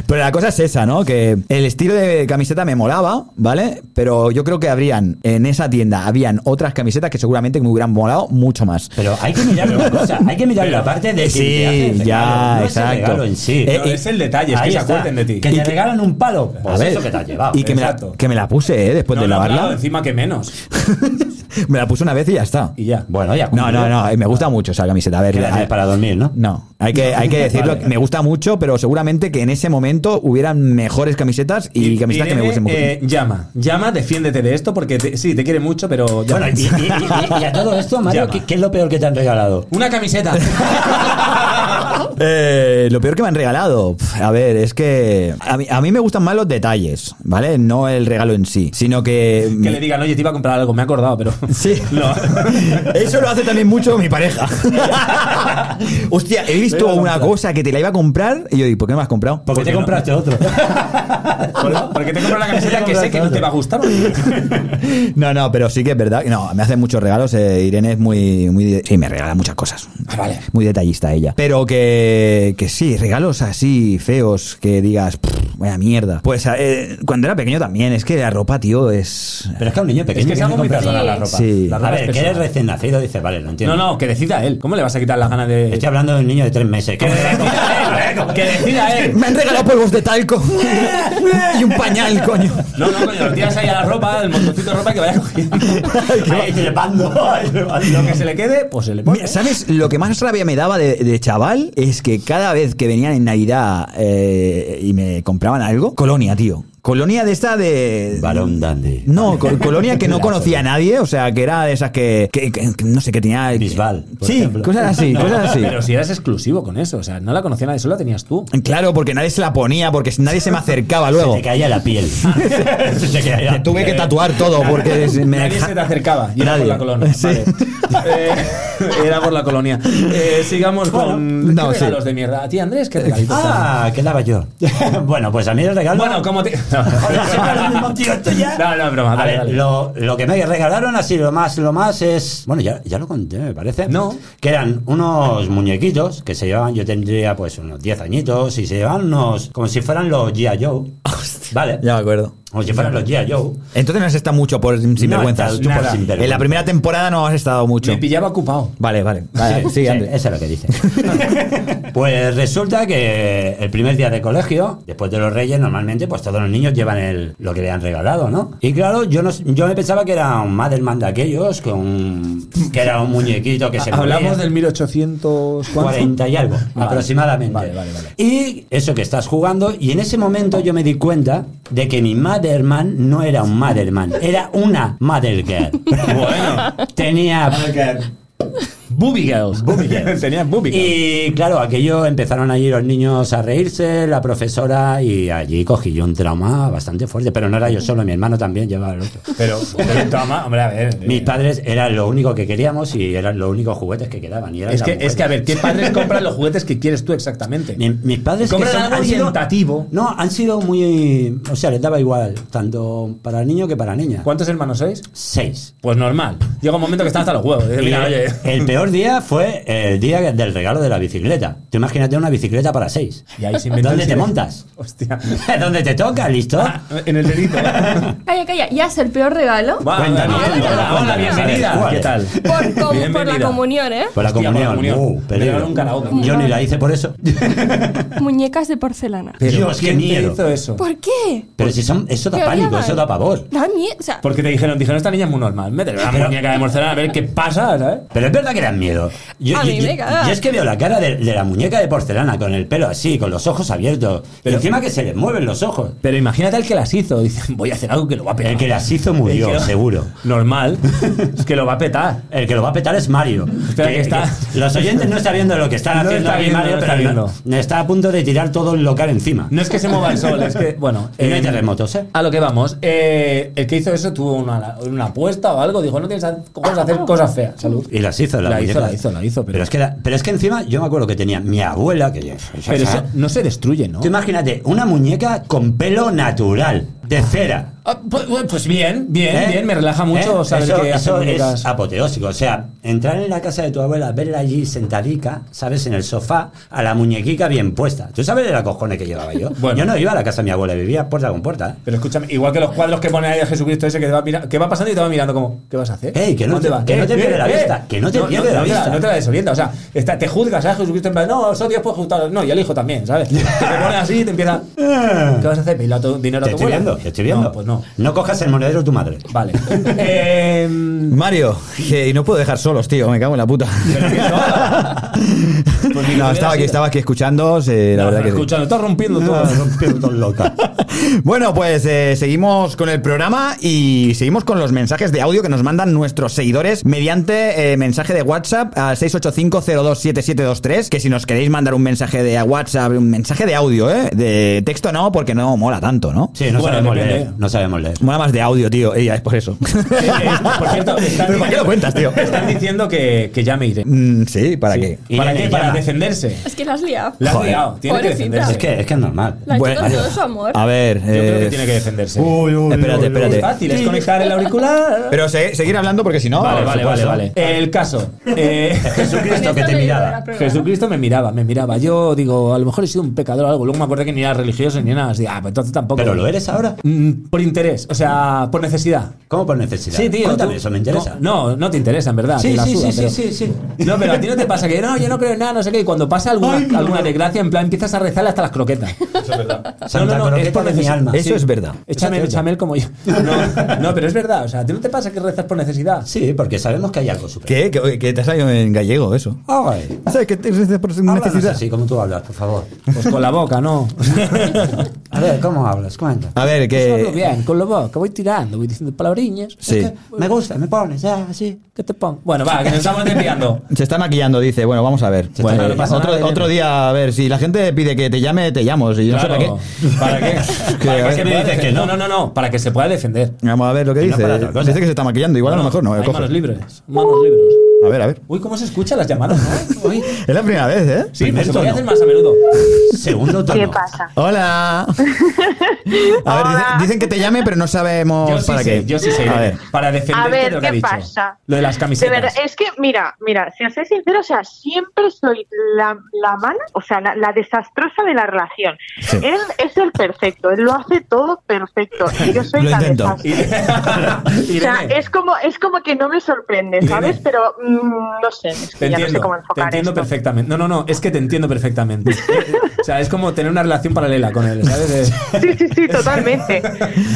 S2: Pero la cosa es esa, ¿no? Que el estilo de camiseta me molaba, ¿vale? Pero yo creo que habrían, en esa tienda, habían otras camisetas que seguramente me hubieran molado mucho más.
S5: Pero hay que
S2: *laughs*
S5: mirar una cosa, hay que mirar la parte de que
S2: Sí,
S5: te hacen regalo,
S2: ya,
S5: no es el
S2: exacto.
S5: regalo en sí.
S2: Eh,
S6: No, es el detalle, es
S5: Ahí
S6: que se
S5: está.
S6: acuerden de ti.
S5: Que
S2: Y
S5: te
S2: que-
S5: regalan un palo. Pues
S2: a ver,
S5: eso que pues te has llevado.
S2: y que me, la,
S6: exacto.
S2: que me la puse, ¿eh? Después
S6: No,
S2: de
S6: no,
S2: lavarla.
S6: claro, encima que menos.
S2: me la puse una vez y ya está.
S6: Y ya.
S5: Bueno, ya.
S2: No, no,
S5: cumplió.
S2: no, eh, me gusta mucho esa camiseta. A ver,
S5: Que la
S2: a-
S5: tienes para dormir, ¿no?
S2: No, hay que, hay que decirlo,
S5: *laughs* Vale.
S2: me gusta mucho, pero seguramente que en ese momento hubieran mejores camisetas y camisetas que me
S6: Irene,
S2: gusten mucho.
S6: eh, llama, llama, defiéndete de esto porque te- sí, te quiere mucho, pero. llama.
S5: Bueno, y, y- y- y a todo esto, Mario,
S6: Llama.
S5: ¿qué, qué es lo peor que te han regalado?
S6: Una camiseta.
S2: *laughs* Eh, lo peor que me han regalado, pf, a ver, es que a mí, a mí me gustan más los detalles, ¿vale? No el regalo en sí, sino que...
S6: que le digan, oye, te iba a comprar algo, me he acordado, pero.
S2: *laughs* Sí,
S6: *laughs* No.
S2: eso lo hace también mucho mi
S6: *laughs*
S2: pareja. Hostia, he visto
S6: Me iba a
S2: una
S6: comprar.
S2: cosa que te la iba a comprar y yo digo, ¿por qué no me has comprado?
S5: Porque te
S6: no?
S5: compraste otro.
S6: ¿Por- Porque te compro la camiseta que sé que no te va a gustar.
S5: *laughs*
S2: No, no, pero sí que es verdad. No, me hace muchos regalos. eh, Irene es muy, muy. de- Sí, me regala muchas cosas.
S6: Ah, vale.
S2: Muy detallista ella. Pero que, que sí, regalos así feos que digas, "Pff, vaya mierda. Pues eh, cuando era pequeño también, es que la ropa, tío, es.
S5: Pero es que a un niño pequeño
S6: Es que es
S5: tiene
S6: algo muy
S5: comprar sola la ropa.
S2: Sí.
S5: La ropa a
S6: es
S5: ver, que
S6: personal.
S5: eres recién nacido, dice, vale, lo entiendo.
S6: No, no, que decida él. ¿Cómo le vas a quitar las ganas de.?
S5: Estoy hablando de un niño de tres meses. ¿Qué
S6: *laughs* Que decida
S5: me
S6: él, que decida
S2: *laughs*
S6: él.
S2: Me han regalado polvos de
S6: *laughs*
S2: talco y un pañal, coño.
S6: No, no, coño, lo tiras ahí a la ropa, el montoncito de ropa que vaya cogiendo.
S5: *laughs* Ay, trepando, ay, trepando.
S6: Lo que se le quede, pues se le pone.
S2: Mira, ¿sabes? Lo que más rabia me daba de, de chaval es que cada vez que venían en Navidad eh, y me compraban algo, colonia, tío. Colonia de esta de.
S5: Varón dandy.
S2: No, co- colonia
S5: *laughs*
S2: que no
S5: Lazo.
S2: conocía a nadie, o sea, que era de esas que, que- que- que no sé, que tenía...
S5: Bisbal, por
S2: Sí,
S5: ejemplo.
S2: cosas
S6: *laughs*
S2: así, cosas así.
S6: Pero si eras exclusivo con eso, o sea, no la conocía nadie, solo la tenías
S2: *laughs*
S6: tú.
S2: Claro, porque nadie se la ponía, porque nadie se me acercaba luego.
S5: Te caía la piel. Se te caía
S2: Me
S5: la
S2: tuve que
S5: piel.
S2: tatuar todo, porque se- me
S6: Nadie
S2: deja-
S6: se te acercaba. Y era
S2: Nadie.
S6: por la colonia.
S2: Sí.
S6: vale. Eh, era por la colonia. Eh, sigamos con.
S2: no,
S6: ¿Qué
S2: sí.
S6: regalos de mierda? A ti, Andrés, qué regalitos.
S5: Ah, ¿qué daba yo? *laughs* bueno, pues a mí el regalo.
S6: Bueno, ¿cómo
S5: *laughs*
S6: te.?
S5: Joder, siempre lo mismo, tío, esto ya.
S6: No, no, broma,
S5: A
S6: dale,
S5: ver,
S6: dale.
S5: Lo, lo que me regalaron así, lo más, lo más es. Bueno, ya, ya lo conté, me parece.
S6: No.
S5: Que eran unos muñequitos que se llevaban, yo tendría pues unos 10 añitos, y se llevaban unos. como si fueran los G.I.
S6: *laughs*
S5: Joe. vale.
S2: Ya me acuerdo.
S5: Como si fueran los G.I. Joe.
S2: *laughs* Entonces no has estado mucho por
S5: No,
S2: sinvergüenzas.
S5: estás tú por
S6: Nada.
S5: sinvergüenza.
S2: en la primera temporada no has estado mucho.
S6: Me pillaba ocupado.
S2: Vale, vale. vale
S5: Sí,
S2: sigue,
S5: sí,
S2: Andrés.
S5: eso es lo que dice. pues resulta que el primer día de colegio, después de los Reyes, normalmente pues todos los niños llevan el, lo que le han regalado, ¿no? Y claro, yo no, yo me pensaba que era un Madelman de aquellos, con un- que era un
S6: *laughs*
S5: muñequito que se
S6: Hablamos
S5: movía.
S6: del 1800. ¿cuánto?
S5: 40 y algo,
S6: Vale.
S5: aproximadamente.
S6: Vale, vale, vale.
S5: Y eso que estás jugando, y en ese momento yo me di cuenta de que mi Motherman no era un
S6: *laughs*
S5: Motherman, era una Mother Girl.
S6: Bueno.
S5: Tenía
S3: Booby
S6: *laughs*
S3: Girls.
S5: Booby Girls.
S3: Tenía Booby Girls.
S5: Y claro, aquello empezaron allí los niños a reírse, la profesora, y allí cogí yo un trauma bastante fuerte. Pero no era yo solo, mi hermano también llevaba el otro.
S6: Pero, pero toma, hombre, a ver. eh,
S5: Mis padres eran lo único que queríamos y eran los únicos juguetes que quedaban. Y eran
S6: Es
S5: las
S6: que, es
S5: mujeres.
S6: que, a ver, ¿qué
S5: *laughs*
S6: padres compran los juguetes que quieres tú exactamente?
S5: Mi- mis padres
S6: Compran
S5: son-
S6: algo
S5: han sido-
S6: orientativo.
S5: no, han sido muy. O sea, les daba igual, tanto para niño que para niña.
S6: ¿Cuántos hermanos sois?
S5: Seis.
S6: Pues normal. Llega un momento que están hasta los huevos. Dices, mira,
S5: Y
S6: oye. *laughs*
S5: El peor día fue el día del regalo de la bicicleta. Tú imagínate una bicicleta para seis.
S6: Y ahí se inventó
S5: ¿Dónde
S6: el
S5: te
S6: silencio.
S5: montas?
S6: *laughs* Hostia.
S5: *laughs*
S6: Ah,
S5: ¿Dónde te toca? ¿Listo?
S6: En el ¿eh? delito.
S4: Calla, calla, ya es el peor regalo.
S6: Va,
S5: Cuéntame.
S6: hola, hola, hola, bienvenida.
S5: ¿Cuál?
S6: ¿Qué tal?
S4: Por, com- por la
S6: Bienvenida.
S4: comunión, ¿eh?
S5: Por la
S6: Hostia,
S5: comunión.
S6: por la comunión.
S5: Uh,
S6: Me
S5: peligro.
S6: regalaron un karaoke.
S5: Yo ni la hice por eso.
S4: Muñecas de porcelana.
S5: Pero
S6: Dios,
S5: qué
S6: ¿quién te
S5: miedo.
S6: hizo eso?
S4: ¿Por qué?
S5: Pero si son, eso da
S4: Teoría
S5: pánico,
S4: mal.
S5: eso da pavor.
S4: Da miedo. O sea,
S6: Porque te dijeron, dijeron, esta niña es muy normal. Métele una muñeca de morcela a ver qué pasa, ¿sabes?
S5: Pero es verdad que dan miedo. Yo,
S4: A
S5: yo-
S4: mí
S5: yo-
S4: me caga.
S5: yo es que veo la cara de, de la muñeca de porcelana con el pelo así, con los ojos abiertos. Pero encima que se les mueven los ojos.
S6: Pero imagínate al que las hizo. Dicen, voy a hacer algo que lo va a petar.
S5: El que las hizo murió,
S6: El que lo-
S5: seguro. *laughs*
S6: Normal. es que lo va a petar.
S5: El que lo va a petar es Mario.
S6: Espera, que está-
S5: los oyentes no están viendo lo que están
S6: No
S5: haciendo
S6: está
S5: aquí
S6: viendo,
S5: Mario,
S6: no está
S5: pero no-
S6: viendo.
S5: está a punto de tirar todo el local encima.
S6: No es que se mueva el sol, es que, bueno.
S5: Y *laughs* no hay
S6: eh,
S5: terremotos, ¿eh?
S6: a lo que vamos. eh, el que hizo eso tuvo una, una apuesta o algo. Dijo, no tienes cómo
S5: Ah,
S6: hacer cosas feas. Salud.
S5: Y las hizo, la
S6: La hizo,
S5: muñeca.
S6: la hizo, la hizo, pero-
S5: Pero, es que la- pero es que encima yo me acuerdo que tenía mi abuela, que
S6: Pero eso no se destruye, ¿no?
S5: Tú imagínate, una muñeca con pelo natural, de cera.
S6: Ah, pues, pues bien, bien,
S5: ¿Eh?
S6: bien. Me relaja mucho
S5: ¿Eh?
S6: saber
S5: Eso-
S6: que hacen
S5: eso
S6: muñecas.
S5: es apoteósico. O sea, entrar en la casa de tu abuela, verla allí sentadica, ¿sabes? En el sofá, a la muñequica bien puesta. ¿Tú sabes de la cojones que llevaba yo?
S6: *laughs* Bueno.
S5: Yo no iba a la casa de mi abuela, vivía puerta con puerta. ¿eh?
S6: Pero escúchame, igual que los cuadros que pone ahí de Jesucristo ese que, te va mira- que va pasando y te va mirando como, ¿qué vas a hacer?
S5: Ey, que no
S6: ¿Dónde
S5: te-
S6: vas?
S5: que no te pierde la vista, que no te pierde la
S6: eh". no te
S5: vista.
S6: no te la desorienta, o sea, está- te juzgas, ¿sabes? Jesucristo en plan, no, eso Dios puede juzgar. No, y el hijo también, ¿sabes? Que te pone así y te empieza, *laughs* ¿qué vas a hacer? Pedirle a tu- dinero a
S5: Eh. Te
S6: tu
S5: estoy
S6: abuela?
S5: viendo, te estoy viendo.
S6: No, pues no.
S5: No cojas el monedero de tu madre. *laughs* Eh,
S6: Vale. Em,
S2: Mario, que no puedo dejar solos, tío, me cago en la puta. no, estaba aquí, estaba aquí escuchando, eh, la
S6: no,
S2: verdad que sí.
S6: escuchando, estás rompiendo
S5: *laughs*
S6: todo.
S2: Bueno, pues eh, seguimos con el programa y seguimos con los mensajes de audio que nos mandan nuestros seguidores mediante eh, mensaje de WhatsApp al 685027723, que si nos queréis mandar un mensaje de WhatsApp, un mensaje de audio, ¿eh? De texto no, porque no mola tanto, ¿no?
S5: Sí, no
S6: Bueno,
S5: sabemos
S6: depende.
S5: leer. No sabemos leer.
S2: Mola más de audio, tío, y ya es por eso.
S6: Por cierto, están
S2: ¿Pero para qué lo cuentas, tío?
S6: Están diciendo que, que ya me iré.
S2: Mm, sí, ¿para
S5: Sí.
S2: qué?
S6: *laughs*
S5: Y
S6: ¿Para
S5: Irene
S6: qué? Para
S5: llama.
S6: defenderse.
S4: es que la has liado.
S6: La has
S5: Joder.
S6: liado. Tiene que
S4: Pobrecita.
S6: defenderse.
S5: Es que, es que es normal.
S4: La has hecho con
S2: Bueno,
S4: todo su amor.
S2: A ver,
S6: Yo creo que
S2: eh,
S6: tiene que defenderse.
S2: espérate,
S6: Es
S2: espérate.
S6: fácil, es conectar el auricular.
S2: Pero se- seguir hablando porque si no...
S6: vale,
S5: por
S6: vale, vale,
S5: supuesto.
S6: vale. El caso. Eh, *laughs*
S5: Jesucristo que
S4: Con esto
S5: te
S4: me llevo
S5: miraba.
S4: la prueba, ¿no?
S6: Jesucristo me miraba, me miraba. Yo digo, a lo mejor he sido un pecador o algo. Luego me acordé que ni era religioso ni nada. Así, ah, pues entonces tampoco.
S5: ¿Pero lo eres ahora?
S6: Mm, Por interés, o sea, por necesidad.
S5: ¿Cómo por necesidad?
S6: Sí, tío.
S5: Cuéntame,
S6: tú-
S5: eso me interesa.
S6: No, no, no te interesa, en verdad.
S5: Sí,
S6: te la
S5: sí,
S6: suda,
S5: sí, sí,
S6: pero-
S5: sí, sí.
S6: No, pero a ti no te pasa que no, yo no creo en nada, no sé qué. Y cuando pasa alguna, alguna desgracia, en plan, empiezas a rezar hasta las
S5: *laughs*
S6: croquetas. Eso es verdad.
S5: Santa croqueta de mi alma.
S2: Eso es verdad.
S6: Échame, échame el como yo. No, no, pero es verdad. O sea, ¿a ti no te pasa que rezas por necesidad?
S5: Sí, porque sabemos que hay algo
S2: ¿Qué?
S5: superior.
S2: ¿Qué, qué te ha salido en gallego eso?
S5: Ay,
S2: ¿Sabes qué te por
S5: háblanos
S2: necesidad?
S5: así como tú hablas, por favor.
S6: Pues con la boca, no.
S5: *laughs* A ver, ¿cómo hablas? Cuenta.
S2: A ver,
S6: Pues hablo
S2: que...
S6: bien, con la boca. Voy tirando, voy diciendo palabriñas.
S2: Sí.
S6: Es que-
S5: Me gusta, me pones, ah, así.
S6: ¿Qué te pongo? Bueno, va, que nos estamos desviando.
S2: Se está maquillando, dice. Bueno, vamos a ver.
S5: Se
S2: Bueno,
S5: está- no pasa
S2: otro,
S6: nada,
S2: otro
S6: Irene.
S2: día, a ver, si la gente pide que te llame, te llamo. Si yo
S6: Claro.
S2: no sé para
S6: ¿Para
S2: qué.
S6: qué?
S2: Que, a
S6: Para
S2: ver,
S6: que se
S5: me
S6: pueda
S5: dices que
S6: defender.
S5: no.
S6: no, no, no. Para que se pueda defender.
S2: Vamos a ver lo que
S5: no
S2: dice.
S5: para otra cosa.
S2: dice que se está maquillando. Igual a lo mejor no. eh,
S6: Hay
S2: cojo.
S6: manos libres. Manos libres.
S2: A ver, a ver.
S6: Uy, ¿cómo se escuchan las llamadas? no? Uy.
S2: Es la primera vez, ¿eh?
S6: Sí,
S5: Primer
S6: pues se podría
S5: tono.
S6: hacer más a menudo.
S5: Segundo tono.
S8: ¿Qué pasa? *laughs*
S2: Hola. A ver, dicen, dicen que te llame, pero no sabemos
S6: Yo sí
S2: para
S6: sé,
S2: qué.
S6: yo sí sé.
S2: A
S6: Irene.
S2: ver.
S6: Para defender
S8: A ver,
S6: de lo que ha
S8: ¿qué
S6: dicho.
S8: pasa?
S6: Lo de las
S8: De
S6: camisetas.
S8: verdad, es que, mira, mira, si os soy sincero, o sea, siempre soy la, la mala, o sea, la, la desastrosa de la relación. Él es el perfecto, él lo hace todo perfecto. Y yo soy
S2: Lo
S8: la
S2: intento.
S5: *laughs*
S8: desastre. O
S6: Irene,
S8: sea, es como, es como que no me sorprende, ¿sabes?
S6: Irene.
S8: Pero mm, no sé, es
S6: Te
S8: que ya no sé
S6: entiendo,
S8: cómo
S6: te
S8: enfocar
S6: entiendo
S8: esto.
S6: perfectamente. No, no, no, es que te
S8: *laughs*
S6: entiendo perfectamente. o sea, es como tener una relación paralela con él, ¿sabes? De-
S8: Sí, sí,
S6: *laughs*
S8: sí, totalmente.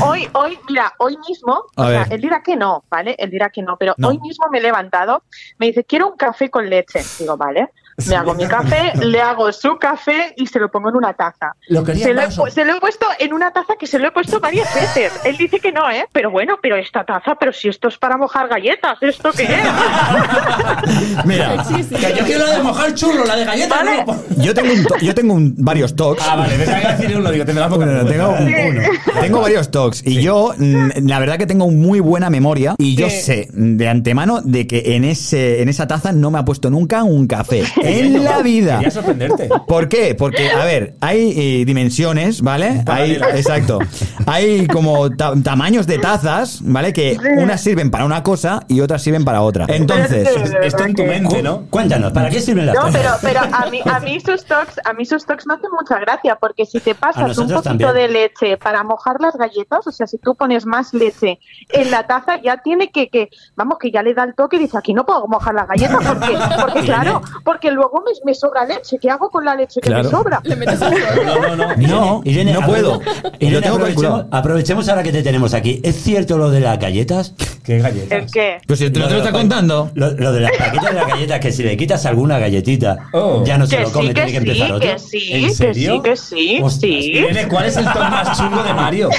S8: Hoy, hoy, mira, hoy mismo,
S2: A
S8: o sea,
S2: ver.
S8: él dirá que no, ¿vale? Él dirá que no, pero
S2: No.
S8: hoy mismo me he levantado, me dice, quiero un café con leche. Digo, vale. Me hago mi
S6: *laughs*
S8: café, le hago su café y se lo pongo en una taza.
S6: Lo quería
S8: se,
S6: en
S8: lo he,
S6: vaso.
S8: pu- se lo he puesto en una taza que se lo he puesto varias veces. Él dice que no, ¿eh? Pero bueno, pero esta taza, pero si esto es para mojar galletas, ¿esto qué
S6: *laughs*
S8: es? *laughs*
S2: *laughs* Mira,
S4: Sí, sí.
S6: Que yo quiero la de mojar churro, la de pues, galleta.
S8: Vale.
S6: no.
S2: yo tengo, un to- yo tengo un- varios talks.
S6: Ah, vale, pensaba que iba a decir uno, digo, tendrás poca
S2: Bueno,
S6: vergüenza.
S2: tengo, un- tengo varios talks y yo mm, la verdad que tengo muy buena memoria y yo sé mm, de antemano de que en ese en esa taza no me ha puesto nunca un
S6: *laughs*
S2: café *laughs* en la vida.
S6: Quería sorprenderte.
S2: ¿Por qué? Porque, a ver, hay eh, dimensiones, ¿vale? Hay, exacto. Hay como ta- tamaños de tazas, ¿vale? Que unas sirven para una cosa y otras sirven para otra. Entonces,
S8: Pero es que-
S6: Está en tu mente, ¿no?
S5: Cuéntanos, ¿para qué sirven las
S8: No,
S5: tazas?
S8: pero, pero a, mí, a, mí sus talks, a mí sus talks me hacen mucha gracia porque si te
S5: A
S8: pasas un
S5: nosotros
S8: poquito
S5: también.
S8: de leche para mojar las galletas, o sea, si tú pones más leche en la taza, ya tiene que, que vamos, que ya le da el toque y dice, aquí no puedo mojar las galletas porque, porque claro, porque luego me, me sobra leche. ¿Qué hago con la leche que
S2: Claro.
S8: me sobra?
S4: Le metes un
S6: No, no, no.
S5: No,
S2: Irene, no
S5: apro-
S2: puedo.
S5: Irene,
S2: Lo tengo
S5: aprovechemos,
S2: calculado.
S5: aprovechemos ahora que te tenemos aquí. ¿Es cierto lo de las galletas?
S6: Qué
S8: ¿El
S6: galletas.
S8: qué?
S2: pues si te lo, te lo está contando.
S5: Lo, lo de las paquetes de las galletas, que si le quitas alguna galletita,
S6: Oh.
S5: ya no se
S8: Que
S5: lo come,
S8: sí,
S5: tiene que
S8: que sí,
S5: empezar otro.
S8: que sí,
S6: ¿En
S8: que
S6: serio?
S8: sí, que sí,
S5: Ostras,
S8: sí.
S6: Irene, ¿cuál es el toque más chungo
S2: *laughs*
S6: de
S5: *laughs*
S6: Mario?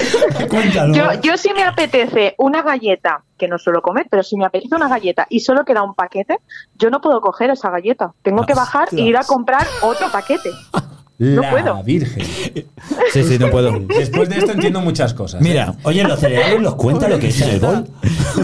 S5: Cuéntalo.
S8: Yo, yo sí me apetece una galleta, que no suelo comer, pero si me apetece una galleta y solo queda un paquete, yo no puedo coger esa galleta. Tengo que bajar y ir a comprar otro paquete.
S6: la
S8: puedo.
S6: Virgen.
S2: Sí, sí, no puedo.
S6: Después de esto entiendo muchas cosas. ¿eh?
S2: Mira,
S5: Oye, los cereales los cuenta lo que es en el bol.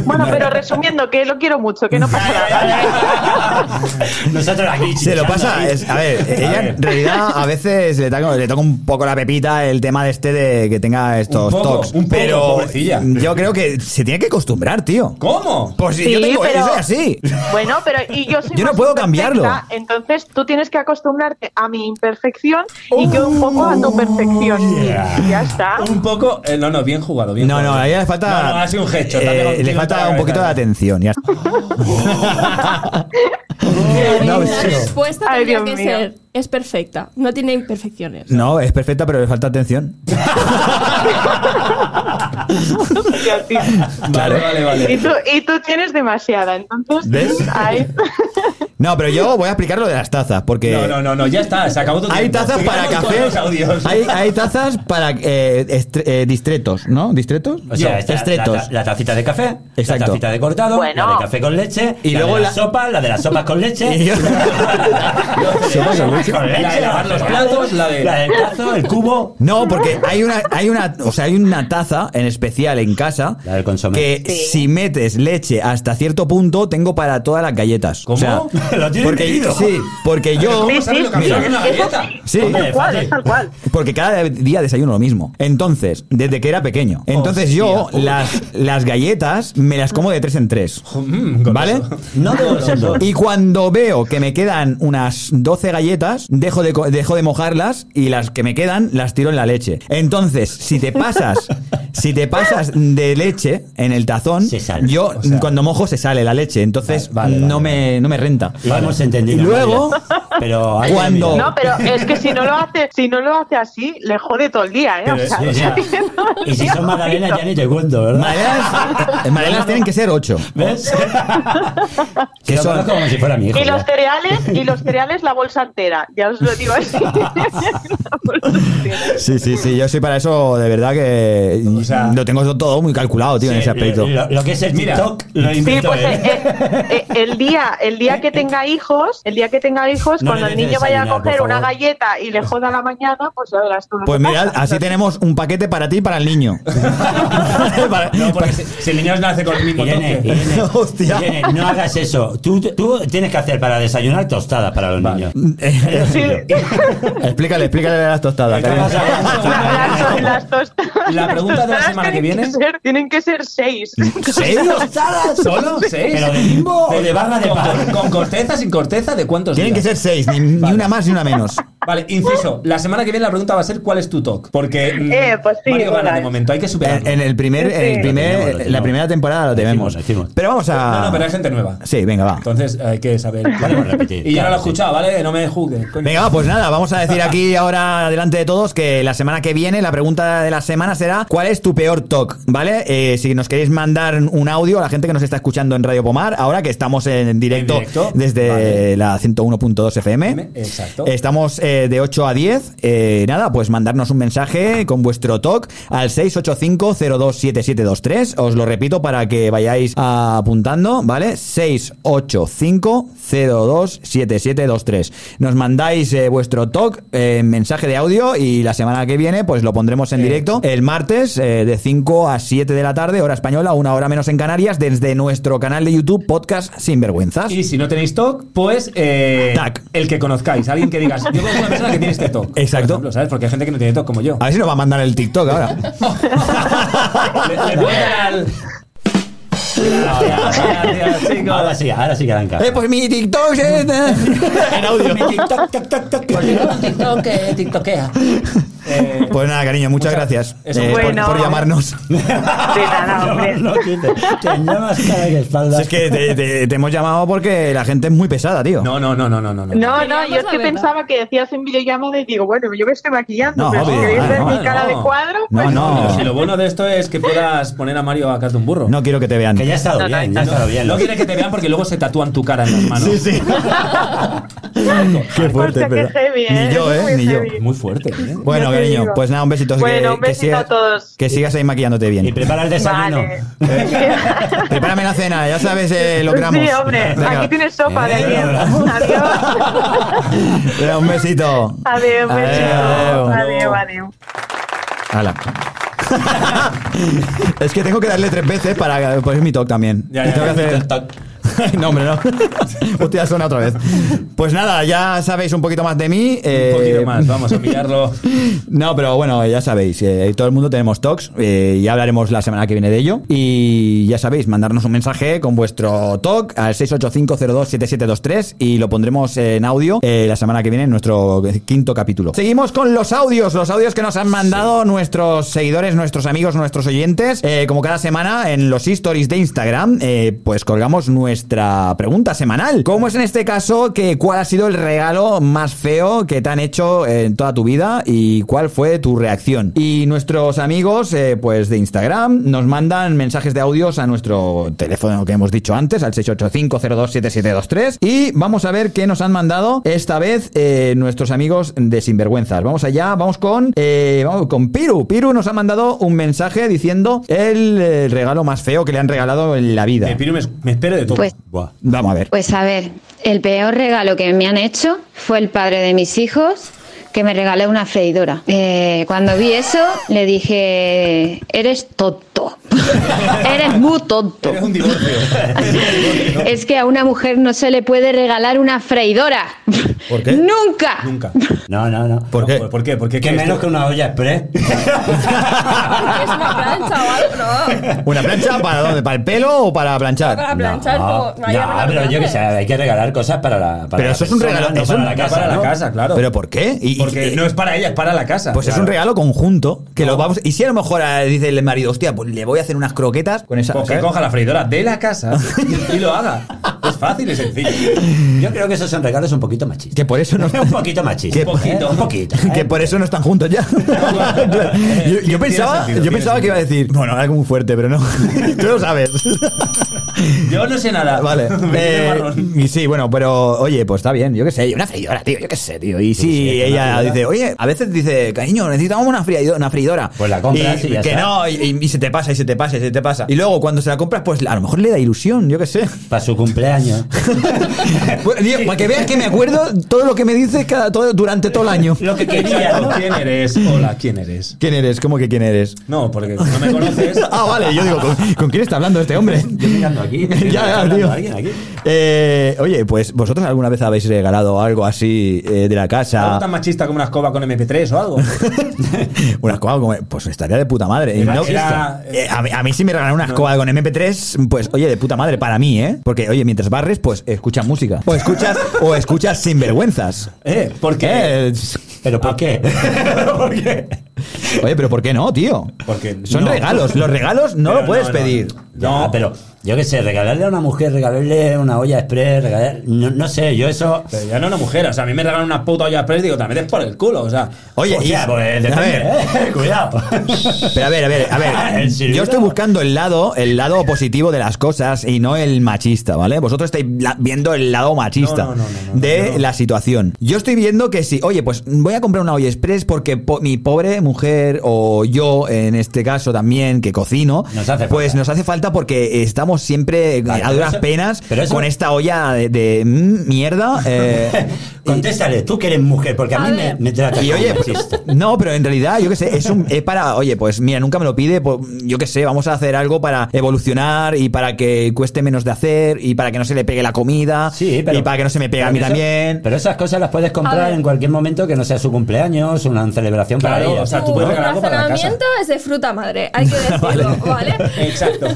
S8: Bueno, pero resumiendo, que lo quiero mucho, que no pasa nada.
S5: *laughs* Nosotros aquí.
S2: Se lo
S5: chichando
S2: pasa,
S5: aquí.
S2: es- a
S5: *laughs*
S2: ver, ella
S6: ver.
S2: en realidad a veces le toca, le toca un poco la pepita el tema de este de que tenga estos
S6: poco,
S2: tocs.
S6: un poco,
S2: pero
S6: pobrecilla.
S2: yo creo que se tiene que acostumbrar, tío.
S6: ¿Cómo?
S2: Pues si
S8: Sí,
S2: yo tengo,
S8: pero-
S2: yo soy así.
S8: Bueno, pero y yo soy
S2: Yo no
S8: más
S2: puedo
S8: imperfecta,
S2: cambiarlo.
S8: Entonces tú tienes que acostumbrarte a mi imperfección y
S5: Oh,
S8: yo un poco a tu perfección. Y ya está.
S6: Un poco. eh, no, no, bien jugado, bien
S2: No, no,
S6: jugado.
S2: a ella le falta.
S6: No, no, ha sido un gesto.
S2: eh, le falta un poquito de atención. Ya está.
S4: La
S2: No, sí.
S4: respuesta
S8: Ay,
S4: tendría
S8: Dios
S4: que
S8: mío.
S4: ser: es perfecta, no tiene imperfecciones.
S2: No, es perfecta, pero le falta atención.
S8: Hostia, tío.
S6: Vale, vale,
S8: Y
S6: vale.
S8: tú, y tú tienes demasiada, entonces
S2: ¿Ves?
S8: ahí-
S2: No, pero yo voy a explicar lo de las tazas, porque.
S6: No, no, no, no, ya está, se acabó tu
S2: Hay
S6: tiempo.
S2: tazas
S6: Te
S2: para
S6: quedamos con
S2: café.
S6: los audios.
S2: Hay, hay tazas para eh, estre- eh, distretos, ¿no? ¿Distretos?
S5: O sea, está la,
S2: estretos.
S5: ta- la tacita de café,
S2: Exacto.
S5: la tacita de cortado,
S8: Bueno.
S5: la de café con leche,
S2: Y
S5: la
S2: luego
S5: de
S2: la-
S5: las sopas, la de las sopas con *laughs* leche,
S2: Y yo-
S5: sopas con leche,
S6: La de lavar los platos, la de-
S5: la del tazo, el cubo,
S2: No, porque hay una, hay una, o sea, hay una taza en especial en casa
S5: La del consomé.
S2: que
S8: Sí.
S2: si metes leche hasta cierto punto tengo para todas las galletas.
S6: ¿Cómo? *laughs*
S2: O sea,
S5: Lo tienen
S2: porque
S5: medido.
S2: sí, porque yo
S8: Sí, sí,
S6: lo que
S8: sí,
S2: había en
S6: una
S8: es
S6: galleta?
S8: así,
S2: sí,
S8: es tal cual,
S5: fácil.
S8: es tal cual.
S2: porque cada día desayuno lo mismo. Entonces, desde que era pequeño. Entonces yo las las galletas me las como de tres en tres.
S6: Mm, con
S2: ¿Vale?
S6: eso.
S5: no te consiento.
S2: Y cuando veo que me quedan unas 12 galletas, dejo de, co- dejo de mojarlas y las que me quedan las tiro en la leche. Entonces, si te
S5: *laughs*
S2: pasas, si te pasas de leche en el tazón,
S5: Se sale.
S2: yo
S6: O sea-
S2: cuando mojo se sale la leche, entonces
S6: Vale, vale,
S2: no, Me, no me renta.
S5: Lo hemos entendido.
S2: Y luego,
S5: María. pero ahí-
S2: cuando-
S8: No, pero es que si no lo hace, si no lo hace así, le jode todo el día, ¿eh? O
S5: Pero
S8: sea,
S5: sí,
S8: o *laughs* sea,
S5: sí. Y si son magdalenas ya ni te cuento, ¿verdad?
S2: Madelenas, madelenas eh, tienen que ser 8.
S5: ¿Ves?
S2: *laughs* Que
S5: Que
S2: son-
S5: son como si fuera mi hijo.
S8: Y los
S5: ya.
S8: cereales, y los cereales la bolsa entera, ya os lo digo así.
S5: *laughs*
S8: La bolsa entera.
S2: Sí, sí, sí, yo soy para eso, de verdad que
S6: O sea-
S2: lo tengo todo muy calculado, tío, en ese aspecto.
S5: Lo, lo que es el
S6: Mira.
S5: TikTok lo
S8: Sí,
S5: invito
S8: pues eh, eh, el día, el día que tenga hijos, el día que tenga hijos,
S5: No
S8: cuando
S5: le
S8: el
S5: des
S8: niño vaya a
S5: desayunar,
S8: coger
S5: por
S8: una
S5: favor.
S8: galleta y le joda la mañana, pues ya verás tú. lo
S2: Pues
S8: que
S2: mirad,
S8: *laughs* pasa.
S2: así tenemos un paquete para ti y para el niño. Para-
S6: No, porque si, si el niño nace con el mismo
S5: Irene,
S6: toque.
S5: Irene,
S2: Hostia.
S5: Irene, no hagas eso. Tú, tú tienes que hacer para desayunar tostadas para los niños.
S2: Eh,
S4: *laughs*
S8: Sí,
S2: *laughs* explícale, explícale las tostadas. cariño.
S5: Estamos
S8: la- las,
S5: hablando-
S8: las tostadas.
S6: La pregunta de la
S8: las tostadas
S6: semana que
S8: tienen
S6: viene-
S8: ser- tienen que ser seis.
S2: ¿Seis?
S6: *laughs*
S8: *laughs*
S6: ¿Solo? ¿Seis?
S5: ¿Pero de limbo o de barra de
S6: con,
S5: pan?
S6: ¿Con corteza, sin corteza? ¿De cuántos
S2: Tienen que
S6: días?
S2: ser seis, ni, ni una más ni una menos.
S6: Vale, inciso. La semana que viene la pregunta va a ser ¿cuál es tu talk? Porque mm,
S8: Eh, pues sí,
S6: Mario gana
S8: hola.
S6: de momento, hay que
S2: En,
S6: superarlo.
S2: en el primer, en el
S8: Sí.
S2: primer-
S5: Lo tenemos, lo
S2: la
S5: tenemos.
S2: primera temporada lo
S5: Lo
S2: tenemos.
S5: decimos, lo decimos.
S2: Pero vamos a.
S6: No, no, pero hay gente nueva.
S2: Sí, venga, va.
S6: Entonces hay que saber.
S5: Podemos repetir,
S6: y yo no lo he
S5: claro, sí.
S6: escuchado, ¿vale? No me juzgues. coño.
S2: Venga, va, pues nada, vamos a
S6: *laughs*
S2: decir aquí ahora delante de todos que la semana que viene la pregunta de la semana será ¿cuál es tu peor talk? ¿Vale? Eh, si nos queréis mandar un audio a la gente que nos está escuchando en Radio Pomar, ahora que estamos en directo,
S6: En directo,
S2: desde
S6: vale.
S2: la 101.2 FM.
S6: Exacto.
S2: Estamos eh, de 8 a 10. Eh, nada, pues mandarnos un mensaje con vuestro talk al 685-027723. Os lo repito para que vayáis ah, apuntando, ¿vale? 685-027723. Nos mandáis eh, vuestro talk, eh, mensaje de audio y la semana que viene pues lo pondremos en directo el martes eh, de 5 a 7 de la tarde, hora española, una hora menos en Canarias, desde nuestro canal de YouTube Podcast Sinvergüenzas.
S6: Y si no tenéis TOC, pues eh,
S2: Tac.
S6: el que conozcáis, alguien que digas, yo conozco una persona que tiene este TOC.
S2: Exacto.
S6: Por ejemplo, ¿sabes? Porque hay gente que no tiene TOC como yo.
S2: A ver si nos va a mandar el TikTok ahora.
S6: Le, le puedo dar al. Gracias, gracias, chicos.
S5: Ahora sí, ahora sí que dan caja.
S2: Eh, pues mi TikTok es...
S6: *laughs*
S2: en audio.
S6: TikTok, eh, tiktokea. Eh,
S2: Pues nada, cariño, muchas,
S6: Muchas-
S2: gracias
S6: eso.
S2: eh, por-
S8: Bueno.
S2: por, llamarnos.
S8: De nada, hombre.
S5: No, dice, te llamas *laughs* cara que espaldas.
S2: Si *laughs* es que te, te- te hemos llamado porque la gente es muy pesada, tío.
S6: No, no, no, no, no,
S8: No,
S6: no.
S8: no,
S4: Queríamos
S8: yo es que
S4: la verdad.
S8: pensaba que decías en videollamada y digo, bueno, yo me estoy maquillando,
S2: No,
S8: pero
S2: obvio,
S8: si queréis ver
S2: no,
S8: mi
S6: no.
S8: cara de cuadro,
S2: No,
S8: pues
S2: no.
S6: Pero si lo bueno de esto es que puedas poner a Mario atrás de un burro.
S2: No quiero que te vean.
S5: Que ya ha estado
S8: No, no,
S5: bien, ya ha
S8: no,
S5: estado bien.
S6: No quiere que te vean porque luego se tatúan tu cara en las manos.
S2: Sí, sí. *laughs* Qué
S8: Hostia, qué heavy, ¿eh?
S2: Ni yo,
S8: Es
S2: eh,
S8: muy
S2: ni yo.
S8: heavy.
S6: Muy fuerte, ¿eh?
S2: Bueno,
S8: Ya te
S2: cariño,
S8: digo.
S2: pues nada, un besito.
S8: Bueno,
S2: que-
S8: un
S2: que
S8: besito
S2: siga-
S8: a todos.
S2: Que sigas ahí maquillándote
S5: Y
S2: bien. Eh,
S5: prepara el desayuno.
S8: Vale.
S2: Prepárame la cena, ya sabes eh, los gramos.
S8: Sí, hombre,
S2: Venga.
S8: aquí tienes sopa de
S5: Eh,
S8: ayer.
S5: venga.
S8: Adiós.
S2: Venga, un besito.
S8: Adiós,
S2: Adeu,
S8: adiós,
S2: adeu.
S8: adiós, adiós.
S2: Hala. *laughs* es que tengo que darle tres veces para pues es mi talk también.
S6: Ya,
S2: Y
S6: ya,
S2: tengo
S6: ya,
S2: que hacer- *laughs* no, hombre,
S6: *laughs*
S2: no. Hostia, suena otra vez. Pues nada, ya sabéis un poquito más de mí. eh,
S6: Un poquito más, vamos
S2: *laughs*
S6: a mirarlo.
S2: No, pero bueno, ya sabéis, eh, todo el mundo tenemos talks, eh, ya hablaremos la semana que viene de ello. Y ya sabéis, mandarnos un mensaje con vuestro talk al 685027723 y lo pondremos en audio eh, la semana que viene en nuestro quinto capítulo. Seguimos con los audios, los audios que nos han mandado nuestros seguidores, nuestros amigos, nuestros oyentes. Eh, como cada semana en los stories de Instagram, eh, pues colgamos nuestra pregunta semanal. ¿Cómo es en este caso que cuál ha sido el regalo más feo que te han hecho en toda tu vida y cuál fue tu reacción? Y nuestros amigos, eh, pues de Instagram, nos mandan mensajes de audios a nuestro teléfono que hemos dicho antes, al 685027723. Y vamos a ver qué nos han mandado esta vez eh, nuestros amigos de Sinvergüenzas. Vamos allá, vamos con, eh, vamos con Piru. Piru nos ha mandado un mensaje diciendo el, eh, regalo más feo que le han regalado en la vida.
S6: Eh, Piru, me, me espero de todo.
S9: Pues-
S5: Buah.
S2: Vamos a ver.
S9: Pues a ver, el peor regalo que me han hecho fue el padre de mis hijos que me regaló una freidora. Eh, cuando vi eso, le dije, eres tonto. *laughs* eres muy tonto.
S6: Eres un divorcio.
S9: *laughs* Es que a una mujer no se le puede regalar una freidora.
S2: ¿Por qué?
S9: Nunca.
S6: Nunca.
S5: No, no, no.
S2: ¿Por qué?
S6: No, ¿Por qué? ¿Por qué?
S5: Que
S6: ¿Qué
S5: menos que una olla express.
S4: Es una plancha o algo, ¿no?
S2: ¿Una plancha para dónde? ¿Para el pelo o para planchar?
S4: Para planchar,
S5: No,
S4: como- hay
S5: no,
S4: algunas
S5: pero yo que
S4: grandes.
S5: sé, hay que regalar cosas para la. para
S2: Pero
S5: la
S2: eso es un
S5: persona,
S2: regalo,
S5: no
S2: es
S5: para
S2: un-
S5: la
S6: Casa,
S5: casa.
S6: para
S5: ¿no?
S6: la casa, claro.
S2: ¿Pero por qué? Y- y-
S6: Porque
S2: y-
S6: no es para ella, es para la casa.
S2: Pues es un
S6: Claro.
S2: regalo conjunto que lo vamos. Y si a lo mejor eh, dice el marido, hostia, pues le voy a hacer unas croquetas con esa.
S6: Pues que
S2: ¿sabes?
S6: coja la freidora de la casa y lo haga. Es fácil y sencillo.
S5: Yo creo que esos son regalos un poquito machistas.
S2: Que por eso no.
S5: *laughs* un poquito machistas.
S2: Que-
S5: Un poquito, un poquito.
S2: *laughs*
S5: Eh.
S2: Que por eso no están juntos ya. Claro. yo, yo
S6: Tiene
S2: pensaba,
S6: sentido,
S2: yo
S6: tiene
S2: pensaba que iba a decir, bueno, algo muy fuerte, pero no. *laughs* *laughs* Tú lo sabes.
S6: Yo no sé nada. *laughs*
S2: Vale.
S6: Me tiene
S2: Eh,
S6: marrón.
S2: y sí, bueno, pero oye, pues está bien, yo qué sé, una freidora, tío, yo qué sé, tío. Y si
S5: sé, una
S2: ella
S5: freidora.
S2: dice, oye, a veces dice, cariño, necesitamos una freidora. Una freidora.
S5: Pues la compras
S2: y,
S5: y ya
S2: Que
S5: está.
S2: no, y, y- y se te pasa, y se te pasa, y se te pasa. Y luego cuando se la compras, pues a lo mejor le da ilusión, yo qué sé.
S5: Para su cumpleaños.
S2: Pues, *laughs* tío, para que veas que me acuerdo todo lo que me dices cada, todo, durante todo el año.
S6: Lo que quería. ¿no? ¿Quién eres? Hola, ¿quién eres?
S2: ¿Quién eres? ¿Cómo que quién eres?
S6: No, porque no me conoces.
S2: Ah, vale, yo digo, *laughs* ¿con, con quién está hablando este hombre?
S5: Yo mirando aquí.
S6: *laughs*
S5: aquí.
S2: ya, ya, tío.
S5: ¿Alguien aquí?
S2: Eh, oye, pues vosotros alguna vez habéis regalado algo así eh, de la
S6: Algo
S2: casa.
S6: tan machista como una escoba con MP3 o *laughs* algo.
S2: *laughs* una escoba como. Pues estaría de puta madre. Y
S6: Era-
S2: no-
S6: era-
S2: eh, a, mí, a mí si me regalan una escoba con MP3, pues oye, de puta madre para mí, ¿eh? Porque oye, mientras barres, pues escuchas música. O escuchas, o escuchas sinvergüenzas.
S6: Eh, ¿Por qué?
S2: Eh,
S5: ¿Pero
S2: *laughs*
S5: por qué? ¿Por qué?
S2: Oye, pero ¿por qué no, tío?
S6: Porque
S2: Son
S6: no.
S2: regalos. Los regalos no
S6: Pero
S2: lo puedes
S6: no, no,
S2: pedir.
S5: No, pero yo qué sé, regalarle a una mujer, regalarle una olla express, regalar, no, no sé, yo eso.
S6: Pero ya no una mujer, o sea, a mí me regalan una puta olla express y digo, te la metes por el culo, o sea.
S2: Oye,
S5: Hostia,
S2: y-
S5: pues
S2: a
S5: depende,
S2: ver.
S5: ¿eh? cuidado.
S6: *laughs*
S2: Pero a ver, a ver, a ver.
S5: El silbido.
S2: Yo estoy buscando el lado, el lado positivo de las cosas y no el machista, ¿vale? Vosotros estáis la- viendo el lado machista
S6: No, no, no, no, no,
S2: de
S6: no.
S2: la situación. Yo estoy viendo que si, oye, pues voy a comprar una olla express porque po- mi pobre mujer o yo, en este caso también, que cocino,
S5: Nos hace
S2: pues
S5: falta.
S2: nos hace falta porque estamos siempre eh,
S5: Vale,
S2: a
S5: pero
S2: duras
S5: eso-
S2: penas
S5: pero eso-
S2: con esta olla de, de, mm, mierda. eh,
S5: *laughs* Contéstale, tú que eres mujer, porque a,
S4: A
S5: mí me,
S4: ver.
S5: me trata
S2: Y
S5: como
S2: oye, pues,
S5: machista.
S2: no, pero en realidad, yo qué sé, es, un, es para, oye, pues mira, nunca me lo pide, pues, yo qué sé, vamos a hacer algo para evolucionar y para que cueste menos de hacer y para que no se le pegue la comida
S5: Sí, pero,
S2: y para que no se me pegue a
S5: pero
S2: mí
S5: eso-
S2: también.
S5: Pero esas cosas las puedes
S4: A
S5: *laughs* comprar
S4: ver.
S5: en cualquier momento que no sea su cumpleaños, una celebración para
S6: Claro,
S5: ella.
S6: o sea, tú
S4: Tu
S6: puedes regalar algo para la casa.
S4: razonamiento es de fruta madre, hay que decirlo, ¿vale?
S6: Exacto.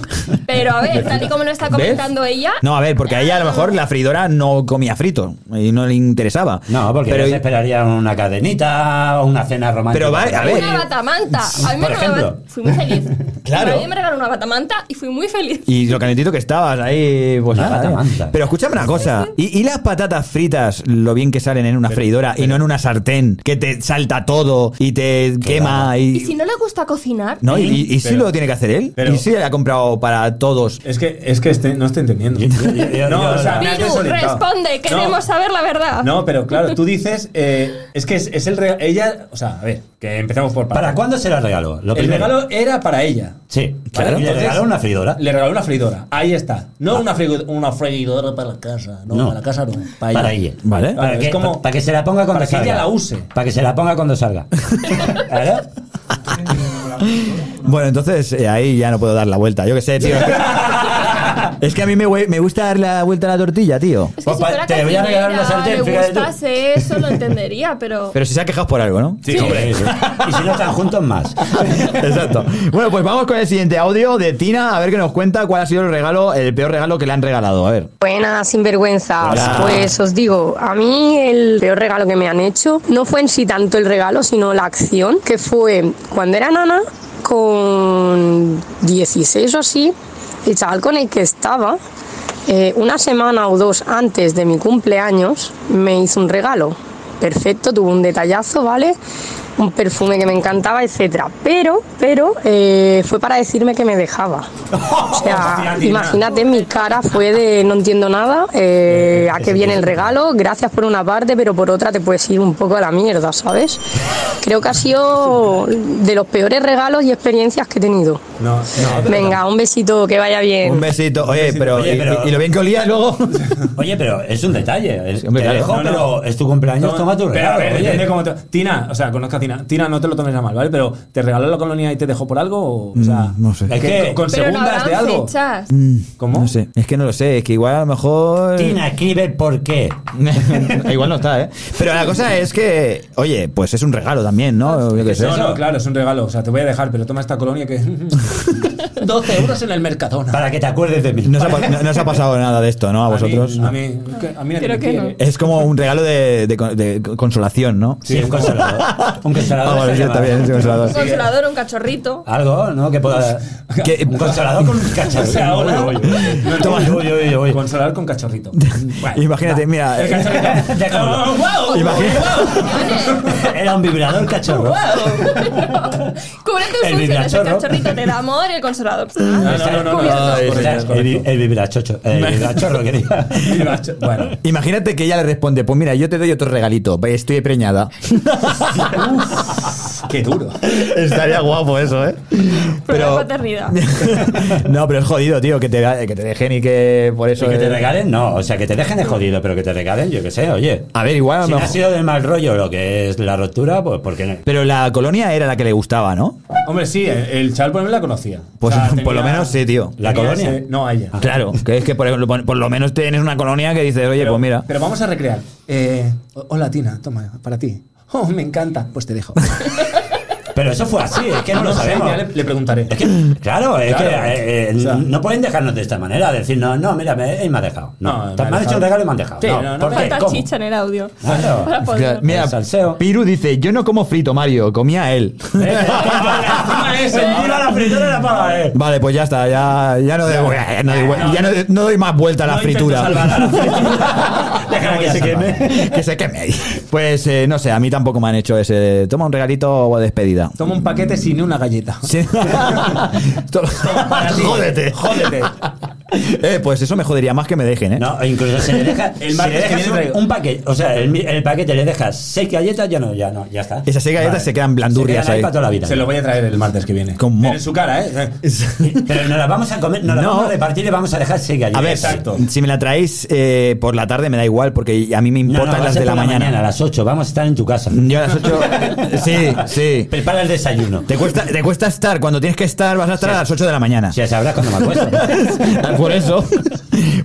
S4: Pero a ver, tal y como lo está comentando ella,
S2: No, a ver, porque a ella a lo mejor la freidora no comía frito y no le interesaba.
S5: no, porque
S2: pero,
S5: no se esperaría una cadenita o una cena romántica.
S2: Pero vale, a ver.
S4: una batamanta. A mí me regaló
S5: Por
S4: una bat-
S5: ejemplo.
S4: fui muy feliz.
S2: Claro.
S4: A mí me regaló una batamanta y fui muy feliz.
S2: Y lo calentito que estabas ahí, pues
S5: Una
S2: nada.
S5: pata
S2: eh.
S5: manta.
S2: Pero escúchame una cosa. ¿Y, y las patatas fritas, lo bien que salen en una freidora y no en una sartén que te salta todo y te quema?
S4: Y si no le gusta cocinar, ¿Eh?
S2: No, y, y- y sí
S6: Pero-
S2: lo tiene que hacer él.
S6: pero-
S2: y sí le ha comprado para todos.
S6: Es que, es que este- no estoy entendiendo.
S5: Yo- yo- yo-
S6: no,
S5: yo-
S6: o sea, me has
S4: Piru,
S6: desorientado.
S4: responde, queremos
S6: no,
S4: saber la verdad.
S6: No, pero claro, tú dices, eh, es que es, es el regalo. Ella, o sea, a ver, que empezamos por
S5: ¿Para cuándo se la regaló? Lo
S6: El
S5: primero.
S6: regalo era para ella.
S5: Sí,
S6: Vale,
S5: claro. Le
S6: entonces-
S5: regaló una freidora. Ah.
S6: Le regaló una freidora. Ahí está. No una, frigo- una freidora para la casa. No,
S5: No.
S6: para la casa no. Para ella.
S5: Para ella.
S2: Vale.
S5: Para,
S6: Vale,
S5: que,
S6: es como-
S5: para que se la ponga cuando
S6: para que
S5: salga.
S6: ella la use.
S5: Para que se la ponga cuando salga. ¿Claro?
S2: Bueno, entonces eh, ahí ya no puedo dar la vuelta. Yo qué
S4: *laughs*
S2: sé, tío. Es que, es que a mí me, gu- me gusta dar la vuelta a la tortilla, tío.
S4: es que
S5: Pues,
S4: si fuera
S5: te voy a regalar una
S4: cocinera,
S5: sartén,
S4: Ah, le
S5: fíjate tú.
S4: gustase eso, lo entendería, pero...
S2: Pero si se ha quejado por algo, ¿no?
S5: Sí, hombre. eso. Y si no están juntos, más.
S2: *laughs* Exacto. Bueno, pues vamos con el siguiente audio de Tina, a ver qué nos cuenta cuál ha sido el regalo, el peor regalo que le han regalado. A ver.
S10: Buenas, sinvergüenzas.
S2: Hola.
S10: Pues os digo, a mí el peor regalo que me han hecho no fue en sí tanto el regalo, sino la acción, que fue cuando era nana, con 16 o así, el chaval con el que estaba, eh, una semana o dos antes de mi cumpleaños, me hizo un regalo. Perfecto, tuvo un detallazo, ¿vale? Un perfume que me encantaba, etcétera. Pero, pero, eh, fue para decirme que me dejaba. O sea, imagínate, mi cara fue de no entiendo nada, eh, a qué viene el regalo, gracias por una parte, pero por otra te puedes ir un poco a la mierda, ¿sabes? Creo que ha sido de los peores regalos y experiencias que he tenido.
S6: No, no, pero-
S10: Venga, un besito, que vaya bien.
S2: Un besito. Oye, pero,
S5: Oye,
S2: y-
S5: pero-
S2: Y, lo bien que olía luego.
S5: Oye, pero es un detalle. Es-
S2: Sí, hombre,
S5: te
S2: claro.
S5: dejo,
S6: No, no.
S5: pero es tu cumpleaños,
S6: Toma-
S5: toma
S6: Pero
S5: tu
S6: a
S5: regalo.
S6: ver,
S5: oye.
S6: depende cómo te- Tina, o sea, conozco a Tina. Tina, no te lo tomes a mal, ¿vale? Pero ¿te regaló la colonia y te dejó por algo? O, o sea,
S2: Mm, no sé.
S6: Es que con, con
S4: pero no
S6: segundas
S4: habrán
S6: de algo.
S4: fechas.
S6: ¿Cómo?
S2: No sé. Es que no lo sé. Es que igual a lo mejor.
S5: Tina, escribe por qué.
S2: *laughs* igual no está, ¿eh? Pero la cosa es que, oye, pues es un regalo también, ¿no? Yo qué sé.
S6: No, no, claro, es un regalo. O sea, te voy a dejar, pero toma esta colonia que. *laughs* 12 euros en el Mercadona.
S5: Para que te acuerdes de mí.
S2: No os, ha, pa- no-
S6: *laughs*
S2: no os ha pasado nada de esto, ¿no? A
S6: A mí-
S2: vosotros.
S6: A mí, Eh, que- a mí nadie
S4: Creo
S6: me
S4: que
S6: quiere.
S4: no.
S2: Es como un regalo de, de con- de consolación, ¿no?
S5: Sí,
S4: *laughs*
S5: un consolador. Un consolador.
S2: Ah, bueno,
S5: se
S2: sí,
S5: llama.
S2: también, sí, consolador.
S4: Un consolador, un cachorrito.
S5: Algo, ¿no? Que pueda.
S2: Que-
S5: Un consolador con un cacharro.
S6: O sea, ahora-
S5: Oye, oye, oye. Oye, oye, oye.
S6: Consolar con cachorrito. Bueno,
S2: Imagínate,
S6: va.
S2: mira.
S6: El cachorrito.
S5: Déjalo.
S6: ¡Guau!
S2: Imagina-
S5: Era un vibrador cachorro.
S4: Cubre tus
S5: El
S4: funciones, el
S5: vibrachorro.
S4: cachorrito te da amor y el consolador. Ah,
S6: No, no, no, no, no.
S4: Cubierto.
S6: Ay,
S5: O sea,
S6: correcto,
S5: el, vi- el
S2: *laughs*
S5: vibrachocho. El vibrachorro que diga.
S6: correcto. Bueno,
S2: Imagínate que ella le responde, pues mira, yo te doy otro regalito. escrito, estoy preñada.
S6: Qué duro.
S2: Estaría guapo eso, ¿eh?
S4: Pero...
S2: Pero,
S4: paternidad.
S2: no, pero es jodido, tío, que te, que te dejen y que por eso...
S5: Y que te
S2: eh,
S5: regalen, no. O sea, que te dejen de jodido, pero que te regalen, yo qué sé, oye.
S2: A ver, igual a lo
S5: Si no ha
S2: mejor-
S5: sido del mal rollo lo que es la ruptura, pues porque no.
S2: Pero la colonia era la que le gustaba, ¿no?
S6: Hombre, sí, el, el chaval por lo menos la conocía.
S2: Pues
S6: O sea,
S2: por lo
S6: tenía-
S2: menos sí, tío. Ah.
S5: La
S6: tenía
S5: colonia.
S6: ese- no, a ella.
S2: Claro, que es que por, ejemplo, por- por lo menos tienes una colonia que dices, oye, pues mira.
S6: Pero vamos a recrear. Eh, hola, Tina, toma, para ti. Oh, me encanta. Pues te dejo.
S5: Pero eso fue así, es que no, lo
S6: sé,
S5: sabemos.
S6: ya le, le preguntaré.
S5: Es que, claro, es
S6: Claro.
S5: que eh, eh,
S6: O sea.
S5: no pueden dejarnos de esta manera. Decir, no, no, mira, me, él me ha dejado. No,
S6: No,
S5: te-
S6: me ha
S5: me, han hecho
S6: dejado.
S5: un regalo y me han dejado.
S6: Sí,
S5: no,
S6: no, no,
S5: ¿por
S6: no.
S5: qué?
S4: Falta
S5: ¿Cómo?
S4: chicha en el audio.
S2: Ah,
S5: Claro.
S2: *laughs*
S4: Para
S2: Claro,
S4: poder.
S2: Mira,
S5: El salseo.
S2: Piru dice, yo no como frito, Mario, comía él.
S5: *laughs* Encima la fritura la paga, eh.
S2: Vale, pues ya está, ya, ya no, doy, ya no doy vuel- ya no doy- no doy más vuelta a la
S5: No intento
S2: fritura.
S5: salvar a la fritura. Déjala que se queme.
S2: *laughs* que se queme. *laughs* Pues eh, no sé, a mí tampoco me han hecho ese. Toma un regalito o despedida.
S6: Toma un paquete sin una galleta. *laughs*
S2: Sí.
S6: para ti.
S2: jódete.
S6: Jódete.
S2: Eh, pues eso me jodería más que me dejen, ¿eh?
S5: No, incluso se le deja,
S6: El
S5: si
S6: martes
S5: le
S6: que
S5: dejas
S6: viene
S5: un-
S6: traigo.
S5: un, paquete, o sea, el, mi- el paquete le dejas seis galletas, ya no, ya no, ya está.
S2: Esas seis galletas se quedan blandurrias
S5: Se quedan
S2: ahí.
S5: para toda la vida.
S6: Se lo voy a traer el martes que viene.
S2: Con mo-
S6: Pero En su cara, ¿eh?
S5: Pero nos las vamos a comer, nos las
S2: No.
S5: vamos a repartir y le vamos a dejar seis galletas.
S2: A ver, si- si me la traéis eh, por la tarde me da igual porque a mí me
S5: No, no,
S2: importan
S5: va a
S2: las
S5: ser
S2: de la
S5: por
S2: mañana.
S5: A las 8 vamos a estar en tu casa.
S2: Yo a las
S5: *laughs*
S2: 8. sí, sí.
S5: Prepara el desayuno.
S2: Te cuesta, te cuesta estar, cuando tienes que estar vas a estar a las 8 de la mañana.
S5: Ya sabrás cuando me acuesto.
S2: *laughs* Por eso.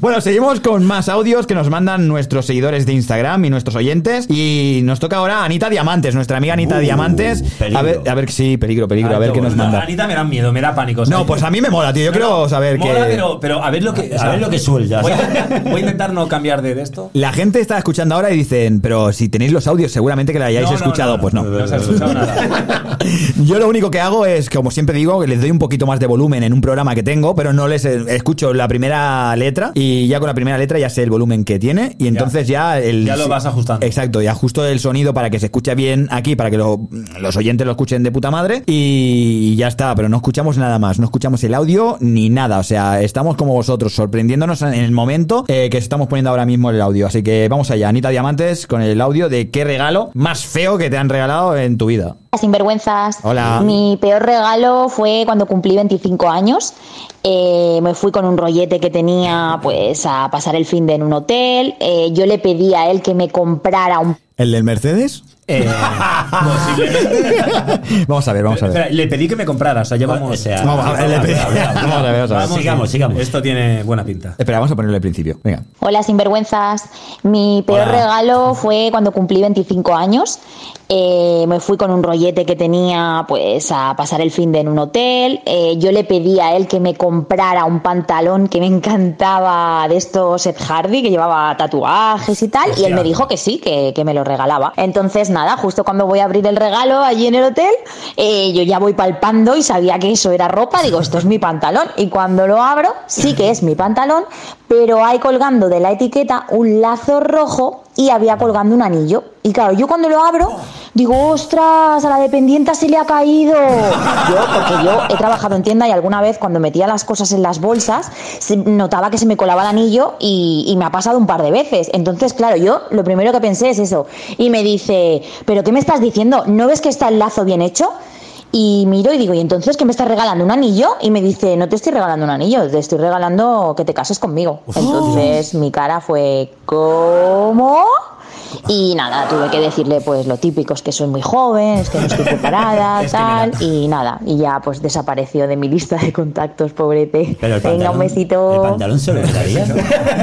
S2: Bueno, seguimos con más audios que nos mandan nuestros seguidores de Instagram y nuestros oyentes. Y nos toca ahora Anita Diamantes, nuestra amiga Anita
S5: Uh,
S2: Diamantes. A
S5: peligro. Ah,
S2: ver, a ver, sí, peligro, peligro, a ver qué nos manda.
S6: Anita me da miedo, me da pánico.
S2: No, pues a mí me mola, tío. Yo quiero saber
S6: que.
S2: que.
S6: pero, pero a ver lo que.
S5: A ver lo que sueltas.
S6: Voy a, *laughs* voy a intentar no cambiar de de esto.
S2: La gente está escuchando ahora y dicen, pero si tenéis los audios, seguramente que la hayáis
S6: No, no,
S2: escuchado.
S6: no, no,
S2: pues no.
S6: no, no se ha escuchado nada.
S2: Yo lo único que hago es, como siempre digo, que les doy un poquito más de volumen en un programa que tengo, pero no les eh, escucho la primera letra y ya con la primera letra ya sé el volumen que tiene y entonces ya, el...
S6: Ya lo vas ajustando.
S2: Exacto, y ajusto el sonido para que se escuche bien aquí, para que lo- los oyentes lo escuchen de puta madre y ya está, pero no escuchamos nada más, no escuchamos el audio ni nada, o sea, estamos como vosotros, sorprendiéndonos en el momento eh, que estamos poniendo ahora mismo el audio, así que vamos allá, Anita Diamantes, con el audio de qué regalo más feo que te han regalado en tu vida.
S11: Sinvergüenzas.
S2: Hola.
S11: Mi peor regalo fue cuando cumplí 25 años. Eh, me fui con un rollete que tenía pues a pasar el fin de en un hotel. Eh, yo le pedí a él que me comprara un
S2: ¿El del Mercedes?
S5: Eh,
S2: *laughs* Vamos a ver, vamos a ver.
S6: Espera, le pedí que me comprara, o sea, ya vamos.
S5: O sea,
S2: Vamos a ver, le pedí-
S5: habla, habla, habla.
S2: Vamos a ver, vamos a ver.
S5: Vamos, sigamos, sigamos.
S6: Esto tiene buena pinta.
S2: Espera, vamos a ponerle al principio. Venga.
S11: Hola, sinvergüenzas. Mi peor
S5: Hola.
S11: regalo fue cuando cumplí 25 años. Eh, me fui con un rollete que tenía pues a pasar el fin de en un hotel. Eh, yo le pedí a él que me comprara un pantalón que me encantaba de estos Ed Hardy, que llevaba tatuajes y tal. Y él me dijo que sí, que, que me lo regalaba. Entonces, nada, justo cuando voy a abrir el regalo allí en el hotel, eh, yo ya voy palpando y sabía que eso era ropa. Digo, esto es mi pantalón. Y cuando lo abro, sí que es mi pantalón, pero hay colgando de la etiqueta un lazo rojo y había colgando un anillo. Y claro, yo cuando lo abro, digo, ostras, a la dependienta se le ha caído. Yo, porque yo he trabajado en tienda y alguna vez cuando metía las cosas en las bolsas, se- notaba que se me colaba el anillo y, y me ha pasado un par de veces. Entonces, claro, yo lo primero que pensé es eso. Y me dice, ¿pero qué me estás diciendo? ¿No ves que está el lazo bien hecho? Y miro y digo, ¿y entonces qué me estás regalando? ¿Un anillo? Y me dice, no te estoy regalando un anillo, te estoy regalando que te cases conmigo. Entonces mi cara fue, ¿cómo? Y nada, tuve que decirle pues lo típico, es que soy muy joven, es que no estoy
S5: *laughs*
S11: preparada, tal, y nada. Y ya pues desapareció de mi lista de contactos, pobrete.
S5: Pero el
S11: Venga,
S5: pantalón-
S11: un besito.
S5: El pantalón se lo quitaría.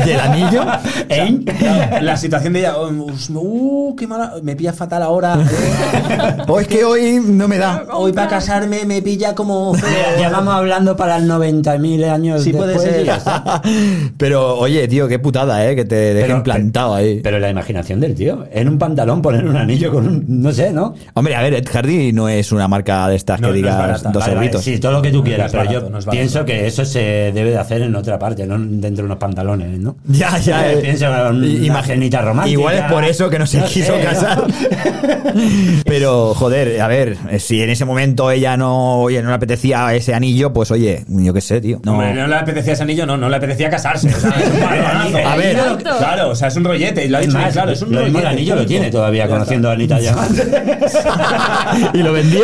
S2: ¿Y el anillo?
S5: ¿Eh?
S6: Claro, La situación de ella, um, us- uh, qué mala, me pilla fatal ahora. eh.
S2: O es *laughs* Pues que hoy no me da.
S6: Hoy para casarme me pilla como feo.
S5: Ya vamos hablando para el 90.000 años
S6: Sí, puede
S5: después.
S6: ser.
S5: ya está.
S2: Pero, oye, tío, qué putada, ¿eh? Que te dejen
S5: Pero-
S2: plantado ahí.
S5: Pero la imaginación del tío. En un pantalón poner un anillo con un... No sé, ¿no?
S2: Hombre, a ver, Ed Hardy no es una marca de estas
S6: No,
S2: que
S6: no es
S2: digas
S6: barata.
S2: dos
S5: Vale, vale,
S2: euritos.
S5: sí, todo lo que tú quieras,
S6: es barato,
S5: pero yo
S6: no es barato.
S5: pienso que eso se debe de hacer en otra parte, no dentro de unos pantalones, ¿no?
S2: Ya, ya.
S5: Yo
S2: eh.
S5: pienso en una
S2: I- imag-
S5: cenita romántica.
S2: Igual es por eso que no se
S5: No
S2: quiso
S5: sé, ¿no?
S2: casar. Pero, joder, a ver, eh, si en ese momento ella no, oye, no le apetecía ese anillo, pues oye, yo qué sé, tío. No.
S6: Hombre, no le apetecía ese *laughs* anillo, no, no le apetecía casarse. o sea, es un
S5: A
S6: marronazo.
S2: ver.
S6: Claro, o sea, es un rollete. Y lo ha dicho bien,
S5: Más,
S6: claro, es un
S5: lo el anillo lo tiene
S6: *laughs*
S5: todavía, conociendo a Anita
S2: *laughs*
S5: Diamante.
S2: y lo vendió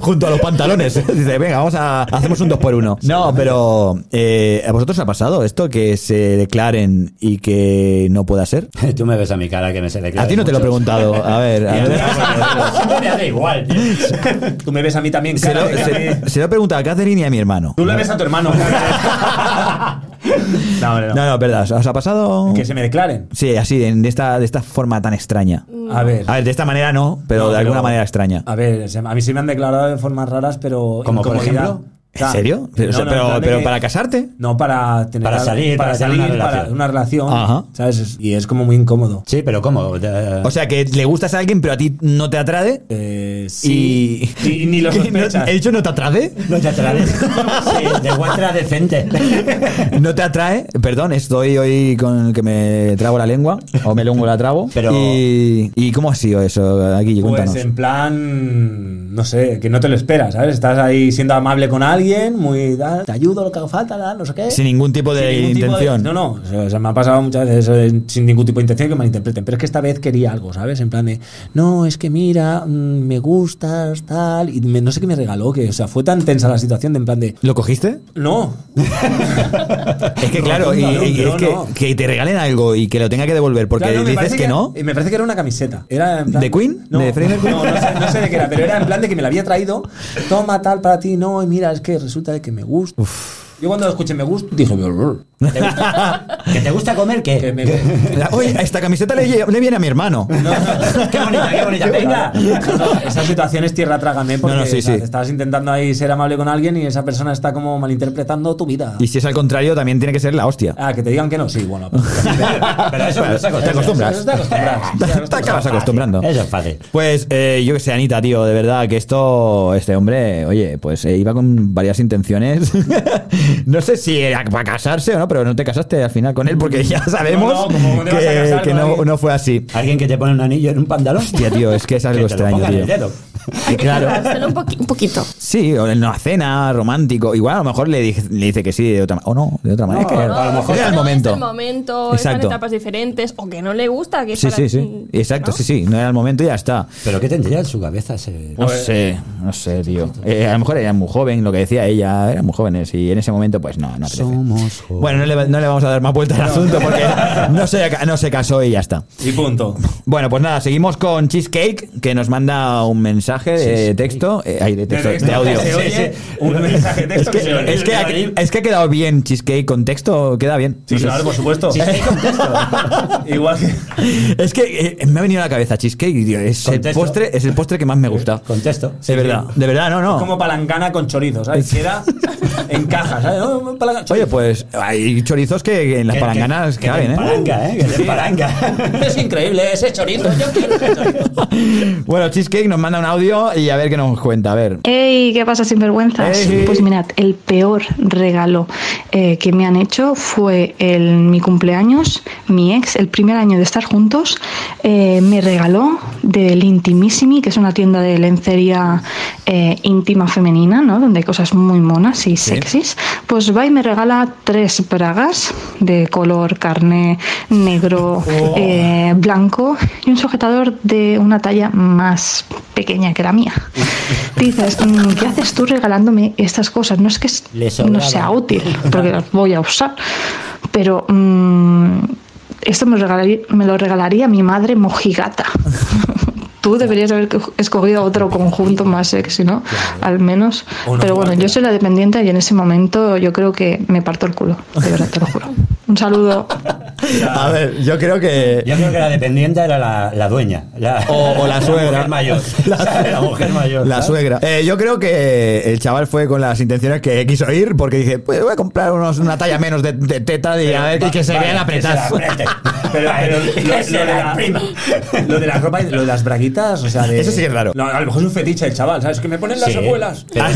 S2: junto a los pantalones. Dice, venga, vamos a hacemos un 2 por 1 No, pero eh, ¿a vosotros os ha pasado esto que se declaren y que no pueda ser?
S5: Tú me ves a mi cara que me se le
S2: A ti no te lo he preguntado. A ver, a
S5: Y a
S2: ver. *laughs*
S5: mí me da igual, tío.
S6: *laughs* Tú me ves a mí también,
S2: Se lo,
S6: cara, de que-
S2: se- se lo he preguntado a Catherine y a mi hermano.
S6: Tú le ves *laughs* a tu hermano. No, hombre, no.
S2: No, no, verdad. ¿Os ha pasado?
S6: Que se me declaren.
S2: Sí, así, en- de esta, de esta forma tan extraña.
S6: A ver.
S2: A ver, de esta manera no, pero
S6: No,
S2: de alguna
S6: pero-
S2: manera extraña.
S6: A ver, se- a mí sí me han declarado de formas raras, pero.
S5: ¿Como por
S6: incomodidad.
S5: ejemplo?
S2: ¿En serio? Pero-
S6: no, no,
S2: pero-
S6: en plan de
S2: pero
S6: que-
S2: para casarte.
S6: No, para tener.
S5: Para
S6: al-
S5: salir,
S6: para,
S5: para tener
S6: salir,
S5: una
S6: para
S5: relación.
S6: una relación.
S2: Ajá.
S6: ¿Sabes? Y es como muy incómodo.
S5: Sí, pero ¿cómo? Eh,
S2: O sea, que le gustas a alguien, pero a ti no te atrae.
S6: Eh, sí.
S2: Y... *laughs*
S6: Y ni lo
S2: ¿Qué? ¿No-
S6: sospechas.
S2: ¿He dicho no te atrae?
S5: No te atraes. Sí, de guatra decente.
S2: No te atrae, perdón, estoy hoy con que me trago la lengua o me longo la trago.
S5: Pero-
S2: ¿Y, y cómo ha sido eso, Aquí
S6: Pues
S2: Cuéntanos.
S6: en plan, no sé, que no te lo esperas, ¿sabes? Estás ahí siendo amable con alguien, muy, ah, te ayudo lo que haga falta, tal, no sé qué.
S2: Sin ningún tipo de
S6: Sin ningún tipo de-
S2: intención.
S6: no, no, o sea, se me ha pasado muchas veces eso de- sin ningún tipo de intención que me malinterpreten, pero es que esta vez quería algo, ¿sabes? En plan de, no, es que mira, mm, me gustas, tal, y me- no sé qué me regaló, que, o sea, fue tan tensa la situación de en plan de,
S2: ¿Lo cogiste?
S6: no,
S2: *laughs* Es que claro, y,
S6: Rotunda,
S2: y-
S6: no,
S2: es que,
S6: no.
S2: que te regalen algo y que lo tenga que devolver porque
S6: Claro, me
S2: dices
S6: parece
S2: que, no.
S6: eh, Me parece que era una camiseta. Era en plan-
S2: ¿De Queen?
S6: No,
S2: ¿De Freddie Mercury?
S6: No, no sé, no sé de qué era, pero era en plan de que me la había traído. Toma tal para ti, no, y mira, es que resulta de que me gusta. Yo cuando escuché me gusta, dije, "Brr".
S5: ¿Que te gusta comer qué?
S6: que me gusta.
S2: Ah,
S6: *laughs*
S2: Oye, esta camiseta le, lle- le viene a mi hermano.
S5: Qué bonita, qué bonita. Venga.
S6: No, esa situación es tierra trágame porque
S2: No, no, sí,
S6: o sea,
S2: sí.
S6: estabas intentando ahí ser amable con alguien y esa persona está como malinterpretando tu vida.
S2: Ah. Y si es al contrario, también tiene que ser la hostia.
S6: Ah, que te digan que no, sí,
S2: *laughs*
S6: bueno. pues,
S5: Pero eso
S2: Bueno,
S5: no se
S2: te acostumbras.
S6: eso es de acostumbrar.
S2: Te acabas acostumbrando.
S5: Eso es fácil.
S2: Pues eh, yo que sé, Anita, tío, de verdad que esto, este hombre, oye, pues eh, iba con varias intenciones. *laughs* no sé si era para casarse o no, pero no te casaste al final con él porque ya sabemos
S6: No, no, ¿cómo te vas a
S2: que,
S6: casar
S2: que
S6: con
S2: no,
S6: alguien?
S2: no fue así.
S5: ¿Alguien que te pone un anillo en un pantalón?
S2: Hostia, tío, es que es algo
S5: Que te lo
S2: extraño,
S5: pongan en el
S2: tío.
S5: dedo.
S2: Y *laughs*
S5: *laughs*
S2: claro.
S4: Solo un, poqui- un poquito.
S2: Sí, o en una cena, romántico. Igual a lo mejor le, dije- le dice que sí de otra manera. O no, de otra manera. Es
S5: No,
S2: que
S5: no,
S2: a lo
S5: no,
S2: mejor
S4: no,
S2: era el
S4: no,
S2: momento.
S4: Es el momento,
S2: Exacto.
S4: están etapas diferentes, o que no le gusta. Que
S2: Sí,
S4: para-
S2: sí, sí. Exacto, sí, sí. No era el momento y ya está.
S5: ¿Pero qué tendría en su cabeza ese.?
S2: No
S6: Pues,
S2: sé, no sé, tío. Eh, a lo mejor eran muy joven, lo que decía ella, eran muy jóvenes y en ese momento, pues no, no crece.
S5: Somos jóvenes.
S2: Bueno, no le, va- no le vamos a dar más vuelta al asunto porque no se, no se casó y ya está.
S6: Y punto.
S2: Bueno, pues nada, seguimos con Cheesecake, que nos manda un mensaje de texto. eh, ay, de texto, de audio.
S6: Se
S5: Sí,
S6: oye
S5: sí.
S6: un mensaje de
S2: Es
S6: texto
S2: que,
S6: que se oye.
S2: es, que ha, es que ha quedado bien Cheesecake con texto, queda bien.
S6: Sí, claro, por supuesto. Igual que.
S2: Es que eh, me ha venido a la cabeza Cheesecake y digo, es, el
S5: Contexto.
S2: postre, es el postre que más me gusta.
S5: Contesto.
S2: De verdad, de verdad, no, no.
S6: Es como palancana con
S2: *laughs*
S6: chorizo, ¿sabes? Queda en caja, ¿sabes? Oh, No, palanca-
S2: Oye,
S6: chorizo.
S2: pues hay chorizos que, que en las
S5: Que-
S2: palanganas
S5: que-
S6: Ah,
S5: que te
S2: caben, ¿eh?
S5: Palanga, ¿eh? Que te
S6: *laughs*
S5: palanga.
S6: es increíble ese *laughs* chorizo. Yo quiero ese chorizo.
S2: Uh, Bueno, Cheesecake nos manda un audio y a ver qué nos cuenta, a ver.
S12: ¡Ey! ¿Qué pasa, sinvergüenzas?
S2: Ey.
S12: Pues mirad, el peor regalo eh, que me han hecho fue en mi cumpleaños. Mi ex, el primer año de estar juntos, eh, me regaló del Intimissimi, que es una tienda de lencería eh, íntima femenina, ¿no? Donde hay cosas muy monas y sexys. Pues va y me regala tres bragas de color carne, negro, eh, blanco y un sujetador de una talla más pequeña que la mía. Dices, "Mm, ¿qué haces tú regalándome estas cosas? No es que es-
S5: Le
S12: no
S5: sobraba.
S12: sea útil, porque las voy a usar, pero mm, esto me, lo regalari- me lo regalaría mi madre mojigata. *laughs* Tú deberías haber co- escogido otro conjunto más sexy, ¿no? Al menos.
S6: O no
S12: Pero bueno,
S6: jugártela.
S12: yo soy la dependiente y en ese momento yo creo que me parto el culo. De verdad, te lo juro. Un saludo.
S2: A ver, yo creo que...
S5: Yo creo que la dependiente era la, la dueña. *laughs* La,
S2: O- o la suegra.
S5: mujer mayor.
S2: La-
S5: La, mujer mayor.
S2: La
S5: ¿sabes?
S2: suegra. Eh, yo creo que el chaval fue con las intenciones que quiso ir porque dije, pues voy a comprar unos, una talla menos de, de teta y a ver que, que se
S5: Vale,
S2: vean apretadas.
S5: que se la apriete.
S6: Pero,
S5: *laughs*
S6: pero
S5: Que
S6: lo,
S5: se
S6: lo de
S5: la
S6: la,
S5: prima.
S6: lo de la ropa, y- lo de las braguitas, o sea, de-
S2: Eso sí que es raro.
S6: No, a lo mejor es un fetiche el chaval, ¿sabes? Que me ponen las
S5: Sí,
S6: abuelas. *laughs*
S5: pero-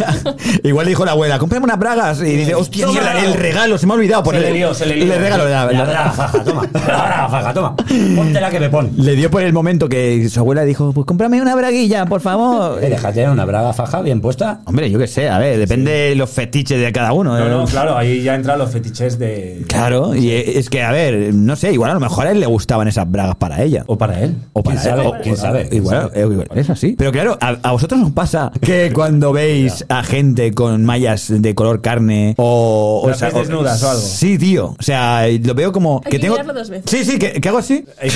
S2: Igual le dijo la abuela, comprame unas bragas. Y dice, hostia,
S6: Toma.
S2: mierda, el regalo, se me ha olvidado.
S6: Se
S2: poner
S6: le lió, se le lió.
S2: regalo, la-
S5: La
S2: la-
S5: braga. Ahora, toma.
S2: *laughs*
S5: Ahora, faja, toma. Ponte la que me pon.
S2: Le dio por el momento que su abuela dijo, pues cómprame una braguilla, por favor.
S5: Eh, déjate una braga faja bien puesta.
S2: Hombre, yo qué sé, a ver, depende de los fetiches de cada uno.
S6: No,
S2: eh.
S6: no, claro, ahí ya entran los fetiches de.
S2: Claro, y es que, a ver, no sé, igual a lo mejor a él le gustaban esas bragas para ella.
S6: O para él.
S2: O para
S5: ¿Quién
S2: él,
S5: sabe?
S2: o-
S5: ¿Quién
S2: o-
S5: sabe?
S2: Igual, eh, igual, es así. Pero claro, a, a vosotros os pasa *laughs* que cuando veis a gente con mallas de color carne o.
S6: Las veis desnudas o algo.
S2: Sí, tío. O sea, lo veo como.
S4: Hay que
S2: tengo.
S4: mirarlo dos veces.
S2: Sí, sí, que, que hago así.
S6: *laughs*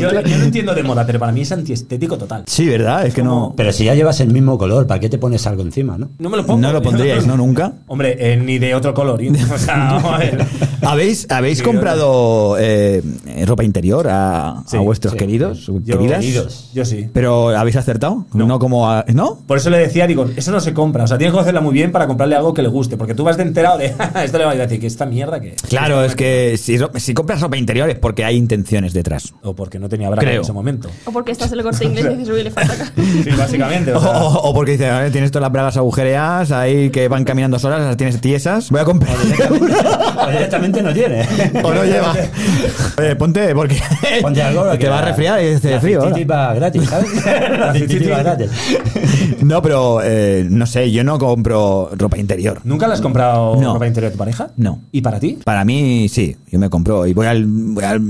S6: Yo, yo no entiendo de moda, pero para mí es antiestético total.
S2: Sí, ¿verdad? Es que no.
S5: Pero si ya llevas el mismo color, ¿para qué te pones algo encima, no?
S6: No me lo pongo.
S2: No lo pondríais,
S6: *laughs*
S2: ¿no? Nunca.
S6: Hombre, eh, ni de otro color. ¿eh? O sea, vamos a ver.
S2: ¿Habéis, habéis
S6: Sí,
S2: comprado eh, ropa interior a, a
S6: Sí,
S2: vuestros
S6: sí.
S2: queridos?
S6: Yo-
S2: queridas?
S6: Yo sí.
S2: ¿Pero habéis acertado? No, como. a- ¿No?
S6: Por eso le decía, digo, eso no se compra. O sea, tienes que conocerla muy bien para comprarle algo que le guste. Porque tú vas de enterado de, *laughs* "Ja, ja, esto le va a decir que esta mierda que.
S2: Claro, es que si, ro- si compras ropa interior es porque hay intenciones detrás.
S6: O porque no tenía braga
S2: Creo.
S6: en ese momento.
S4: O porque estás en el corte inglés y dices, uy, le falta acá.
S6: Sí, básicamente.
S2: *laughs*
S6: *laughs*
S2: O,
S6: o sea,
S2: o- o porque dice, "A ver, tienes todas las bragas agujereadas ahí que van caminando solas, las tienes tiesas. Voy a comprar.
S5: O directamente no tiene.
S2: o no lleva. *laughs* Oye, ponte, porque
S5: *laughs*
S2: *laughs*
S5: Ponte algo que
S2: te va a
S5: la-
S2: resfriar y
S5: la
S2: hace frío. ahora.
S5: cistitis va gratis,
S2: *laughs*
S5: ¿sabes? La cistitis va gratis.
S2: No, pero eh, no sé, yo no compro ropa interior.
S6: ¿Nunca le has comprado
S2: No.
S6: ropa interior a tu pareja?
S2: No.
S6: ¿Y para ti?
S2: Para mí, sí, yo me compro y voy al, voy al,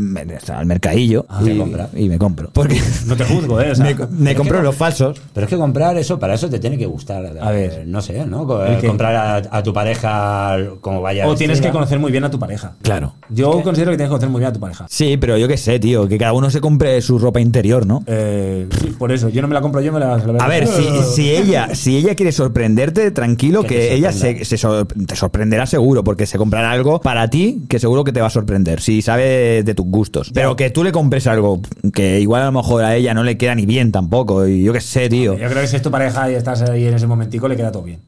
S2: al mercadillo
S6: Ah, te
S2: y,
S6: compra.
S2: y me compro. Porque
S6: No te juzgo, ¿eh? O sea,
S2: me, me compro los falsos.
S5: Pero es que comprar eso, para eso te tiene que gustar.
S6: A ver.
S5: No sé, ¿no? Co-
S6: ¿El qué?
S5: Comprar a, a tu pareja como vaya.
S6: o tienes
S5: vestida.
S6: que conocer muy bien a tu pareja.
S2: *laughs* Claro.
S6: Yo considero que tienes que conocer muy bien a tu pareja.
S2: Sí, pero yo qué sé, tío, que cada uno se compre su ropa interior, ¿no?
S6: Eh, sí, por eso, yo no me la compro yo, me la... se la voy
S2: A ver, si, si ella, si ella quiere sorprenderte, tranquilo,
S5: Que
S2: que,
S5: te
S2: ella
S5: sorprenda.
S2: se, se sor- te sorprenderá seguro, porque se comprará algo para ti que seguro que te va a sorprender, si sabe de tus gustos. Pero que tú le compres algo que igual a lo mejor a ella no le queda ni bien tampoco, y yo qué sé, tío.
S6: Yo creo que si es tu pareja y estás ahí en ese momentico, le queda todo bien.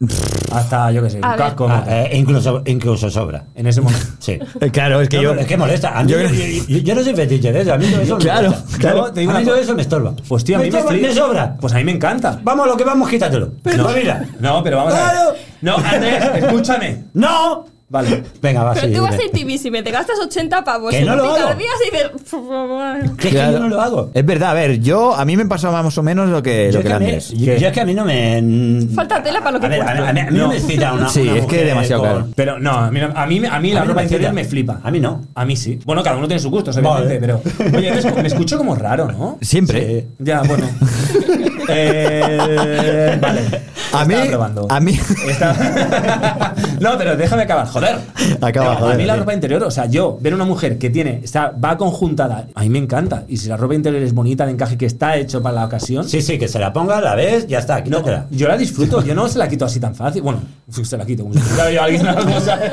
S6: Hasta, yo qué sé, un
S4: A ver.
S6: casco.
S5: Ah,
S6: ¿no?
S5: eh, incluso, incluso sobra.
S6: En ese momento.
S5: Sí.
S2: Eh, Claro, es que
S5: No,
S2: yo...
S5: pero es que molesta. A mí-
S2: yo-
S5: yo, yo- yo no soy fetiche de eso. A mí todo eso me
S2: Claro,
S5: molesta.
S2: claro.
S5: Yo te digo
S6: A
S5: a
S6: mí
S5: mí
S6: todo
S5: todo eso me estorba.
S6: Pues tío, a
S5: me,
S6: mí me,
S5: estorba,
S6: flipa.
S5: me sobra.
S6: Pues a mí me encanta.
S5: Vamos, lo que vamos, quítatelo. No, mira.
S6: No, pero vamos a
S5: Claro.
S6: ver. No, Andrés, escúchame.
S5: ¡No!
S6: Vale.
S5: Venga, va,
S4: Pero
S5: sí,
S4: tú vas
S5: dime.
S4: a Intimissime, te gastas 80 pavos
S5: Que
S4: en
S5: no lo hago.
S4: picardías y dices, por favor.
S5: Que es que
S2: Claro.
S5: yo no lo hago.
S2: Es verdad, a ver, yo a mí me pasa más o menos lo que,
S5: Yo
S2: lo
S5: es
S2: que
S5: que,
S2: el
S5: a mí,
S2: Andrés.
S5: yo- yo es que a mí no me.
S4: Falta tela para lo que
S5: A ver, a mí,
S4: cuesta.
S5: a mí- a mí no. me excita una.
S2: Sí,
S5: una
S2: es que
S5: mujer
S2: demasiado
S5: con-
S2: claro.
S6: Pero no, a mí, no- a mí, a mí la
S5: A mí no
S6: ropa
S5: me
S6: interior
S5: excita.
S6: me flipa.
S5: A mí no.
S6: A mí sí. Bueno, cada uno tiene sus gustos, obviamente,
S5: Vale.
S6: pero. Oye, me, escu- me escucho como raro, ¿no?
S2: *laughs* Siempre.
S6: Ya, bueno. Eh, vale.
S2: A
S6: Estaba
S2: mí,
S6: probando.
S2: a mí,
S6: Está- *laughs* no, pero déjame acabar, joder.
S2: Acaba,
S6: No,
S2: joder,
S6: a mí la
S2: sí.
S6: ropa interior, o sea, yo ver una mujer que tiene, está, va conjuntada, a mí me encanta. Y si la ropa interior es bonita, de encaje que está hecho para la ocasión,
S5: Sí, sí, que se la ponga, la ves, ya está,
S6: no,
S5: quítatela.
S6: yo la disfruto, yo no se la quito así tan fácil. Bueno, *laughs* se la quito. como si fuera yo a alguien, ¿no? ¿Sabes?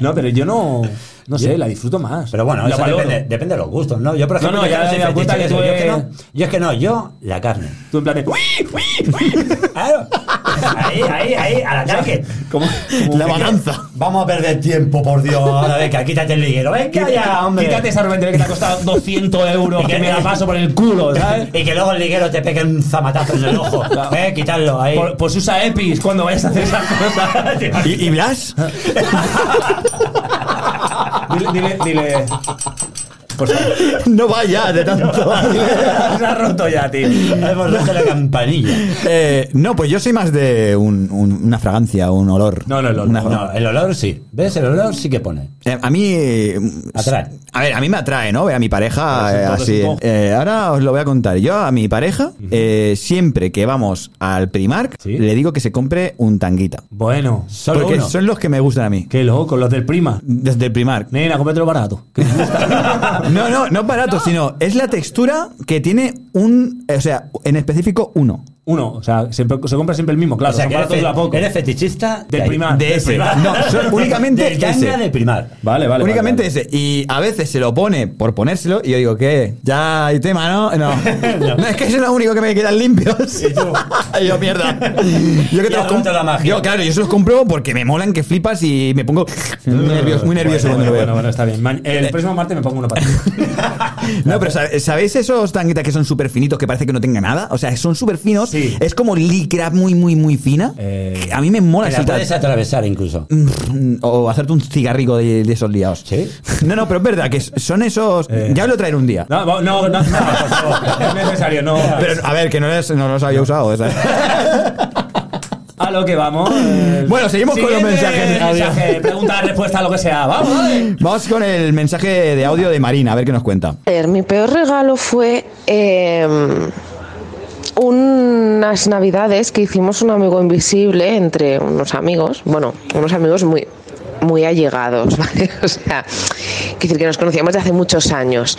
S6: No, pero yo no, no sé, la disfruto más.
S5: Pero bueno,
S6: La
S5: eso
S6: valoro.
S5: depende, depende de los gustos, ¿no? Yo, por ejemplo,
S6: No, no,
S5: yo
S6: ya
S5: soy
S6: me he dado cuenta
S5: fetiche
S6: que
S5: de
S6: tú
S5: eso,
S6: eres-
S5: yo es que no, yo es que no, yo la carne.
S6: Tú en plan de, "Uy, uy, uy".
S5: Claro. Ahí, ahí, ahí, al ataque.
S6: Como- como-
S2: la balanza.
S5: Vamos a perder tiempo, por *laughs* Dios. Ahora, venga, quítate el liguero. Venga ya, hombre.
S6: Quítate esa ropa interior que te ha costado 200 euros,
S5: Y
S6: que
S5: que-
S6: me
S5: *laughs*
S6: la paso por el culo, ¿sabes?
S5: Y que luego el liguero te pegue un zamatazo en el ojo. Eh, quitarlo ahí.
S6: Por- pues usa EPIs cuando vayas a hacer
S5: *laughs*
S6: esas cosas. *laughs* tío.
S2: ¿Y, y Blas?
S6: dile, dile, dile. Por favor.
S2: *laughs* No vaya de tanto.
S6: *laughs* Se ha roto ya, tío.
S5: Hemos roto la campanilla.
S2: Eh, no, pues yo soy más de un- un- una fragancia, un olor.
S6: No, no, el olor,
S2: Una-
S5: No, eh. el olor sí. ¿Ves? El olor sí que pone.
S2: Eh, a mí. eh,
S5: Atrae.
S2: A ver, a mí me atrae, ¿no? Ver a mi pareja
S6: Pero
S2: eh,
S6: eso todo
S2: así.
S6: es un todo.
S2: Eh, ahora os lo voy a contar. Yo a mi pareja, eh, siempre que vamos al Primark,
S6: Sí.
S2: le digo que se compre un tanguita.
S6: Bueno,
S5: Solo
S2: porque
S5: uno.
S2: son los que me gustan a mí.
S6: qué loco, los del prima.
S2: Desde el Primark.
S6: Nena,
S2: *laughs*
S6: cómpratelo barato. que me gusta.
S2: No, no, no es barato, sino es la textura que tiene un. eh, O sea, en específico uno.
S6: Uno, o sea, siempre- se compra siempre el mismo, claro.
S5: o sea,
S6: son
S5: que eres,
S6: baratos dura poco.
S5: fe- eres fetichista
S6: Del primar.
S2: De ese. No, son-
S6: *laughs*
S2: únicamente
S5: del tanga
S2: ese.
S5: del primar.
S6: Vale, vale.
S2: Únicamente
S6: vale, vale.
S2: ese. Y a veces se lo pone por ponérselo y yo digo, ¿qué? Ya hay tema,
S6: *laughs*
S2: ¿no? No. No, es que son los únicos que me quedan limpios. *laughs* Y yo, mierda. Yo que
S5: Ya
S2: los com-
S5: roto la magia.
S2: Yo, claro, yo se los compro porque me molan que flipas y me pongo muy nervioso, muy nervioso cuando
S6: Bueno, bueno,
S2: lo veo.
S6: bueno, bueno, está bien. Ma- El próximo martes me pongo uno para ti.
S2: No, pero sab- ¿sabéis esos tanguitas que son súper finitos que parece que no tenga nada? O sea, son súper finos
S5: Sí.
S2: Es como licra muy, muy, muy fina.
S5: Eh,
S2: a mí me mola
S5: te
S2: esa
S5: la puedes atravesar incluso.
S2: O hacerte un cigarrico de, de esos liados.
S5: Sí.
S2: *laughs* No, no, pero es verdad que son esos.
S5: Eh.
S2: Ya os lo traeré un día.
S6: No, no, no, no, no, por favor, no es necesario, no.
S2: Pero a ver, que no, les- no los había usado. ¿sabes?
S6: *laughs* A lo que vamos. eh,
S2: *laughs* Bueno, seguimos con los
S6: siguiente
S2: mensajes de audio.
S6: mensaje, pregunta, respuesta, lo que sea. Vamos, dale.
S2: Vamos con el mensaje de audio de Marina, a ver qué nos cuenta.
S13: A ver, mi peor regalo fue eh, unas navidades que hicimos un amigo invisible entre unos amigos, bueno, unos amigos muy muy allegados, *laughs* ¿vale? O sea, quiero decir que nos conocíamos de hace muchos años.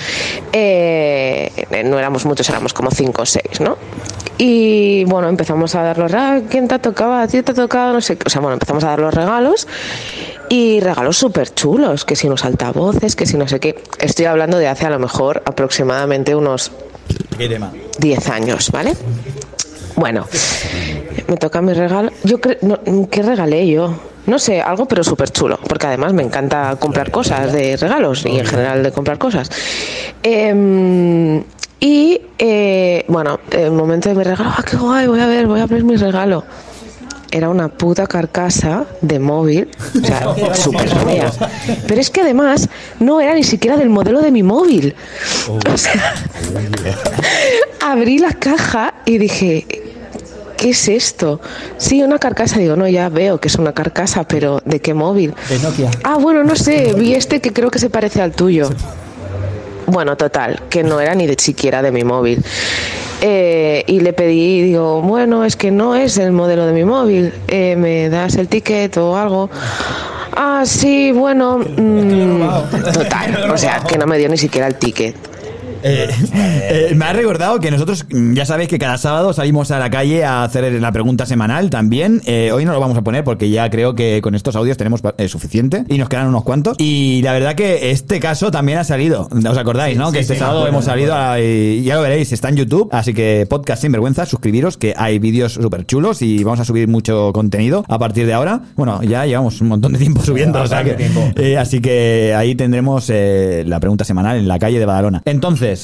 S13: Eh, no éramos muchos, éramos como cinco o seis, ¿no? Y bueno, empezamos a dar los regalos, ¿quién te ha tocado? ¿A ti te ha tocado? No sé, qué. o sea, bueno, empezamos a dar los regalos y regalos súper chulos, que si unos altavoces, que si no sé qué. Estoy hablando de hace a lo mejor aproximadamente unos
S2: ¿Qué tema?
S13: 10 años, ¿vale? Bueno, me toca mi regalo. Yo cre- no, ¿Qué regalé yo? No sé, algo pero súper chulo, porque además me encanta comprar cosas de regalos y en general de comprar cosas. Em, y eh, bueno, el momento de mi regalo, ah, qué guay, voy a ver, voy a abrir mi regalo. Era una puta carcasa de móvil, o
S1: *laughs*
S13: sea, súper fea. Pero es que además no era ni siquiera del modelo de mi móvil. O sea, abrí la caja y dije, ¿qué es esto? Sí, una carcasa. Digo, no, ya veo que es una carcasa, pero ¿de qué móvil?
S6: De Nokia.
S13: Ah, bueno, no sé, vi este que creo que se parece al tuyo. Bueno, total, que no era ni de siquiera de mi móvil. Eh, y le pedí, digo, bueno, es que no es el modelo de mi móvil, eh, ¿me das el ticket o algo? Ah, sí, bueno, mm,
S6: *laughs*
S13: total, o sea, que no me dio ni siquiera el ticket.
S2: Eh, eh, me ha recordado que nosotros, mm, ya sabéis que cada sábado salimos a la calle a hacer la pregunta semanal también. Eh, hoy no lo vamos a poner porque ya creo que con estos audios tenemos eh, suficiente y nos quedan unos cuantos. Y la verdad que este caso también ha salido. ¿Os acordáis, no? que este sábado hemos salido a- y Eh, ya lo veréis, está en YouTube. Así que podcast sin vergüenza, suscribiros que hay vídeos súper chulos y vamos a subir mucho contenido a partir de ahora. Bueno, ya llevamos un montón de tiempo subiendo. o sea que- eh, así que ahí tendremos eh, la pregunta semanal en la calle de Badalona. Entonces,
S6: Eh,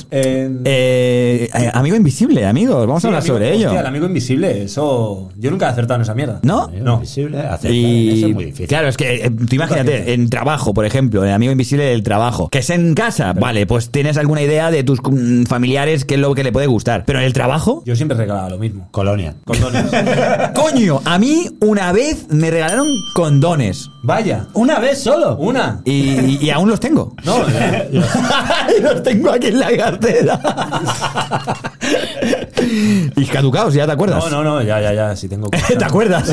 S2: eh, eh, amigo invisible, amigos, vamos
S6: sí,
S2: a hablar
S6: amigo-
S2: sobre ello.
S6: hostia, el amigo invisible, eso. Yo nunca he acertado en esa mierda.
S2: ¿No?
S6: No.
S5: Invisible, aceptar, eso es muy
S2: Y
S5: difícil.
S2: claro, es que eh, tú imagínate, en trabajo, por ejemplo, el amigo invisible del trabajo, que es en casa, vale, pues tienes alguna idea de tus mm, familiares qué es lo que le puede gustar, pero en el trabajo,
S6: Yo siempre regalaba lo mismo.
S5: Colonia.
S6: Condones.
S2: coño, a mí una vez me regalaron condones
S6: Vaya.
S5: Una vez solo.
S6: Una.
S2: y, y aún los tengo.
S6: No,
S2: *laughs* Y los tengo aquí en la cartera. y caducados, ¿ya te acuerdas?
S6: no, no, no, ya, ya, ya, sí
S2: *laughs*
S6: tengo.
S2: ¿Te acuerdas?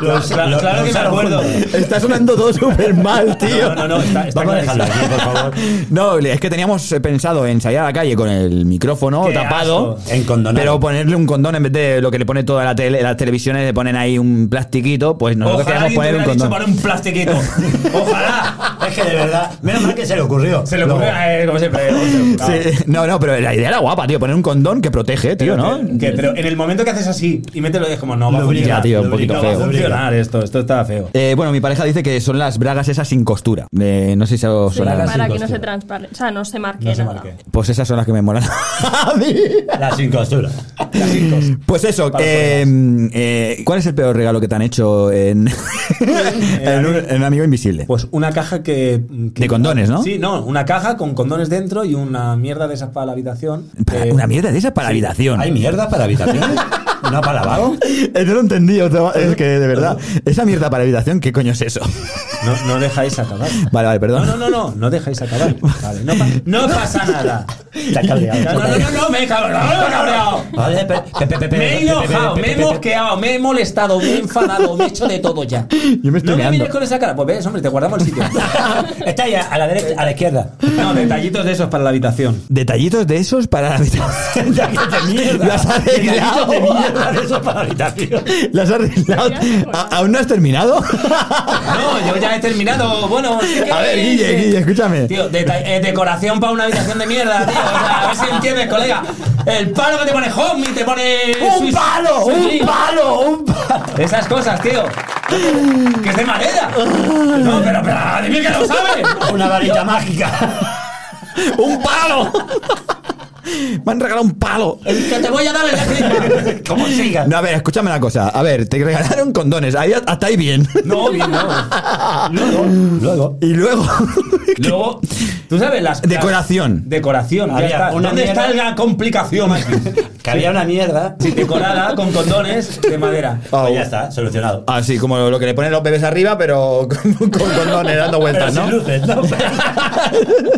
S6: Los- claro claro que me acuerdo.
S2: Está sonando todo súper mal, tío.
S6: No, no, no, está- está
S2: Vamos a
S6: conectado
S2: dejarlo
S6: aquí, por favor.
S2: No, es que teníamos eh, pensado en salir a la calle con el micrófono
S6: Qué
S2: tapado.
S6: asco.
S5: En condonado.
S2: Pero ponerle un condón en vez de lo que le pone toda la tele, las televisiones, le ponen ahí un plastiquito, pues nosotros queremos
S6: Ojalá alguien
S2: poner
S6: te
S2: un
S6: hubiera dicho
S2: condón.
S6: para
S2: *laughs*
S6: un plastiquito. Ojalá.
S5: Es que de verdad, menos mal que se le ocurrió.
S6: Se le ocurre,
S5: Luego,
S6: eh, como siempre. como siempre, claro.
S2: *laughs* Sí, No, no, pero la idea era guapa, tío. Poner un condón que protege, tío, ¿no?
S6: Que- pero en el momento que haces así y mételo, es como, no, va a
S2: Lubrica,
S6: funcionar.
S2: tío, un poquito
S6: Lubrica, va
S2: feo.
S6: a funcionar esto, esto está feo.
S2: Eh, bueno, mi pareja dice que son las bragas esas sin costura. Eh, no sé si os
S4: Sí,
S2: sonarán.
S4: para que
S5: costura.
S4: no se transparente, o sea, no se marque
S6: No se
S4: nada.
S6: marque.
S2: Pues esas son las que me
S6: *laughs*
S2: molan. a mí.
S5: La sin costura.
S2: *laughs* Pues eso, eh, eh, ¿cuál es el peor regalo que te han hecho en, *laughs* en, un, en un amigo invisible?
S6: Eh, Pues una caja que, que-
S2: De condones, ¿no?
S6: Sí, no, una caja con condones dentro y una mierda de esas para la habitación.
S2: Para-
S6: Eh,
S2: una mierda de esas para la habitación.
S5: ¿Hay mierda
S2: *laughs*
S5: para habitaciones? ¿Una para lavabo?
S2: Eh, No lo entendí, o sea, es que de verdad, esa mierda para habitación, ¿qué coño es eso?
S6: No, no dejáis acabar.
S2: *laughs* Vale, vale, perdón.
S6: No, no, no, no, no dejáis acabar. Vale, no, pa- no pasa
S2: *laughs*
S6: nada.
S5: Te has cabreado.
S6: No, no, no, no, me he cabreado, me he cabreado.
S5: Vale, pe- pe- pe- pe- pe-
S6: Me he
S5: pe- pe-
S6: enojado,
S5: pe-
S6: me he
S5: pe- pe-
S6: mosqueado, me he molestado, me he enfadado, me he hecho de todo ya.
S2: *laughs* Yo me estoy
S6: no me
S2: meando.
S6: mires con esa cara. Pues ves, hombre, te guardamos
S2: *laughs*
S6: el sitio.
S5: Está ahí a a la derecha, a la izquierda.
S6: No, detallitos de esos para la *laughs* habitación.
S2: Detallitos de esos para la habitación. *laughs* Lo has arreglado.
S5: Detallitos de mierda de esos
S2: *laughs*
S5: para habitación.
S2: Lo has arreglado. ¿A- ¿Aún no has terminado?
S6: No, yo ya he terminado. Bueno, sí que-
S2: A ver, Guille, Guille, escúchame.
S6: Tío, deta- eh, decoración para una habitación de mierda, tío. O sea, a ver si entiendes, colega. El palo que te pone Homie, te pone.
S2: ¡Un
S6: Swiss-
S2: palo!
S6: Swiss
S2: ¡Un
S6: League.
S2: palo! ¡Un palo!
S6: Esas cosas, tío. Que es de madera. No, pero, pero dime que lo sabes.
S5: Una varita mágica.
S2: ¡Un palo! Me han regalado un palo.
S5: El que te voy a dar en la crisma. ¿Cómo sigas?
S2: No, a ver, escúchame una cosa. A ver, te regalaron condones. Ahí, hasta ahí bien.
S5: No, bien, no. Ah, Luego, luego.
S2: Y luego. *laughs*
S5: Luego, tú sabes las.
S2: Decoración.
S5: Decoración.
S6: Ya está.
S5: ¿Dónde está la complicación aquí? Que había una mierda.
S6: Sí, decorada con condones de madera.
S2: Oh.
S5: Pues ya está, solucionado.
S2: Así como lo que le ponen los bebés arriba, pero *laughs* con, con condones dando
S5: Pero
S2: vueltas,
S5: sin
S2: ¿no?
S5: luces,
S2: *laughs*
S5: ¿no?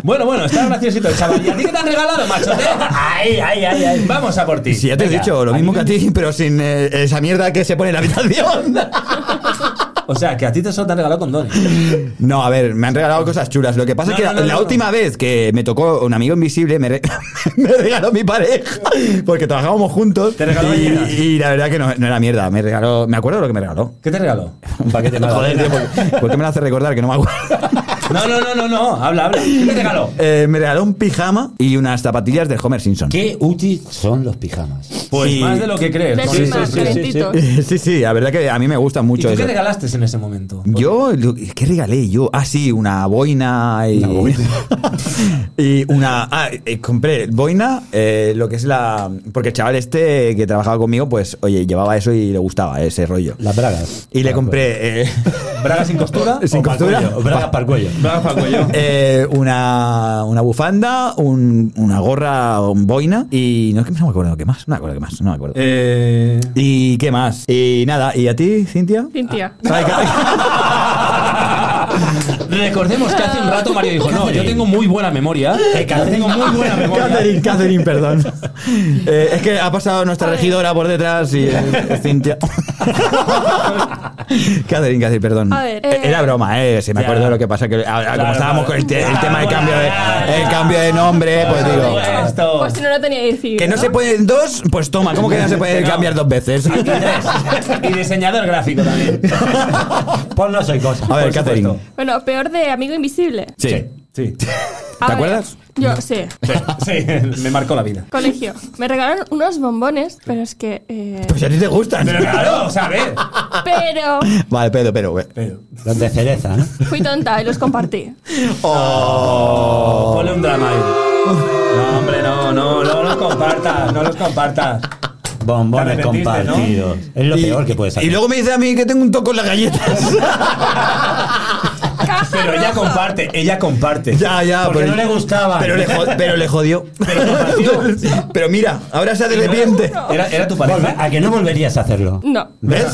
S6: Bueno, bueno, está graciosito el chaval. ¿Y a ti qué te han regalado, machote?
S5: Ahí, ahí, ahí, ahí.
S6: *laughs* Vamos a por ti.
S2: Si ya te he
S5: Venga,
S2: dicho, lo
S5: a
S2: mismo
S5: mí
S2: que a ti, pero sin eh, esa mierda que se pone en la habitación.
S6: O sea, que a ti te solo te han regalado condones.
S2: No, a ver, me han regalado cosas chulas. Lo que pasa
S6: No,
S2: es que
S6: no,
S2: la,
S6: no,
S2: la
S6: no.
S2: última vez que me tocó un amigo invisible, me, re- me regaló mi pareja, porque trabajábamos juntos.
S6: Te regaló
S2: y,
S6: galletas.
S2: y la verdad que no, no era mierda. Me regaló, me acuerdo de lo que me regaló.
S6: ¿Qué te regaló?
S5: Un paquete
S2: *laughs*
S5: más.
S2: Joder, tío, ¿por, por qué me lo hace recordar que no me acuerdo?
S6: No, no, no, no, no. Habla, habla. ¿Qué te regaló?
S2: Eh, me regaló un pijama y unas zapatillas de Homer Simpson.
S5: Qué útil son los pijamas.
S6: Pues
S2: Y-
S6: más de lo que crees.
S4: Ves,
S6: Sí, sí,
S4: más
S6: sí, sí,
S4: calentitos.
S2: Sí, sí, la verdad que a mí me gusta
S6: ¿Y
S2: mucho
S6: tú
S2: eso.
S6: qué regalaste en ese momento?
S2: Yo, lo- ¿qué regalé yo? Ah, sí, una boina y. Una boina. *laughs* y una. Ah, eh, compré boina, eh, lo que es la. Porque el chaval este que trabajaba conmigo, pues, oye, llevaba eso y le gustaba ese rollo.
S5: Las bragas.
S2: Y le compré. eh, *laughs*
S6: ¿Braga sin costura?
S2: sin
S5: O pa'l
S2: costura.
S5: cuello, o bragas para el cuello.
S6: Braga para cuello.
S2: eh, una, una bufanda, un- una gorra, un boina y no es que no me acuerdo qué más, no me acuerdo qué más, no me acuerdo.
S6: Eh...
S2: ¿Y qué más? Y nada, ¿y a ti,
S4: *laughs*
S2: Cintia?
S4: Cintia.
S2: Ay, ca-
S6: Recordemos que hace un rato Mario dijo, no, yo tengo muy buena memoria.
S2: Eh,
S6: Yo tengo muy buena memoria.
S2: Catherine, Catherine, perdón. Eh, es que ha pasado nuestra regidora por detrás y eh, Cintia. Catherine, Catherine,
S4: *laughs*
S2: perdón.
S4: A ver,
S2: Eh,
S4: eh,
S2: Era broma, eh. Si me
S5: Ya.
S2: acuerdo de lo que pasa, que ahora como
S5: Claro,
S2: estábamos
S5: claro.
S2: con el, te- el
S6: Ah,
S5: Claro,
S2: tema del cambio
S5: claro,
S2: de, el
S5: claro.
S2: cambio de nombre, pues
S5: Claro,
S2: digo.
S5: claro.
S6: Esto.
S4: Pues si no lo tenía que decir.
S2: Que no se pueden dos, pues toma, ¿cómo que no se puede
S6: No.
S2: cambiar dos veces?
S6: Y diseñador
S2: *laughs*
S6: gráfico también.
S5: Pues no soy cosa.
S2: A ver,
S5: por
S2: Catherine.
S5: supuesto.
S4: Bueno, peor de amigo invisible.
S2: Sí.
S6: Sí.
S4: A ver,
S2: acuerdas?
S4: Yo sí.
S6: Sí, me marcó la vida.
S4: Colegio. Me regalaron unos bombones, pero es que. eh,
S2: Pues a ti te gustan.
S6: Pero claro, o sea, a ver.
S4: pero
S2: Vale, pero, pero. ve.
S5: Donde cereza, ¿no?
S4: fui tonta y los compartí.
S2: Oh.
S6: Ponle un drama ahí. No, hombre, no, no, no los compartas, no los compartas.
S5: Bombones
S6: Te arrepentiste, ¿no?
S5: compartidos. Es lo peor que puedes hacer.
S2: Oh. Y luego me dice a mí que tengo un toco en las galletas.
S4: Caja
S6: Pero ella
S4: roja.
S6: comparte, ella comparte.
S2: Ya, ya,
S5: Porque
S2: pero-
S5: no le gustaba.
S2: Pero le, jo- pero le jodió. pero mira, ahora se arrepiente.
S6: Era, era tu
S5: Volve-
S6: pareja.
S5: a que no volverías a hacerlo.
S4: No.
S2: ¿Ves?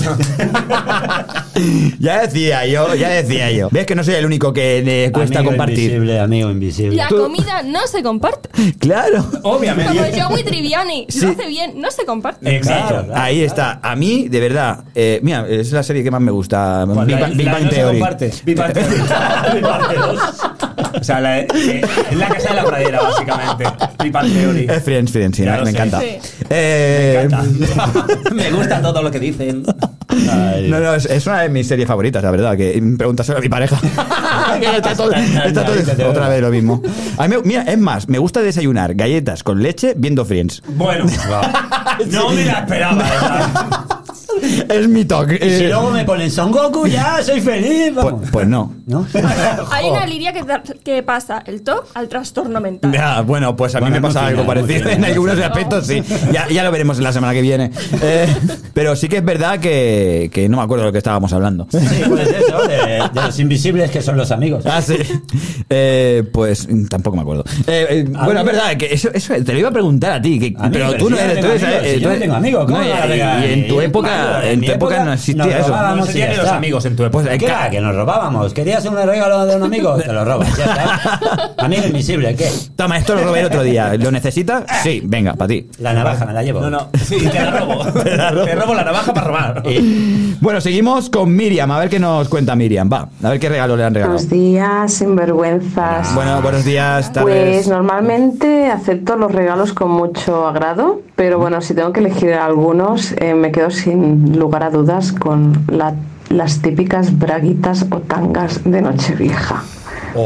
S2: ya decía yo, ya decía yo. ¿Ves que no soy el único que le cuesta
S5: amigo
S2: compartir?
S5: Invisible, amigo invisible.
S4: La comida no se comparte.
S2: Claro.
S4: Como
S6: Obviamente.
S4: Joey Triviani.
S2: Sí.
S4: Lo hace bien, no se comparte.
S5: Exacto.
S2: Ahí está. A mí, de verdad, eh, mira, es la serie que más me gusta. Big,
S6: Pues La-
S2: Bang- Big
S6: la
S2: Bang
S6: no se
S2: Theory.
S6: comparte. Big Bang Theory. O sea, la, eh, es la casa de la pradera,
S2: *laughs*
S6: básicamente. Big Bang Theory.
S2: Es Friends, Friends, sí,
S6: Ya lo
S2: me
S6: sé.
S2: encanta.
S4: Sí.
S2: Eh,
S6: Me gusta todo lo que dicen.
S5: Ay.
S2: No, no, es, es una de mis series favoritas, la verdad, que me preguntas a mi
S5: *laughs*
S2: pareja. Que *laughs* está todo- está todo- otra vez lo mismo. A mí me- mira, es más, me gusta desayunar galletas con leche viendo Friends.
S6: Bueno, no me la *laughs* esperaba. esa.
S2: *laughs* Es mi toque.
S5: Y si
S2: eh,
S5: luego me ponen Son Goku, ya soy feliz.
S2: pues,
S5: Vamos.
S2: pues no.
S5: ¿No?
S4: Hay una liria que, tra- que pasa el top al trastorno mental.
S2: *laughs* Ya, bueno, pues a mí
S5: Bueno,
S2: me pasa
S5: no
S2: algo
S5: tiene, no
S2: parecido
S5: tiene,
S2: en
S5: no
S2: algunos
S5: tiene.
S2: aspectos, sí. Ya, ya lo veremos la semana que viene. Eh, pero sí que es verdad que, que no me acuerdo de lo que estábamos hablando.
S5: Sí, pues eso, de, de los invisibles que son los amigos.
S2: Ah, sí. Eh, pues mm, tampoco me acuerdo. Eh, eh,
S5: A
S2: bueno,
S5: mí-
S2: es verdad, que eso, eso te lo iba a preguntar a ti, que-
S5: A mí,
S2: pero
S5: pero
S2: tú
S5: si
S2: no
S5: yo no
S2: eres. tú
S5: tengo
S2: eres,
S5: amigos,
S2: eh,
S5: si yo
S2: tú
S5: no tengo amigos, ¿cómo
S2: no, y,
S5: me van a pegar?
S2: y en tu
S5: Yo
S2: época,
S5: tengo
S2: en tu
S5: amigos,
S2: época no
S5: nos
S2: existía eso.
S5: robábamos
S6: No se
S5: y ya
S6: tienen los
S5: está.
S6: amigos en tu época.
S2: Pues eh,
S5: ¿Qué
S2: ca-
S5: va? Que nos robábamos. ¿Querías un regalo de un amigo? Te lo robas, ya está. Amigo invisible, ¿qué?
S2: Toma, esto lo robaré otro día. ¿Lo necesitas? Sí, venga, para ti.
S5: La navaja me la llevo.
S6: No, no, sí, te la robo.
S2: *laughs* Te la robo. Eh.
S6: Te robo la navaja para robar.
S2: Bueno, seguimos con Miriam, a ver qué nos cuenta Miriam. Va, a ver qué regalo le han regalado.
S14: Buenos días, sinvergüenzas.
S2: Bueno, buenos días,
S14: Pues
S2: tardes.
S14: normalmente acepto los regalos con mucho agrado, pero bueno, si tengo que elegir algunos, eh, me quedo sin lugar a dudas con la- las típicas braguitas o tangas de Nochevieja.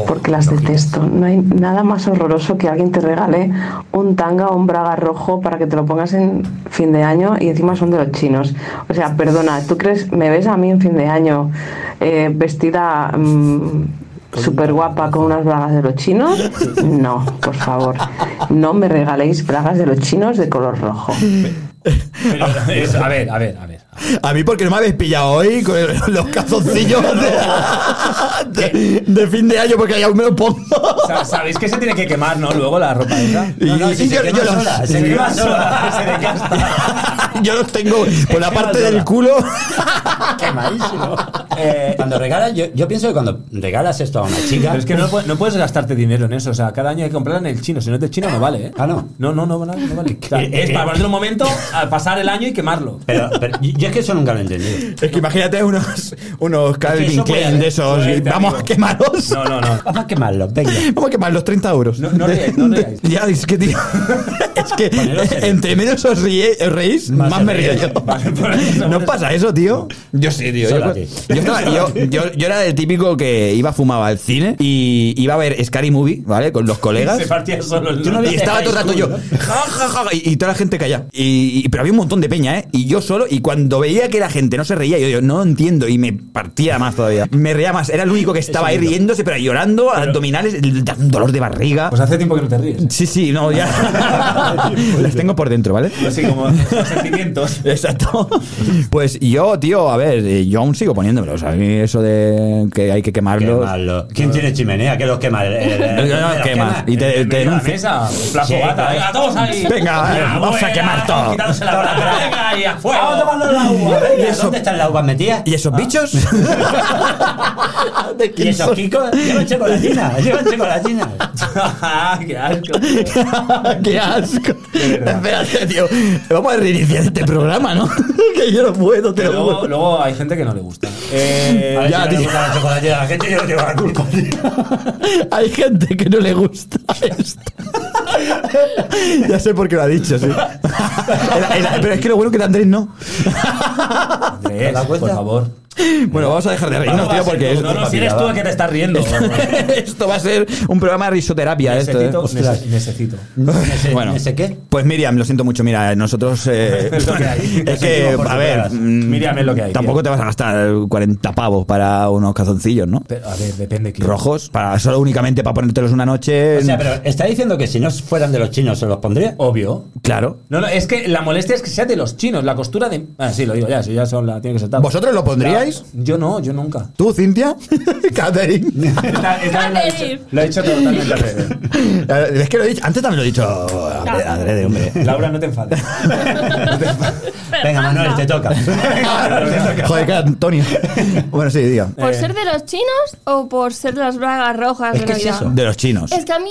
S14: porque las detesto. No hay nada más horroroso que alguien te regale un tanga o un braga rojo para que te lo pongas en fin de año y encima son de los chinos. O sea, perdona, ¿tú crees, me ves a mí en fin de año eh, vestida mm, súper guapa con unas bragas de los chinos. No, por favor, no me regaléis bragas de los chinos de color rojo.
S6: Pero, es- a ver, a ver, a ver.
S2: A mí porque no me habéis pillado hoy con el- los calzoncillos de, de- de fin de año porque aún me lo pongo.
S6: Sa- Sabéis que se tiene que quemar, ¿no? Luego la ropa esa.
S2: Y- y yo- yo los-
S6: se
S2: sí.
S6: quema sola, se decasta.
S2: *laughs* Yo los tengo por la
S5: Es que
S2: parte
S5: no
S2: del
S5: llora.
S2: culo.
S5: Quemadísimo. Eh, cuando regalas, yo, yo pienso que cuando regalas esto a
S2: *laughs*
S5: una chica.
S6: Pero es que no, pu- no puedes gastarte dinero en eso. O sea, cada año hay que comprar en el chino. Si no es del chino, no vale, ¿eh?
S5: Ah, no.
S6: No, no, no, vale. No *laughs* vale. O sea,
S5: Eh,
S6: es
S5: eh,
S6: para ponerte un momento, al pasar el año y *laughs* quemarlo.
S5: Pero, pero yo yo es que eso nunca lo he entendido.
S2: Es que imagínate unos, unos Calvin
S6: eso puede
S2: Klein
S6: haber,
S2: de esos.
S6: puede
S2: y
S6: haber,
S2: Vamos a
S6: amigo.
S2: quemarlos.
S6: No, no, no.
S5: Vamos a quemarlo, venga.
S2: Vamos a quemar los 30 euros.
S6: No- no
S2: De-
S6: ríais, no
S2: de-
S6: ríais.
S2: Ya, *laughs* es que, tío. Es que
S5: Poneros
S2: *laughs*
S5: serios.
S2: entre menos os ríe- os reís, más,
S5: Más se
S2: me río
S5: ríe.
S2: yo.
S5: Vale, por eso,
S2: ¿No
S5: por
S2: os pasa eso, tío? Yo sí, tío. Yo,
S5: Solo a ti.
S2: yo estaba- yo- yo- yo era el típico que iba, fumaba al cine y iba a ver Scary Movie, ¿vale? Con los colegas.
S6: *laughs* Se partía solo el
S2: Y estaba todo el rato yo, ja, ja, ja, y, y toda la gente callada. Y, y- pero había un montón de peña, ¿eh? Y yo solo, y cuando veía que la gente no se reía, yo, yo no entiendo, y me partía más todavía. Me reía más, era el único que estaba ahí riéndose, pero llorando, abdominales, el- da un dolor de barriga.
S6: Pues hace tiempo que no te ríes.
S2: Sí, sí, no,
S6: *laughs*
S2: ya. Las tengo por dentro, ¿vale?
S6: Así Pues como los sentimientos.
S2: *laughs* Exacto. Pues yo, tío, a ver, eh, yo aún sigo poniéndomelo. O sea, a mí eso de que hay que quemarlos.
S5: Quemarlo. ¿Quién tiene chimenea? Que los quema. El, el-
S2: No,
S5: el-
S2: no,
S5: los
S2: quemas. Y te, *laughs* te
S6: Bienvenido a la
S2: denuncias.
S6: mesa, la
S5: Sí,
S6: fogata. eh. Ah,
S5: claro.
S6: Venga, todos ahí.
S2: Venga,
S6: Venga,
S2: vamos a
S6: fuera,
S2: quemar todo.
S6: quitándose la braga, venga, y a fuego.
S5: Vamos a tomarnos la uva.
S2: ¿Y
S5: Venga,
S2: eso?
S5: ¿Dónde están las uvas metidas? Ah.
S2: ¿Y esos
S5: *laughs*
S2: bichos? ¿De
S5: ¿Y
S2: quién
S5: esos
S2: son?
S5: kikos?
S2: *laughs*
S5: Llevan chocolatina. Llevan chocolatina.
S6: Ah, ¡Qué asco!
S2: ¡Qué asco! Espérate, tío. *laughs* Vamos a reiniciar este programa, ¿no? *laughs* que yo no puedo, te
S6: Pero
S2: lo
S6: luego,
S2: juro.
S6: luego hay gente que no le gusta. Eh,
S5: A ver
S2: ya,
S5: si no le
S2: tío.
S5: gusta la chocolatina a la gente, yo no tengo la culpa.
S2: Hay gente que no le gusta esto. *laughs* ya sé por qué lo ha dicho, sí. Era- era- pero es que lo bueno que era Andrés no.
S6: Andrés,
S5: das
S6: por
S5: cuenta?
S6: favor.
S2: Bueno, vamos a dejar de reírnos, tío, porque es- ¿eh?
S6: No, no, si eres tú el que te estás riendo.
S2: *laughs* esto va a ser un programa de risoterapia. Esto, ¿eh?
S6: necesito,
S2: Ostras.
S6: neces- necesito.
S2: *laughs*
S5: ¿Ese-
S2: Bueno,
S5: ese qué?
S2: Pues Miriam, lo siento mucho, mira, nosotros... eh,
S6: *laughs* Es lo que hay.
S2: *laughs* es
S5: sentimos
S2: que,
S5: por
S2: a
S5: tus
S2: ver...
S5: penas.
S2: mm,
S6: Miriam, es lo que hay,
S2: Tampoco
S6: tío.
S2: te vas a gastar 40 pavos para unos calzoncillos, ¿no?
S6: Pero, a ver, depende quién.
S2: Rojos, para solo únicamente para ponértelos una noche...
S5: O sea, pero está diciendo que si no fueran de los chinos se los pondría.
S6: Obvio.
S2: Claro.
S6: No, no, es que la molestia es que sea de los chinos, la costura de. Ah, sí, lo digo ya, eso ya son la. Tiene que soltar.
S2: ¿Vosotros lo pondríais?
S6: Yo no, yo nunca.
S2: ¿Tú, Cintia? *laughs*
S6: *laughs*
S2: Catherine.
S6: Esta- esta vez lo, he hecho, lo he hecho totalmente al revés.
S2: *laughs* es que lo he dicho... Antes también lo he dicho... André- André, hombre.
S6: Laura, no te enfades.
S5: Venga,
S1: Ah,
S5: Manuel,
S6: *laughs*
S5: te toca.
S2: Joder, que Antonio. Bueno, sí, diga.
S6: Eh,
S4: ¿Por ser de los chinos o por ser de las bragas rojas
S5: Es
S4: de
S5: que es
S4: Navidad?
S5: eso.
S2: De los chinos.
S4: Es que a mí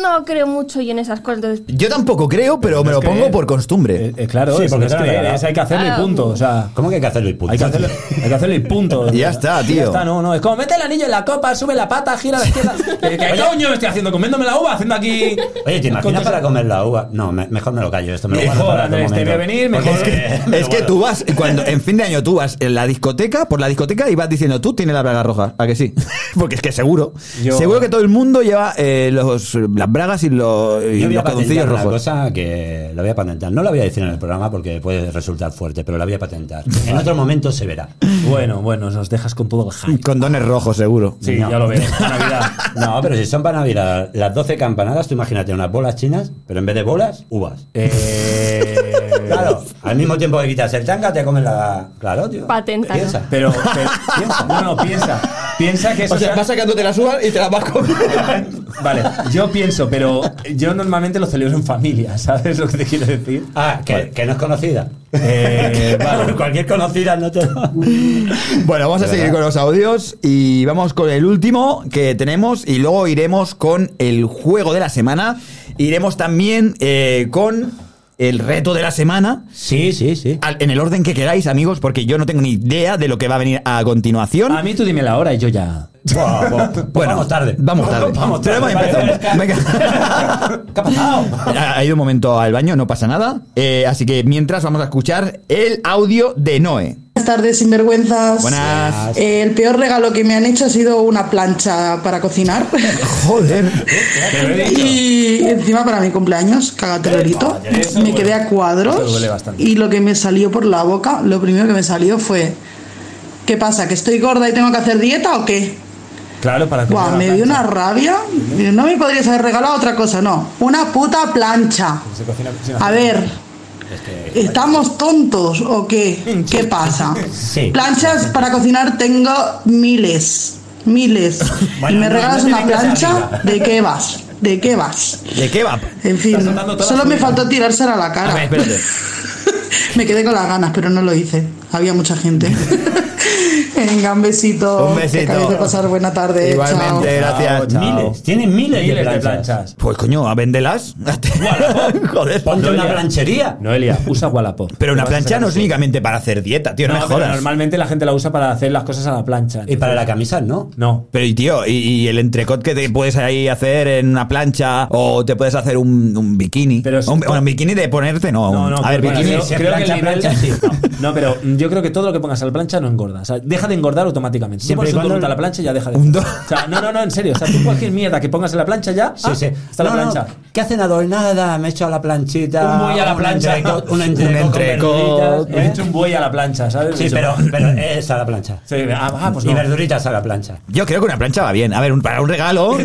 S4: no creo mucho y en esas cosas. entonces,
S2: Yo tampoco creo, pero me lo
S6: que-
S2: pongo por costumbre.
S6: Eh, eh, claro,
S5: Sí,
S6: es-
S5: porque
S6: es
S5: te lo han
S6: creer,
S5: regalado.
S6: es- hay que hacerlo y
S4: Claro.
S6: punto. O sea,
S5: ¿Cómo que hay que hacerlo el puto?
S6: hay que hacerlo, hay que hacerlo y punto.
S2: Ya está, tío.
S6: Ya está, no, no. Es como mete el anillo en la copa, sube la pata, gira a
S2: *laughs*
S6: la izquierda. ¿Qué, qué coño estoy haciendo? Comiéndome la uva, haciendo aquí.
S5: Oye, ¿te imaginas para comer la uva? No, me- mejor me lo callo esto. Me lo guardo
S6: Mejor,
S5: para otro
S6: Andrés, te
S5: momento.
S6: voy a venir,
S5: Porque
S6: mejor.
S5: es que,
S2: Es que tú vas, cuando en fin de año tú vas en la discoteca, por la discoteca y vas diciendo, tú tienes la braga roja, ¿a que sí? *laughs* Porque es que seguro.
S6: Yo-
S2: Seguro que todo el mundo lleva eh, los, las bragas y los, y
S5: Yo voy
S2: los
S5: a
S2: calzoncillos
S5: patentar una
S2: rojos.
S5: cosa que la voy a patentar. No la voy a decir en el programa porque puede resultar fuerte, pero la voy a patentar. En otro momento se verá.
S6: Bueno, bueno, nos dejas con todo el hype.
S2: Condones rojos, seguro.
S6: Sí,
S5: No.
S6: ya lo veo. Navidad.
S5: *laughs* No, pero si son para Navidad, las 12 campanadas, tú imagínate unas bolas chinas, pero en vez de bolas, uvas.
S6: Eh,
S5: Claro, al mismo tiempo que quitas el tanga, te comes la. Claro, tío.
S4: Paténtalo.
S5: Piensa.
S6: Pero, pero piensa, no, no, piensa.
S4: *laughs*
S5: *laughs*
S6: Piensa que eso sea-
S2: sacándote las uvas y te las vas comiendo.
S6: *laughs* Vale, yo pienso, pero yo normalmente lo celebro en familia, ¿sabes lo que te quiero decir?
S5: Ah, que, que no es conocida. *laughs*
S6: Eh,
S5: Vale, cualquier
S2: *laughs*
S5: conocida no te lo.
S2: Bueno, vamos a
S5: De
S2: seguir
S5: verdad.
S2: con los audios y vamos con el último que tenemos y luego iremos con el juego de la semana. Iremos también eh, con el reto de la semana.
S5: Sí, sí, sí.
S2: al- en el orden que queráis, amigos, porque yo no tengo ni idea de lo que va a venir a continuación.
S6: A mí tú dime la hora y yo ya.
S5: Buah, buah.
S2: Bueno,
S5: vamos tarde.
S2: Vamos tarde.
S5: Vamos tarde.
S2: Pero hemos
S5: Vale,
S2: empezado. Venga.
S5: ¿Qué ha pasado?
S2: Ha ha ido un momento al baño, no pasa nada. Eh, así que mientras vamos a escuchar el audio de Noé.
S15: Buenas tardes, sinvergüenzas.
S2: Buenas.
S15: Eh, el peor regalo que me han hecho ha sido una plancha para cocinar.
S2: Joder.
S15: y encima para mi cumpleaños, cagaterolito.
S6: Vaya, eso
S15: Me
S6: duele.
S15: quedé a
S6: Eso
S15: cuadros.
S6: duele bastante.
S15: Y lo que me salió por la boca, lo primero que me salió fue: ¿Qué pasa? ¿Que estoy gorda y tengo que hacer dieta o qué?
S6: Claro, para
S15: Buah, me dio una rabia. No me podrías haber regalado otra cosa, no. Una puta plancha.
S6: Se cocina- cocina-
S15: A ver,
S5: Este,
S15: ¿estamos tontos o qué? ¿Qué pasa?
S5: Sí.
S15: Planchas para cocinar tengo miles. Miles.
S2: *laughs*
S5: Bueno,
S15: y me
S5: no,
S15: regalas
S5: no te
S15: una
S5: vengas arriba.
S15: plancha, ¿de qué vas? ¿De qué vas?
S2: ¿De qué va?
S15: En fin,
S2: Estás dando todas
S15: solo
S2: las
S15: me
S2: pruebas.
S15: faltó tirársela a la cara.
S2: A ver, espérate.
S15: *laughs* Me quedé con las ganas, pero no lo hice. Había mucha
S2: *laughs*
S15: gente. Venga, un besito.
S2: Un
S15: Que acabéis de
S2: besito.
S15: pasar buena tarde. Chao.
S2: Igualmente, gracias.
S5: Miles, tienen miles,
S6: Miles de
S5: de planchas.
S6: planchas.
S2: Pues coño, a véndelas. *laughs* Joder.
S5: Ponte una
S6: Noelia.
S5: planchería.
S6: Noelia, usa Wallapop.
S2: Pero una
S6: Te vas a
S2: plancha
S6: sacar
S2: no es
S6: así.
S2: únicamente para hacer dieta, tío, no,
S6: No,
S2: me
S6: pero
S2: jodas.
S6: Normalmente la gente la usa para hacer las cosas a la plancha.
S5: Y para la camisa, ¿no?
S6: No.
S2: Pero y tío, y, y el entrecot que te puedes ahí hacer en una plancha o te puedes hacer un, un bikini.
S6: Pero es-
S2: un, bueno, un bikini de ponerte, no.
S6: No, no,
S2: a ver,
S6: creo-
S2: bikini. eh,
S6: creo,
S5: si es
S6: creo que
S5: plancha,
S6: el nivel-
S5: plancha, sí.
S6: *laughs* No, pero yo creo que todo lo que pongas a la plancha no engorda. O sea, deja de engordar automáticamente. Si
S5: Siempre
S6: pones
S5: y
S6: un
S5: cuando-
S6: donut a la plancha ya deja de.
S2: Un do-
S6: O sea, no, no, no, en serio. O sea, tú cualquier mierda que pongas en la plancha ya.
S5: Sí,
S6: ah,
S5: sí.
S6: Está la
S5: No, no,
S6: plancha.
S5: ¿Qué hacen a Nada, me he hecho a la planchita.
S6: Un buey a la
S5: un
S6: plancha.
S5: entrecot- Un
S6: Un
S5: entrecot. con
S2: entrecot.
S5: verduritas,
S6: He
S5: ¿eh?
S6: hecho un buey a la plancha, ¿sabes?
S5: Sí,
S6: Eso.
S5: pero, pero es a la plancha.
S6: Sí, ah, ah, pues
S5: y
S6: no.
S5: verduritas a la plancha.
S2: Yo creo que una plancha va bien. A ver, un- para un
S6: *laughs*
S2: regalo.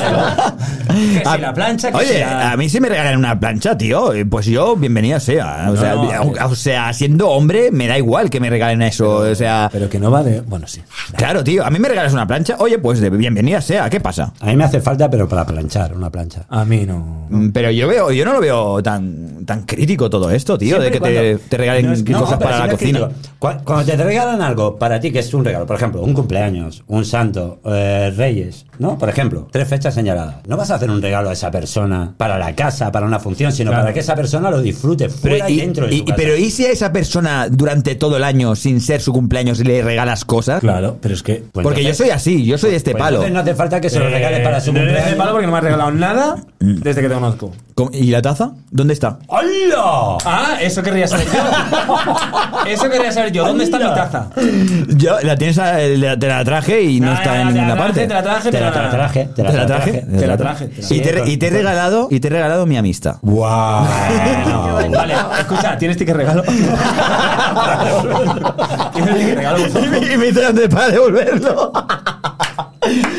S6: Que
S2: Ah,
S6: si la plancha, que
S2: Oye, ah.
S6: si la-
S2: a mí si me regalan una plancha, tío, eh, pues yo bienvenida sea. O,
S6: No,
S2: sea, eh,
S6: no,
S2: o- o sea, siendo hombre, me da igual que me regalen eso. O sea,
S6: Pero que no va de. Bueno, sí.
S2: claro, tío, a mí me regalas una plancha, oye, pues de bienvenida sea, ¿qué pasa?
S5: A mí me hace falta, pero para planchar, una plancha.
S6: A mí no.
S2: Mm, Pero yo veo, yo no lo veo tan, tan crítico todo esto, tío,
S5: Siempre
S2: de que
S5: y
S2: te,
S5: cuando-
S2: te regalen
S5: No, es que-
S2: cosas
S5: no,
S2: para
S5: pero
S2: la
S5: siempre es
S2: cocina.
S5: crítico. Cu- Cuando te regalan algo para ti que es un regalo, por ejemplo, un cumpleaños, un santo, eh, reyes, ¿no? Por ejemplo, tres fechas señaladas. No vas a hacer un regalo a esa persona para la casa, para una función, sino
S6: Claro.
S5: para que esa persona lo disfrute fuera
S2: Pero
S5: y,
S2: y,
S5: dentro de
S2: y-
S5: su casa.
S2: pero ¿y si a esa persona durante todo el año, sin ser su cumpleaños, le regalas cosas?
S6: Claro, pero es que.
S5: Pues
S2: Porque yo
S5: entonces-
S2: soy así, yo soy de este
S5: pues
S2: palo.
S5: entonces no hace falta que se lo regales para su
S6: Eh, no eres de
S5: cumpleaños.
S6: palo porque no me has regalado nada desde que te conozco.
S2: ¿Cómo- Mm. ¿Y la taza? ¿Dónde está?
S5: ¡Hola!
S6: Ah, eso querría saber yo. Eso quería saber yo. ¿Dónde está mi taza?
S2: Yo la tienes, a- la- te la traje y no
S6: Ah,
S2: está en
S6: te la
S2: ninguna
S6: traje,
S2: parte.
S6: Te la traje,
S5: Te
S6: pero
S5: la
S6: nada.
S5: traje, te la traje.
S6: Te la traje, te la
S2: Y te,
S5: traje.
S2: y te he regalado, y te he regalado mi
S6: *laughs*
S2: amistad.
S5: ¡Wow!
S6: Vale,
S2: *laughs*
S6: escucha, ¿tienes ticket regalo? ¿Tienes ticket regalo? por favor?
S2: y me hice antes para
S6: *laughs*
S2: devolverlo.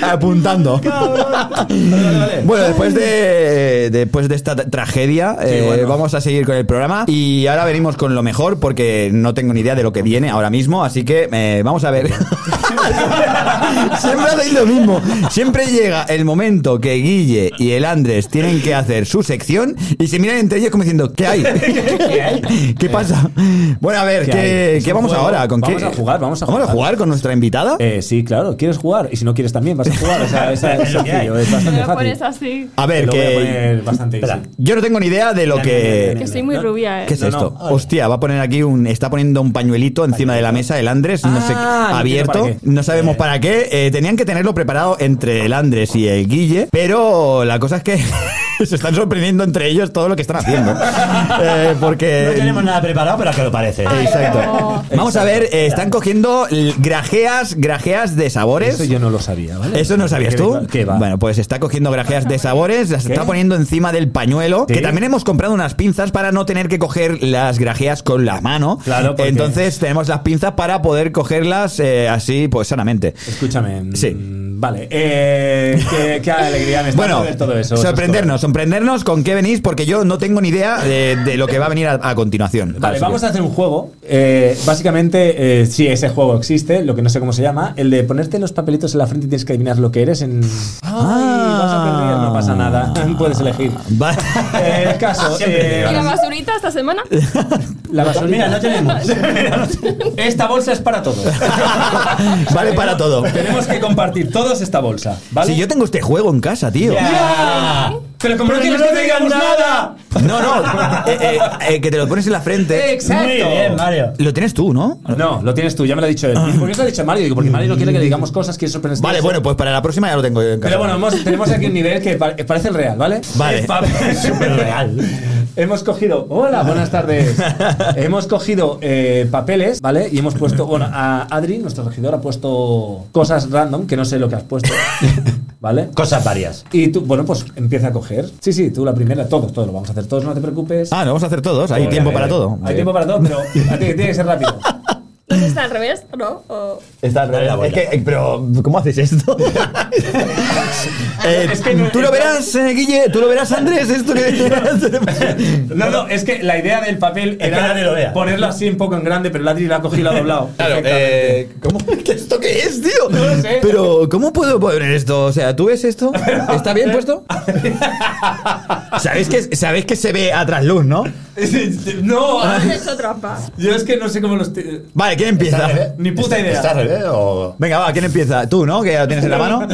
S2: Apuntando.
S4: *laughs*
S6: Vale, vale.
S2: Bueno, después de, después de esta tra- tragedia, eh,
S6: bueno.
S2: vamos a seguir con el programa. Y ahora venimos con lo mejor, porque no tengo ni idea de lo que viene ahora mismo. Así que eh, vamos a ver. *laughs* Siempre hacéis lo mismo. Siempre llega el momento que Guille y el Andrés tienen que hacer su sección y se miran entre ellos como diciendo: ¿Qué
S6: *laughs*
S2: hay? ¿Qué, pasa? Bueno, a ver,
S6: Eh, ¿Qué
S2: ¿qué,
S6: hay? Es
S2: qué
S6: un
S2: vamos
S6: juego.
S2: ahora? ¿Con qué?
S6: Vamos a jugar, vamos a jugar.
S2: con nuestra invitada?
S6: Eh, sí, claro, ¿quieres jugar? Y si no quieres también, vas a jugar.
S2: *laughs*
S6: O sea, es, es sencillo, es
S4: Me
S6: bastante
S4: lo
S6: fácil.
S4: pones así.
S2: A ver,
S6: Lo voy a
S2: que
S6: poner bastante easy.
S2: yo no tengo ni idea de lo que...
S4: Que soy muy
S6: No.
S4: rubia, eh.
S2: ¿Qué es
S6: No, no,
S2: esto?
S6: vale.
S2: Hostia, va a poner aquí un. Está poniendo un pañuelito encima de la mesa el Andrés, no
S6: Ah,
S2: sé, qué-
S6: no entiendo
S2: abierto.
S6: para qué.
S2: No sabemos
S6: Eh.
S2: para qué. Eh, tenían que tenerlo preparado entre el Andrés y el Guille, pero la cosa es que *laughs* se están sorprendiendo entre ellos todo lo que están
S6: *laughs*
S2: haciendo. Eh, porque.
S5: No tenemos nada preparado, pero que lo parece.
S2: Exacto.
S4: no.
S2: Vamos a ver, eh, están cogiendo l- grajeas, grajeas de sabores.
S6: Eso yo no lo sabía, ¿vale?
S2: ¿Eso no sabías
S6: ¿Qué-
S2: tú?
S6: ¿Qué va?
S2: Bueno, pues está cogiendo grajeas de sabores, las
S6: ¿Qué?
S2: está poniendo encima del pañuelo,
S6: ¿Sí?
S2: que también hemos comprado unas pinzas para no tener que coger las grajeas con la mano.
S6: Claro, porque-
S2: Entonces tenemos las pinzas para poder cogerlas eh, así, pues sanamente.
S6: Escúchame. mm,
S2: Sí.
S6: Vale. Eh, qué, qué alegría me está
S2: Bueno,
S6: haciendo todo eso.
S2: sorprendernos, sorprendernos con qué venís, porque yo no tengo ni idea de, de lo que va a venir a, a continuación.
S6: Vale,
S2: Así
S6: vamos
S2: que-
S6: a hacer un juego. Eh, básicamente, eh, sí, ese juego existe, lo que no sé cómo se llama, el de ponerte los papelitos en la frente y tienes que adivinar lo que eres en... Ay, vas a
S2: Ah.
S6: perder, no pasa nada, *laughs* puedes elegir.
S2: *laughs* Va-
S6: Eh, el
S2: *laughs*
S6: caso, eh,
S4: ¿Y la basurita esta semana?
S6: la basura-
S5: Mira,
S6: *laughs*
S5: no tenemos.
S6: Esta bolsa es para todos.
S2: *laughs* vale para todo.
S6: Tenemos que compartir todos esta bolsa, ¿vale?
S2: Si yo tengo este juego en casa, tío.
S6: ¡Ya! Pero como no
S5: Pero
S6: quieres
S5: no
S6: que
S5: digas
S6: digamos nada.
S5: nada.
S2: No,
S5: *laughs*
S2: no, eh, eh, eh, que te lo pones en la frente.
S6: Exacto.
S5: Muy bien, Mario.
S2: Lo tienes tú, ¿no? Ah.
S6: No, lo tienes tú, ya me lo ha dicho él. ¿Y ¿Por qué se lo ha dicho Mario? Digo, porque Mario no quiere que le digamos cosas, quiere sorprender.
S2: Vale, bueno, pues para la próxima ya lo tengo yo en casa.
S6: Pero bueno, hemos- tenemos aquí un nivel que pa- parece el real, *laughs* ¿vale?
S2: Vale. *laughs*
S6: El papel-
S5: Es súper real.
S6: Hemos cogido, hola,
S2: *laughs*
S6: buenas tardes. hemos cogido eh, papeles, ¿vale? Y hemos puesto, bueno, a Adri, nuestro regidor, ha puesto cosas random, que no sé lo que
S2: *laughs*
S6: has puesto, ¿vale?
S5: Cosas varias.
S6: Y tú, bueno, pues empieza a coger. Sí, sí, tú la primera, todos, todos, lo vamos a hacer todos, no te preocupes.
S2: Ah, lo vamos a hacer todos. Hay
S6: Vale,
S2: tiempo
S6: vale.
S2: para todo. *laughs*
S6: Hay tiempo para todo, pero a ti- tiene que ser rápido.
S4: ¿Dónde está al revés, ¿no? O-
S2: Está al revés. Es que, eh, pero, ¿cómo haces
S6: *laughs*
S2: esto? *laughs* Eh, tú lo verás, eh, Guille, tú lo verás, Andrés, esto
S6: *laughs*
S2: *laughs* que.
S6: No, no, es que la idea del papel
S5: que
S6: era
S5: nadie lo vea.
S6: ponerlo así un poco en grande, pero Ladri la ha cogido y la ha doblado.
S2: *laughs* Claro, eh, ¿cómo? ¿Qué- ¿Esto qué es, tío? Pero, ¿cómo puedo poner esto? O sea, ¿tú ves
S6: *laughs*
S2: esto? ¿Está bien puesto? ¿Sabéis que, sabéis que se ve a trasluz, no? *laughs*
S6: no,
S4: ¿Has hecho trampa?
S2: Eh,
S6: yo es que no sé cómo los. te-
S2: Vale, ¿quién empieza?
S6: Ni puta idea.
S5: ¿Está al revés o.?
S2: Venga, va, ¿quién empieza? Tú, ¿no? Que ya lo tienes en la
S6: *laughs*
S2: mano.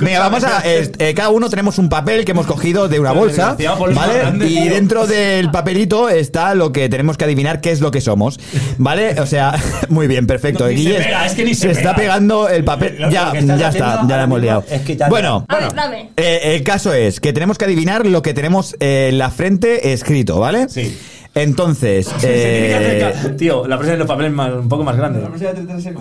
S2: Venga, vamos a. eh, eh, cada uno tenemos un papel que hemos cogido de una bolsa.
S6: desgraciado, ponlo más
S2: ¿Vale?
S6: grande,
S2: Y
S6: *laughs* tío.
S2: dentro del papelito está lo que tenemos que adivinar qué es lo que somos. ¿Vale? O sea, *laughs* muy bien, perfecto.
S5: No, ni se
S2: Guille
S5: pega, es que ni se pega.
S2: está pegando el papel.
S5: Lo- lo
S2: ya
S5: que estás
S2: ya
S5: haciendo
S2: está, ya la
S5: ahora
S2: hemos liado.
S5: mismo es quitarle-
S2: bueno,
S4: A ver, dame.
S2: eh, el caso es que tenemos que adivinar lo que tenemos eh, en la frente escrito, ¿tiene
S6: Sí.
S2: Entonces.
S6: Tiene que
S2: eh,
S6: acercar- Tío, la presa de los papeles más- un poco más grande.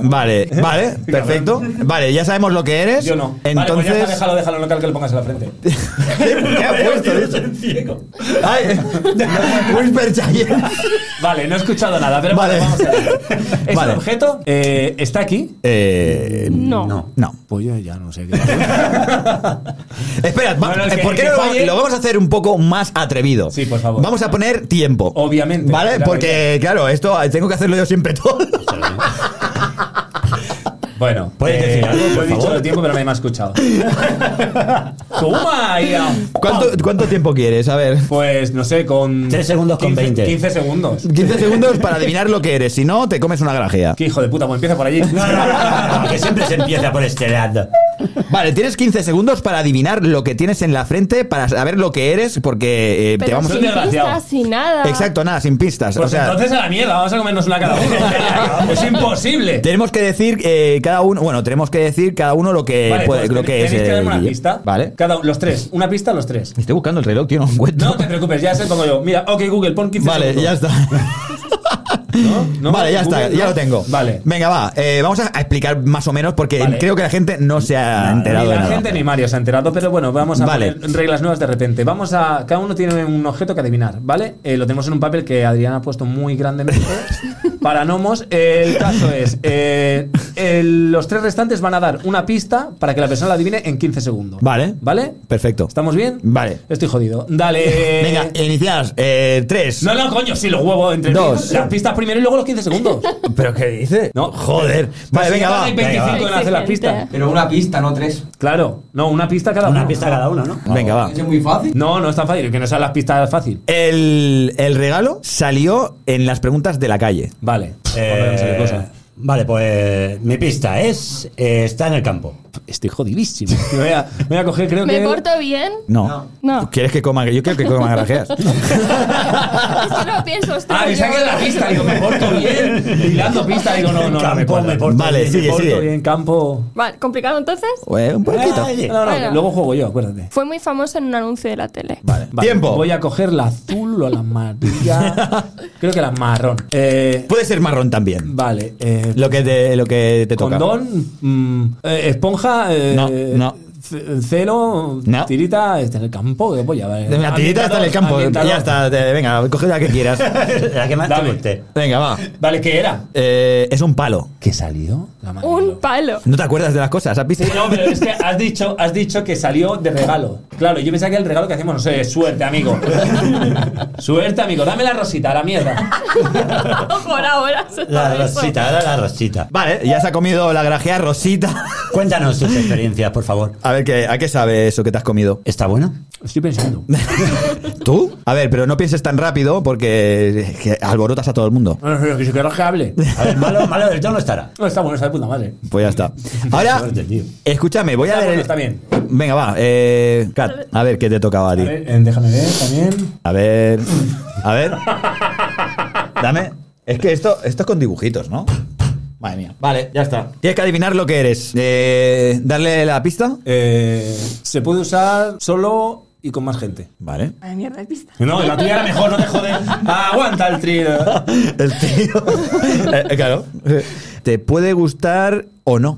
S2: Vale,
S5: *laughs*
S2: vale, perfecto. Vale, ya sabemos lo que eres.
S6: Yo no. Vale, pues ya
S2: Entonces.
S6: está, déjalo, déjalo, no cal que lo pongas en la frente.
S2: *laughs* ¿Qué ha puesto?
S6: ciego. *laughs*
S2: Ay, Whisper Giant.
S6: Vale, no he escuchado nada, pero
S2: Vale.
S6: vamos a ver.
S2: *laughs*
S6: Ese
S2: Vale.
S6: objeto eh, está aquí.
S2: Eh,
S4: No.
S2: no.
S6: Pues yo ya no sé qué.
S2: Espera, va- eh,
S6: Bueno, el que-
S2: ¿por qué
S6: el
S2: no
S6: que
S2: lo,
S6: falle-
S2: lo vamos a hacer un poco más atrevido?
S6: Sí, por favor.
S2: Vamos a poner tiempo.
S6: Obviamente,
S2: ¿Vale?
S6: claro,
S2: Porque, claro, esto eh, tengo que hacerlo yo siempre todo.
S6: *laughs* Bueno,
S2: Pues-
S5: ¿Puedes
S6: eh,
S5: decir algo, pues, por
S6: lo he dicho
S5: favor?
S6: todo el tiempo, pero nadie me ha escuchado. ¡Toma! ya!
S2: ¿Cuánto, cuánto tiempo quieres? A ver.
S6: Pues no sé, con.
S5: Tres segundos con 20.
S2: *laughs*
S6: 15 segundos.
S2: 15 segundos para adivinar lo que eres. Si no, te comes una grajea.
S6: Qué hijo de puta, pues empieza por allí.
S5: No, no,
S6: Ah,
S5: no, no, que siempre se empieza por este lado.
S2: Vale, tienes 15 segundos para adivinar lo que tienes en la frente, para saber lo que eres, porque eh, te
S4: Pero
S2: vamos a...
S4: sin
S6: Soy desgraciado.
S4: pistas, sin nada.
S2: Exacto, nada, sin pistas.
S6: Pues
S2: o sea,
S6: entonces a la mierda, vamos a comernos una cada
S2: *laughs*
S6: uno. Pues es imposible.
S2: tenemos que decir eh, cada uno, bueno, tenemos que decir cada uno lo que
S6: Vale,
S2: Eh, puede,
S6: pues
S2: lo
S6: ten-
S2: que es.
S6: tenéis que
S2: eh,
S6: darme una
S2: Guille.
S6: pista.
S2: Vale.
S6: Cada, los tres. Una pista, los tres.
S2: Estoy buscando el reloj, tío, no lo encuentro.
S6: No te preocupes, ya se pongo yo. Mira, ok, Google, pon 15
S2: vale,
S6: segundos.
S2: ya está.
S6: ¿No? ¿No?
S2: vale, ya está,
S6: Google,
S2: ya
S6: no.
S2: lo tengo.
S6: Vale.
S2: Venga, va, eh, vamos a a explicar más o menos porque
S6: Vale.
S2: creo que la gente no se ha enterado
S6: Ni
S2: de
S6: la
S2: nada.
S6: gente ni Mario se ha enterado, pero bueno, vamos a
S2: Vale.
S6: poner reglas nuevas de repente. Vamos a. Cada uno tiene un objeto que adivinar, ¿vale? Eh, lo tenemos en un papel que Adrián ha puesto
S2: *laughs*
S6: muy grandemente para Nomos. Eh, el caso es. eh, el- los tres restantes van a dar una pista para que la persona la adivine en 15 segundos.
S2: Vale.
S6: ¿Vale?
S2: Perfecto.
S6: ¿Estamos bien?
S2: Vale.
S6: Estoy jodido. Dale.
S2: Venga, inicias. Eh, tres.
S6: No, no, coño, si los huevos entre
S2: Dos.
S6: las pistas primero y luego los 15 segundos.
S2: *laughs* ¿Pero qué dice?
S6: No.
S2: joder. Vale,
S6: Si
S2: venga,
S6: tardan
S2: va.
S6: ahí
S2: Venga,
S6: 25
S2: va.
S6: en hacer las pistas.
S7: Pero una pista, no tres.
S6: Claro, no, una pista cada
S5: Una
S6: uno.
S5: pista cada uno, ¿no?
S2: Venga, va.
S7: Es muy fácil.
S6: No, no es tan fácil, que no sean las pistas fácil.
S2: El, el regalo salió en las preguntas de la calle.
S6: Vale. Joder, no sé qué
S5: Eh,
S6: cosa.
S5: vale, pues mi pista es. eh, está en el campo.
S6: Estoy
S5: *laughs*
S6: jodidísimo. Me voy a, me voy a coger, creo
S4: ¿Me
S6: que.
S4: porto bien?
S2: No.
S4: No.
S2: ¿Quieres que coma? Yo quiero que coma grajeas.
S4: *laughs* Es que no pienso, ostras.
S6: Ah, me
S4: yo-
S6: saqué de la pista, digo, me porto bien. Hilando pista, digo, no, no, no, me
S5: Campo,
S6: porto
S5: me porto
S2: Vale,
S5: bien,
S2: sigue,
S5: me porto
S2: sigue.
S5: bien. Ah,
S6: bien, campo.
S4: Vale, ¿complicado entonces?
S2: Eh, un poquito.
S5: Ay,
S6: Pues, No, no,
S4: Bueno.
S6: que luego juego yo, acuérdate.
S4: Fue muy famoso en un anuncio de la tele.
S6: Vale,
S2: Tiempo.
S6: Voy a coger la azul o la amarilla. *laughs* creo que la marrón. Eh,
S2: Puede ser marrón también.
S6: vale. Eh,
S2: Lo que te, lo que te toca.
S6: condón, mm, eh, esponja. eh,
S2: No, no.
S6: c- Celo,
S2: No.
S6: tirita, está en el campo, qué polla. vale.
S2: La tirita está en el campo.
S6: Ambientador,
S2: Ya está. te- venga, coge la que
S6: *laughs*
S2: quieras.
S5: La que más te
S6: Dame.
S5: guste.
S2: Venga, va.
S6: Vale, ¿qué era?
S2: Eh, es un palo.
S6: ¿Qué salió? La madre que
S4: Un
S6: lo- *laughs*
S4: palo.
S2: ¿No te acuerdas de las cosas? ¿Has visto?
S6: Sí, no, pero es que has dicho, has dicho que salió de regalo. Claro, yo pensaba que el regalo que hacemos, no sé,
S2: *laughs*
S6: suerte, amigo. suerte, amigo. Dame la rosita, la mierda.
S4: Por ahora. se
S5: La
S4: sabe eso.
S5: rosita, ahora la rosita.
S2: Vale, ya se ha comido la grajea rosita.
S5: Cuéntanos tus experiencias, por favor.
S2: A ver, ¿qué, ¿a qué sabe eso que te has comido?
S5: ¿Está bueno?
S6: Estoy pensando.
S2: *laughs* ¿Tú? A ver, pero no pienses tan rápido porque es que alborotas a todo el mundo.
S6: No, no, que si querrás que hable.
S5: A ver, malo, malo del todo no estará.
S6: *laughs* No, está bueno, está de puta madre.
S2: Pues ya está.
S6: *laughs*
S2: Ahora,
S5: Suerte, tío.
S2: escúchame, voy a ver.
S6: Está bueno,
S2: el-
S6: está bien.
S2: Venga, va. Eh, Kat, a ver qué te tocaba a
S6: A
S2: ti.
S6: ver, eh, déjame ver también.
S2: A ver. A ver. Dame. Es que esto, esto es con dibujitos, ¿no? Madre mía. Vale, ya está. Tienes que adivinar lo que eres. Eh, ¿Darle la pista?
S6: Eh, se puede usar solo y con más gente.
S2: Vale.
S4: Ay, mierda, hay pista.
S6: No, la tuya era mejor, no
S2: *laughs*
S6: te jodes. Aguanta el trío.
S2: El tío. Eh, claro. Te puede gustar o no.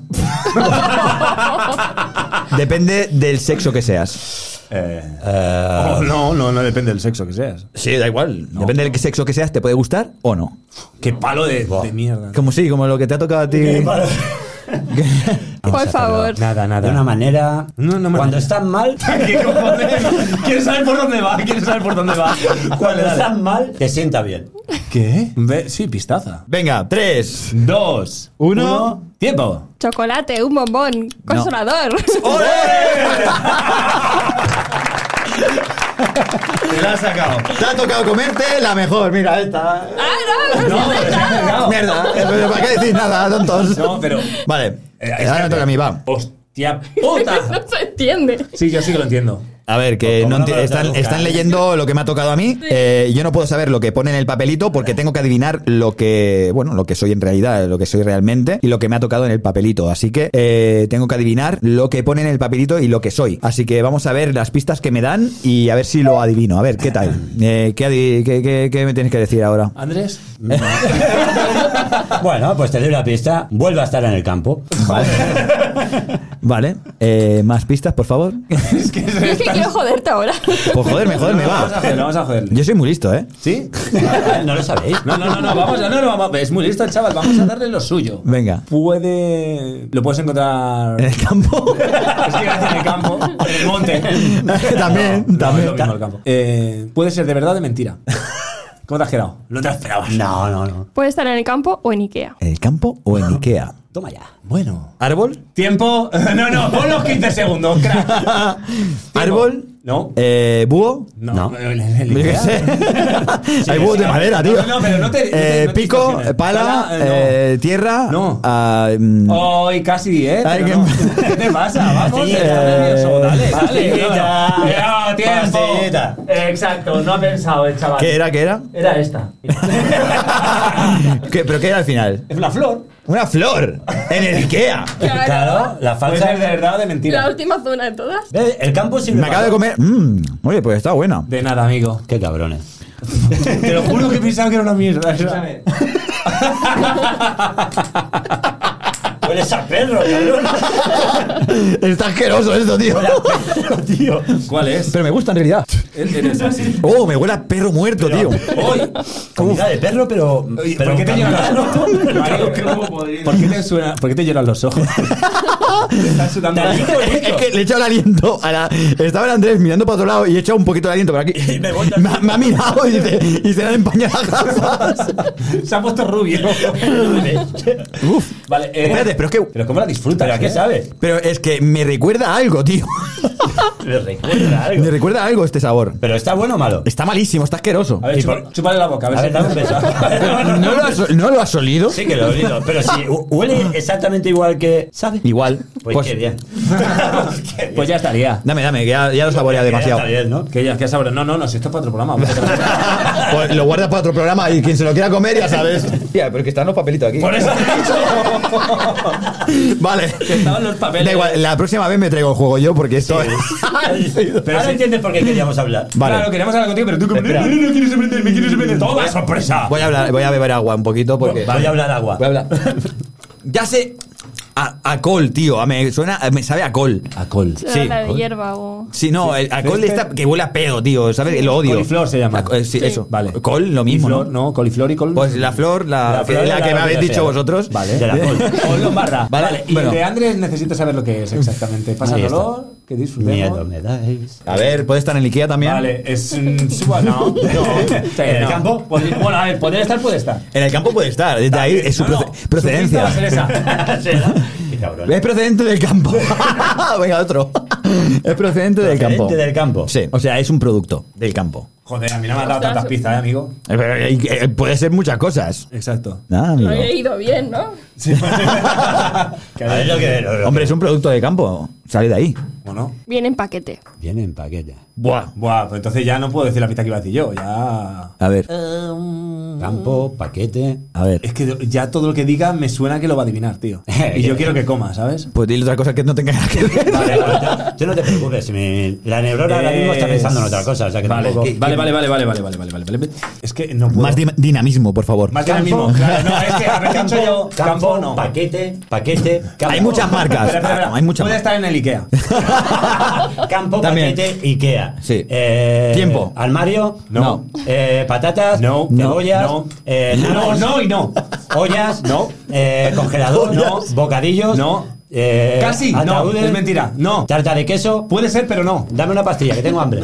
S2: Depende del sexo que seas.
S5: Eh,
S6: Oh, no, no, no depende del sexo que seas.
S2: Sí, da igual. Depende del sexo que seas, te puede gustar o no.
S6: Qué palo de,
S5: Buah.
S6: de mierda.
S2: Como sí, como lo que te ha tocado a ti.
S4: *laughs* Por favor.
S6: Nada, nada.
S5: de una manera.
S6: No, no,
S5: Cuando
S6: manera.
S5: estás mal.
S6: *laughs* ¿Qué cojones? ¿Quieres saber por dónde va? ¿Quieres saber por dónde va?
S5: Cuando
S6: Dale, dale.
S5: estás mal, te sienta bien.
S6: ¿Qué? Ve- sí, pistaza.
S2: Venga, tres.
S6: Dos,
S2: Uno.
S6: tiempo.
S4: Chocolate, un bombón, consolador.
S2: Te la has sacado. Te ha tocado comerte la mejor, mira, esta.
S4: ¡Ah, no! no,
S6: No,
S4: no,
S6: es
S4: no.
S6: cagao.
S2: Mierda, pero ¿para qué decir nada, tontos?
S6: No, pero.
S2: Vale,
S6: Eh,
S2: ahora me toca a mí, va.
S6: ¡Hostia puta!
S4: *laughs* No se
S6: *laughs*
S4: entiende.
S6: Sí, yo sí que lo entiendo.
S2: A ver, que no
S5: Como no
S2: enti-
S5: me lo
S2: están,
S5: traduzcan.
S2: están leyendo lo que me ha tocado a mí. Eh, yo no puedo saber lo que pone en el papelito porque tengo que adivinar lo que, bueno, lo que soy en realidad, lo que soy realmente y lo que me ha tocado en el papelito. Así que eh, tengo que adivinar lo que pone en el papelito y lo que soy. Así que vamos a ver las pistas que me dan y a ver si lo adivino. A ver, ¿qué tal? Eh, ¿qué, adi- qué- qué- qué me tienes que decir ahora?
S6: Andrés.
S5: Bueno, pues te doy la pista. Vuelve a estar en el campo.
S6: *laughs*
S2: Vale, eh, más pistas, por favor.
S6: es que
S4: Yo es que quiero joderte ahora.
S2: Pues joderme, joderme,
S6: Vamos a
S2: va.
S6: joderle, vamos a joderle.
S2: Yo soy muy listo, ¿eh?
S6: ¿Sí?
S5: no lo sabéis.
S6: No, no, no, no, vamos a, no, no, vamos a- es muy listo el chaval, vamos a darle lo suyo. *laughs*
S2: Venga.
S6: Puede... Lo puedes encontrar...
S2: En el campo.
S6: Es que iba a decir en el campo, en el monte.
S2: También,
S6: No, no,
S2: también.
S6: es lo mismo el campo. Eh, puede ser de verdad o de mentira. ¿Cómo te has quedado? No te lo esperabas.
S5: No, no, no.
S4: Puede estar en el campo o en Ikea.
S2: ¿En el campo o en Ikea?
S5: Toma ya.
S6: Bueno.
S2: ¿Árbol?
S6: Tiempo... No, no, pon los 15 segundos, *laughs* crack.
S2: ¿Árbol?
S6: No.
S2: Eh, ¿Búho?
S6: No.
S5: No.
S6: el- el- el-
S2: Yo qué sé. *laughs* Hay búhos de madera, tío.
S6: No, no, pero no te- no te-
S2: Eh,
S6: no te
S2: pico,
S6: estaciones.
S2: pala,
S6: Pala, eh, no.
S2: eh, tierra.
S6: No.
S2: ah, mm,
S6: Hoy casi, ¿eh?
S2: Ay,
S6: Pero no.
S2: qué- eh,
S6: ¿Qué te pasa? Vamos, eh.
S5: Pastillita.
S6: está nervioso.
S2: *laughs*
S6: Dale, dale.
S5: Pastillita.
S6: No, no. No, tiempo.
S5: Pastillita.
S6: Exacto, no ha pensado el chaval.
S2: ¿Qué era? ¿Qué era?
S6: Era esta.
S2: ¿Qué- ¿Pero qué era al final?
S6: Es la flor.
S2: ¡Una flor! ¡En el Ikea!
S4: Claro.
S5: Claro, la
S6: Puede
S5: falsa.
S6: ser de verdad o de
S4: La
S6: mentira.
S4: última zona de todas.
S5: Eh, El campo sirve
S2: Me acabo
S5: para-
S2: de comer. mm, oye, pues está buena.
S6: De nada, amigo.
S5: Qué cabrones.
S6: *laughs* Te lo juro que pensaba que era una mierda.
S5: Hueles a perro, cabrón.
S2: Está asqueroso esto, tío.
S5: Tío.
S6: ¿Cuál es?
S2: Pero me gusta en realidad.
S6: Eres así.
S2: Oh, me huele a perro muerto, tío.
S5: Hoy. Comida de perro, pero. pero
S6: ¿Por qué te
S5: cambiado.
S6: *laughs* lloran los ojos? ¿Por qué te suena- por qué te lloran los ojos? Te están sudando
S5: Te
S6: los
S5: digo,
S6: ojos.
S2: *laughs* Es que le he echado el aliento a la... Estaba el Andrés mirando para otro lado y he echado un poquito de aliento por
S6: *laughs*
S2: aquí.
S5: Y me voy
S2: me, ha- me ha mirado y, dice- y se le han empañado las gafas.
S6: *laughs* Se ha puesto rubio. *laughs*
S2: Uf.
S6: Vale, eh,
S2: Espérate, pero es que...
S6: Pero ¿cómo la disfrutas?
S5: ¿Pero a qué
S6: eh?
S5: sabe?
S2: Pero es que me recuerda a algo, tío.
S5: *laughs* Me recuerda
S2: me
S5: algo.
S2: recuerda a algo este sabor.
S5: Pero está bueno o malo.
S2: Está malísimo, está asqueroso.
S6: A ver,
S5: Y
S6: chupa-
S5: por-
S6: chúpale la boca. A ver,
S5: A
S6: si-
S5: ver, dame un beso.
S2: *laughs* ¿No lo, has, ¿No lo has olido?
S5: Sí que lo he olido, pero si hu-
S6: Ah.
S5: huele exactamente igual que... ¿Sabe?
S2: Igual.
S5: Pues, qué bien.
S6: Pues ya estaría.
S2: Dame, dame, que ya, ya lo saborea demasiado.
S5: Está bien, ¿no?
S6: Que ya, que ya sabrá. No, no, no, si esto es para otro programa.
S2: *laughs* Pues lo guardas para otro programa y quien se lo quiera comer, ya
S5: *laughs*
S2: sabes. Tía, pero que están los papelitos aquí.
S6: Por eso te he dicho.
S2: Vale.
S6: Que estaban los papeles.
S2: Da igual, la próxima vez me traigo el juego yo porque esto.
S5: *laughs* Pero ahora entiendes por qué queríamos hablar.
S2: Vale.
S6: Claro, queríamos hablar contigo, pero tú como...
S2: Espera.
S6: No, no, no, quieres aprender, me quieres aprender. Toma, sorpresa.
S2: Voy a, hablar, voy a beber agua un poquito porque.
S5: Voy a hablar agua.
S2: Voy a
S6: *laughs*
S2: hablar. ya sé. A, a col, tío. A me suena. a- me sabe a col.
S6: A col.
S2: Sí.
S4: La de hierba o...
S2: Sí, no, el- a
S6: pero
S2: col
S6: es que-
S2: esta que huele a pedo, tío. ¿Sabes? Lo odio.
S6: Coliflor se llama.
S2: A co- eh, sí,
S4: Sí.
S2: eso.
S6: Vale.
S2: Col, lo mismo.
S6: Coliflor,
S2: ¿no?
S6: no, coliflor y col...
S2: Pues la flor, la,
S5: La flor
S2: que,
S5: de
S2: la
S5: la
S2: que me habéis
S5: gaviota,
S2: dicho
S5: sí.
S2: vosotros.
S6: Vale.
S2: *laughs*
S5: De la col.
S6: Col lombarda.
S2: Vale,
S6: Vale, y
S2: bueno.
S6: el de Andrés necesito saber lo que es exactamente. Pásanoslo, que disfrutemos.
S5: Miedo me dais.
S2: A ver, puede estar en el Ikea también.
S6: Vale, es un suba,
S2: *laughs*
S6: no. no.
S5: ¿En el
S6: campo? Bueno, a ver, poder estar puede estar.
S2: En el campo puede estar. Desde ahí es su
S6: No, no,
S2: proce-
S6: su
S2: procedencia.
S6: pista va a ser esa.
S2: *laughs*
S5: Qué cabrón.
S2: Es procedente del campo.
S6: *laughs*
S2: Venga, otro. Es procedente, del
S5: Procedente
S2: campo.
S5: del campo.
S2: Sí, o sea, es un producto del campo.
S6: Joder, a mí no me han dado tantas pistas, ¿eh, amigo?
S2: Eh, pero, eh, eh, Puede ser muchas cosas.
S6: Exacto.
S2: Ah, amigo.
S4: Lo he ido bien, ¿no?
S5: A ver lo que... lo- lo-
S2: Hombre, es un producto de campo. Sale de ahí.
S6: Bueno.
S4: Viene en paquete.
S5: Viene en paquete.
S2: Buah.
S6: Buah, pues entonces ya no puedo decir la pista que iba a decir yo. Ya.
S2: A ver.
S5: campo, paquete.
S2: A ver.
S6: Es que ya todo lo que diga me suena que lo va a adivinar, tío. y yo quiero que coma, ¿sabes?
S2: Pues dile otra cosa que no tenga nada que ver.
S5: Vale, vale, tú no te preocupes. mi- la neurona ahora mismo está pensando en otra cosa. O sea que
S6: Vale,
S5: tampoco-
S6: vale, vale, vale, vale, vale, vale, vale, vale, vale. Es que no puedo.
S2: Más di- dinamismo, por favor.
S6: Más dinamismo, claro. No, es que habré
S5: Campo,
S6: dicho yo.
S5: campo,
S6: Campo no.
S5: paquete,
S6: *laughs*
S5: paquete. campo.
S2: Hay muchas marcas.
S6: Espera, espera, espera.
S2: Hay muchas
S6: Puede
S2: marcas.
S6: estar en el Ikea.
S5: Campo,
S2: También.
S5: paquete, Ikea.
S2: Sí.
S5: Eh,
S2: Tiempo.
S5: Armario.
S2: No.
S5: Eh, patatas.
S6: No.
S5: Cebollas.
S6: No.
S5: Eh,
S6: No,
S5: nanas.
S6: no y no.
S5: Ollas.
S6: No.
S5: Eh, congelador. No. Bocadillos.
S6: No.
S5: Eh,
S6: Casi, no,
S5: ataúdes.
S6: es mentira, no.
S5: Tarta de queso.
S6: Puede ser, pero no.
S5: Dame una pastilla, que tengo hambre.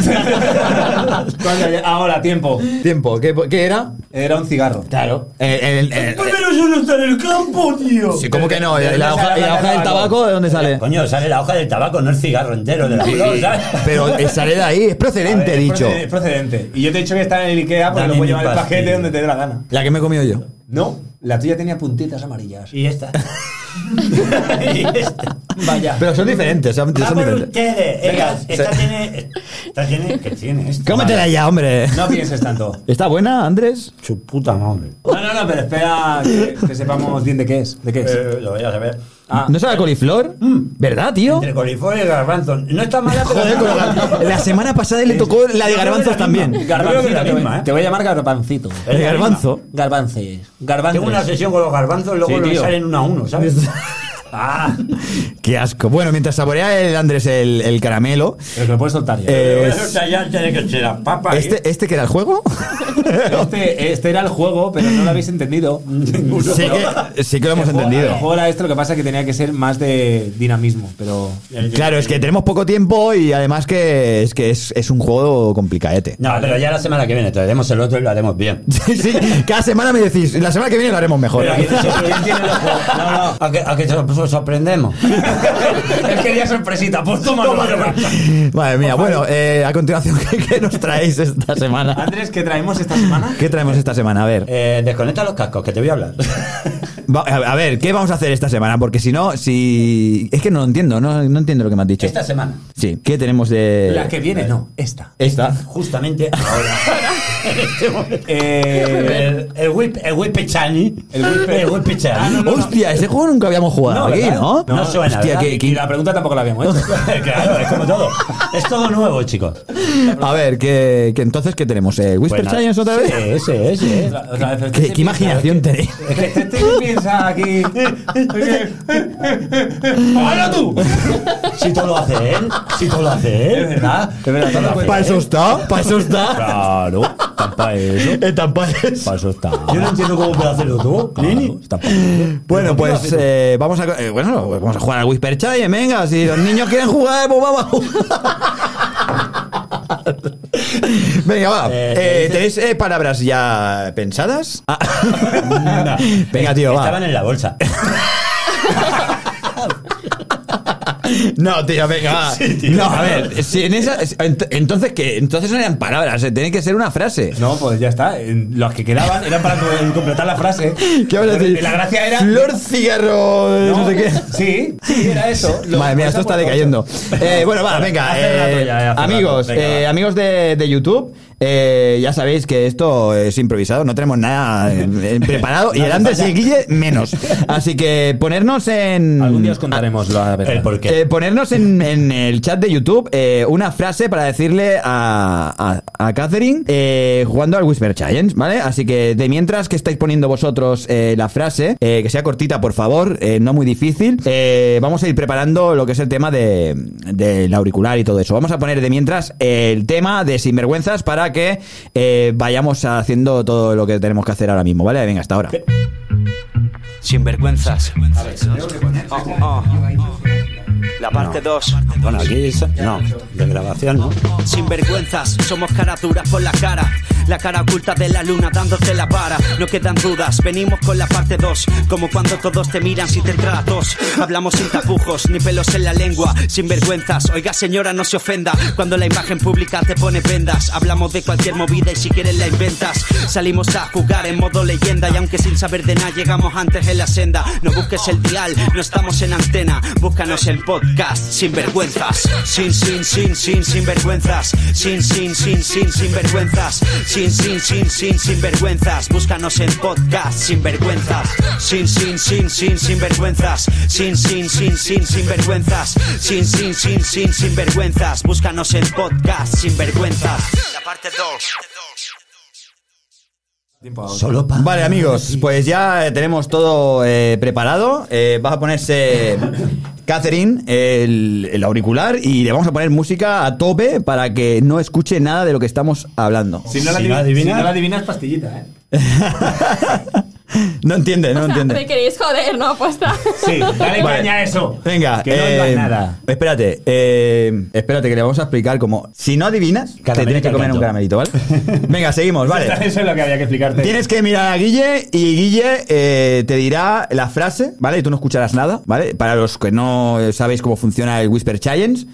S6: Coño, ya- *laughs* Ahora, tiempo.
S2: Tiempo, ¿qué, qué era?
S6: Era un cigarro.
S5: claro.
S2: Eh, el- el-
S5: eso no está en el campo, tío.
S2: sí, ¿Cómo que no? ¿La,
S6: dónde
S2: hoja,
S6: sale
S2: la
S6: la
S2: hoja del
S6: tabaco?
S2: tabaco de dónde sale?
S5: Coño, sale la hoja del tabaco, no el cigarro entero de la flor, ¿sabes?
S2: *laughs*
S5: *laughs*
S2: Pero eh, sale de ahí, es procedente,
S6: A ver, es
S2: dicho.
S6: procedente- es procedente. Y yo te he dicho que está en el Ikea porque
S5: Dame
S6: lo puedo
S5: mi
S6: llevar el
S5: pastilla.
S6: paquete donde te dé la gana.
S2: La que me he comido yo.
S6: No, la tuya tenía puntitas amarillas.
S5: Y esta. y esta.
S6: Vaya.
S2: Pero son diferentes, son, son
S5: Va Ah, por
S2: diferentes.
S5: ustedes. eh, Venga,
S2: Venga,
S5: esta
S2: se-
S5: tiene. Esta tiene. ¿Qué tiene esta?
S2: Cómetela ya, hombre.
S6: No pienses tanto.
S2: ¿Está buena, Andrés?
S5: Su puta madre.
S6: No, no, no, pero espera que, que sepamos bien de qué es. ¿De qué es?
S5: Eh, lo voy a saber.
S6: Ah, Mm.
S2: ¿No sabe a coliflor? ¿Verdad, tío?
S5: Entre coliflor y garbanzo. No está mala, pero.
S2: Joder, con la- la semana pasada le tocó la de garbanzos también.
S5: Garbanzo
S6: garbancito,
S5: la
S6: te voy-
S5: misma, ¿eh?
S6: Te voy a llamar garbancito.
S2: El garbanzo.
S6: Garbances. Garbances.
S5: Tengo una sesión con los garbanzos, luego
S6: Sí,
S5: me
S6: tío.
S5: salen uno a uno, *laughs* ¿sabes? ah,
S2: Qué asco. Bueno, mientras saborea el Andrés el, el caramelo.
S6: Pero que lo puedes soltar ya.
S5: *laughs*
S2: eh,
S5: pero esta ya tiene que ser las papas. ¿eh?
S2: ¿Este, ¿Este que era el juego?
S6: Este, este era el juego, pero no lo habéis entendido. Ninguno.
S2: sí, que, sí que lo hemos entendido.
S6: El juego era esto, lo que pasa es que tenía que ser más de dinamismo, pero.
S2: Claro, es que tenemos poco tiempo y además que es que es, es un juego complicadete.
S5: No, pero ya la semana que viene traeremos el otro y lo haremos *laughs* bien.
S2: Sí, *laughs* sí, cada semana me decís, la semana que viene lo haremos mejor.
S5: Pero aquí no se- ¿quién tiene los juegos? No, no. ¿A que, a que so- sorprendemos?
S6: Él *laughs* quería sorpresita, pues toma
S2: Madre mía, bueno, eh, a continuación, *laughs* ¿qué, qué nos traéis esta semana?
S6: Andrés, ¿qué traemos esta
S2: *laughs*
S6: semana?
S2: ¿Qué traemos esta semana? A ver,
S5: Eh, desconecta los cascos, que te voy a hablar.
S2: *laughs* va- a ver, ¿qué vamos a hacer esta semana? Porque si no, si... Es que no lo entiendo, no, no entiendo lo que me has dicho.
S5: Esta semana.
S2: Sí, ¿qué tenemos de...?
S6: La que viene, no, esta.
S2: Esta.
S5: Eh, Justamente *laughs* ahora. En este momento.
S6: Eh,
S5: el, el whip, el whip chani. El whip, el whip chani.
S2: Ah, Hostia, ese juego nunca habíamos jugado
S5: No,
S2: Pues aquí,
S5: ¿verdad?
S2: ¿no?
S5: No suena,
S2: Hostia,
S5: ¿verdad?
S2: que- que-
S6: y la pregunta tampoco la habíamos hecho.
S2: *laughs*
S5: claro, es como todo. Es todo nuevo, chicos.
S2: A ver, que, que entonces, ¿qué tenemos? ¿Eh, ¿Whisper
S5: Pues nada.
S2: Challenge otra vez?
S5: Sí, ese, ese.
S6: O sea, o sea,
S2: ¿Qué,
S6: este se
S2: qué
S6: piensa-
S2: imaginación tenéis?
S6: *laughs* Este este piensa aquí. ¡Ahora
S2: *laughs*
S6: tú!
S5: Si todo lo hace él, si todo lo hace él.
S6: Es verdad, es verdad, todo lo hace
S2: ¿Para eso está? ¿Para eso está?
S5: *laughs* Claro, tampa
S2: *laughs*
S5: eso.
S2: Estampa es.
S5: Para eso está. Yo no entiendo cómo puede hacerlo tú, Nini.
S2: Bueno, pues eh, vamos, a, eh, bueno, pues vamos a jugar al Whisper Challenge, venga, si los niños quieren jugar, pues vamos a jugar. *laughs* Venga, va.
S5: Eh,
S2: Eh,
S5: dice-
S2: ¿Tenéis eh, palabras ya pensadas? *laughs* Ah. Venga, tío,
S5: Estaban
S2: va.
S5: en la bolsa.
S2: *laughs* No, tío, venga, va. No, a ver, si en esa, ent- entonces, ¿qué? Entonces no eran palabras, eh, tiene que ser una frase.
S6: No, pues ya está. En- Los que quedaban eran para co- completar la frase.
S2: ¿Qué vas a decir?
S6: La gracia era.
S2: Flor, cigarro, no, sé qué.
S6: Sí, sí,
S2: *laughs*
S6: era eso. Lo-
S2: Madre mía, esto está
S6: por eso-
S2: decayendo. Eh, bueno, va, venga.
S5: hace rato
S2: eh,
S5: ya, hace
S2: amigos,
S5: rato, venga,
S2: eh,
S5: va.
S2: amigos de, de YouTube, eh, ya sabéis que esto es improvisado, no tenemos nada eh,
S5: *laughs*
S2: eh, preparado y el antes y el Guille menos. Así que ponernos en.
S6: Algún día os contaremos la verdad.
S5: El por qué.
S2: eh, ponernos en, en el chat de YouTube eh, una frase para decirle a, a, a Catherine eh, jugando al Whisper Challenge, ¿vale? Así que de mientras que estáis poniendo vosotros eh, la frase, eh, que sea cortita, por favor, eh, no muy difícil, eh, vamos a ir preparando lo que es el tema de- del auricular y todo eso. Vamos a poner de mientras el tema de sinvergüenzas para que eh, vayamos haciendo todo lo que tenemos que hacer ahora mismo, ¿vale? Venga, hasta ahora.
S1: Sinvergüenzas. Oh, oh. La parte 2.
S5: Bueno, aquí es- No, de grabación, ¿no?
S1: Sinvergüenzas, somos caras duras por la cara. La cara oculta de la luna dándote la vara. No quedan dudas, venimos con la parte 2. Como cuando todos te miran si te tratos. Hablamos sin tapujos, ni pelos en la lengua. Sinvergüenzas, oiga señora, no se ofenda. Cuando la imagen pública te pone vendas. Hablamos de cualquier movida y si quieres la inventas. Salimos a jugar en modo leyenda. Y aunque sin saber de nada, llegamos antes en la senda. No busques el dial, no estamos en antena. Búscanos en podcast podcast sin vergüenzas. Sin, sin, sin, sin, sin vergüenzas. Sin, sin, sin, sin, sin vergüenzas. Sin, sin, sin, sin, sin vergüenzas. Búscanos en podcast sin vergüenzas. Sin, sin, sin, sin, sin vergüenzas. Sin, sin, sin, sin, sin vergüenzas. Sin, sin, sin, sin, sin vergüenzas. Búscanos en podcast sin vergüenzas. La parte 2.
S2: Solo vale amigos, pues ya tenemos todo eh, preparado. Eh, va a ponerse Catherine el, el, auricular y le vamos a poner música a tope para que no escuche nada de lo que estamos hablando.
S6: Si no la, si adivina, adivina, si no la adivinas, pastillita. ¿eh?
S2: no entiende, no
S4: o sea, *laughs*
S2: entiende.
S4: Me queréis joder, ¿no? Apuesta. *laughs*
S6: Sí, dale vale. caña a eso.
S2: Venga,
S6: que no eh, nada.
S2: Espérate, eh, espérate, que le vamos a explicar cómo. Si no adivinas, Caramelita te tienes que comer un caramelito, ¿vale? Venga, seguimos, vale.
S6: *laughs* eso es lo que había que explicarte.
S2: Tienes que mirar a Guille y Guille eh, te dirá la frase, ¿vale? Y tú no escucharás nada, ¿vale? Para los que no eh, sabéis cómo funciona el Whisper Challenge.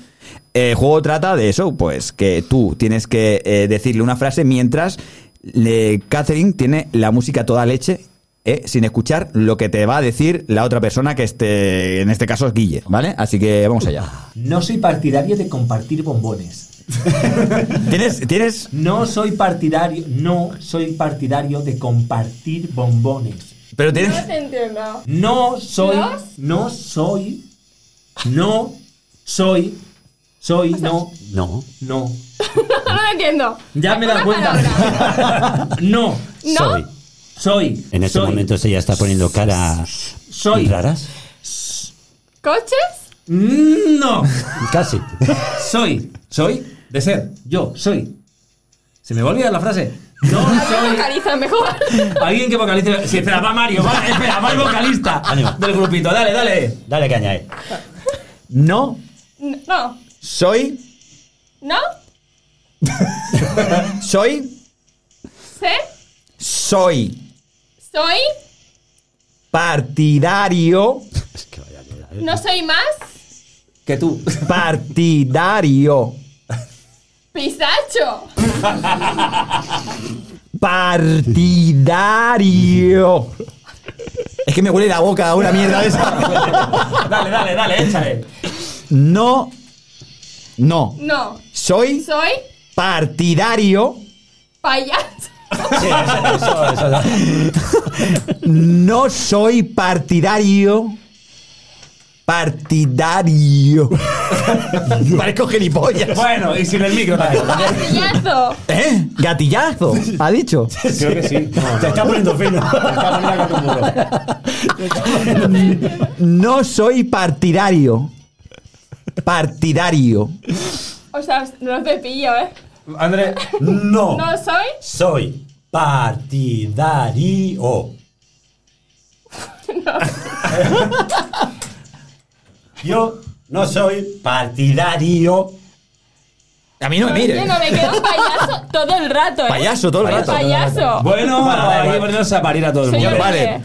S2: El juego trata de eso, pues que tú tienes que eh, decirle una frase mientras le, Catherine tiene la música toda leche eh, sin escuchar lo que te va a decir la otra persona que esté, en este caso es Guille, ¿vale? Así que vamos allá.
S6: No soy partidario de compartir bombones.
S2: *laughs* ¿Tienes, ¿Tienes?
S6: No soy partidario, no soy partidario de compartir bombones.
S2: Pero tienes...
S4: No te entiendo.
S6: No soy, ¿Los? no soy, no soy, soy, o sea, no,
S2: no,
S6: no.
S4: *laughs* no lo entiendo.
S6: Ya me he dado cuenta. *laughs* no,
S4: no,
S6: soy. Soy.
S5: En este
S6: soy.
S5: momento se ya está poniendo caras
S6: soy.
S5: raras.
S4: ¿Coches?
S6: No.
S5: Casi.
S6: Soy. Soy de ser. Yo soy. Se me va a olvidar la frase. No soy.
S4: vocaliza mejor. *laughs*
S6: Alguien que vocalice. Sí, espera, va Mario. Va, espera, va el vocalista
S5: Ánimo.
S6: del grupito. Dale, dale.
S5: Dale caña, eh.
S2: No.
S4: No.
S2: Soy.
S4: No.
S2: soy.
S4: Sé.
S2: Soy.
S4: Soy.
S2: Partidario.
S5: Es que vaya mierda, ¿eh?
S4: No soy más.
S6: Que tú.
S2: *laughs* Partidario.
S4: Pistacho.
S2: Partidario. Es que me huele la boca a una mierda
S6: esa. *laughs* dale, dale, dale, échale.
S2: No. No.
S4: No.
S2: Soy.
S4: Soy.
S2: Partidario.
S4: Payaso.
S5: Sí, *laughs* eso, eso, eso,
S2: no soy partidario. Partidario. Parezco gilipollas.
S6: Bueno, y sin el micro también.
S4: Gatillazo.
S2: ¿Eh? Gatillazo. ¿Ha dicho?
S6: Creo que sí. No, no,
S5: Te está poniendo fino. Te está
S2: poniendo burro. No soy partidario. Partidario.
S4: O sea, no te pillo, ¿eh?
S6: André,
S5: no.
S4: ¿No soy?
S5: Soy partidario.
S4: *laughs* No.
S5: Yo no soy partidario.
S2: A mí no me mires.
S4: No, me quedo
S2: *laughs*
S4: payaso todo el rato, ¿eh?
S2: Payaso todo el rato. *laughs*
S4: Payaso.
S6: Bueno,
S5: Vale,
S6: ahí ponemos a parir a todo el
S4: Soy
S6: mundo.
S4: horrible.
S2: Vale.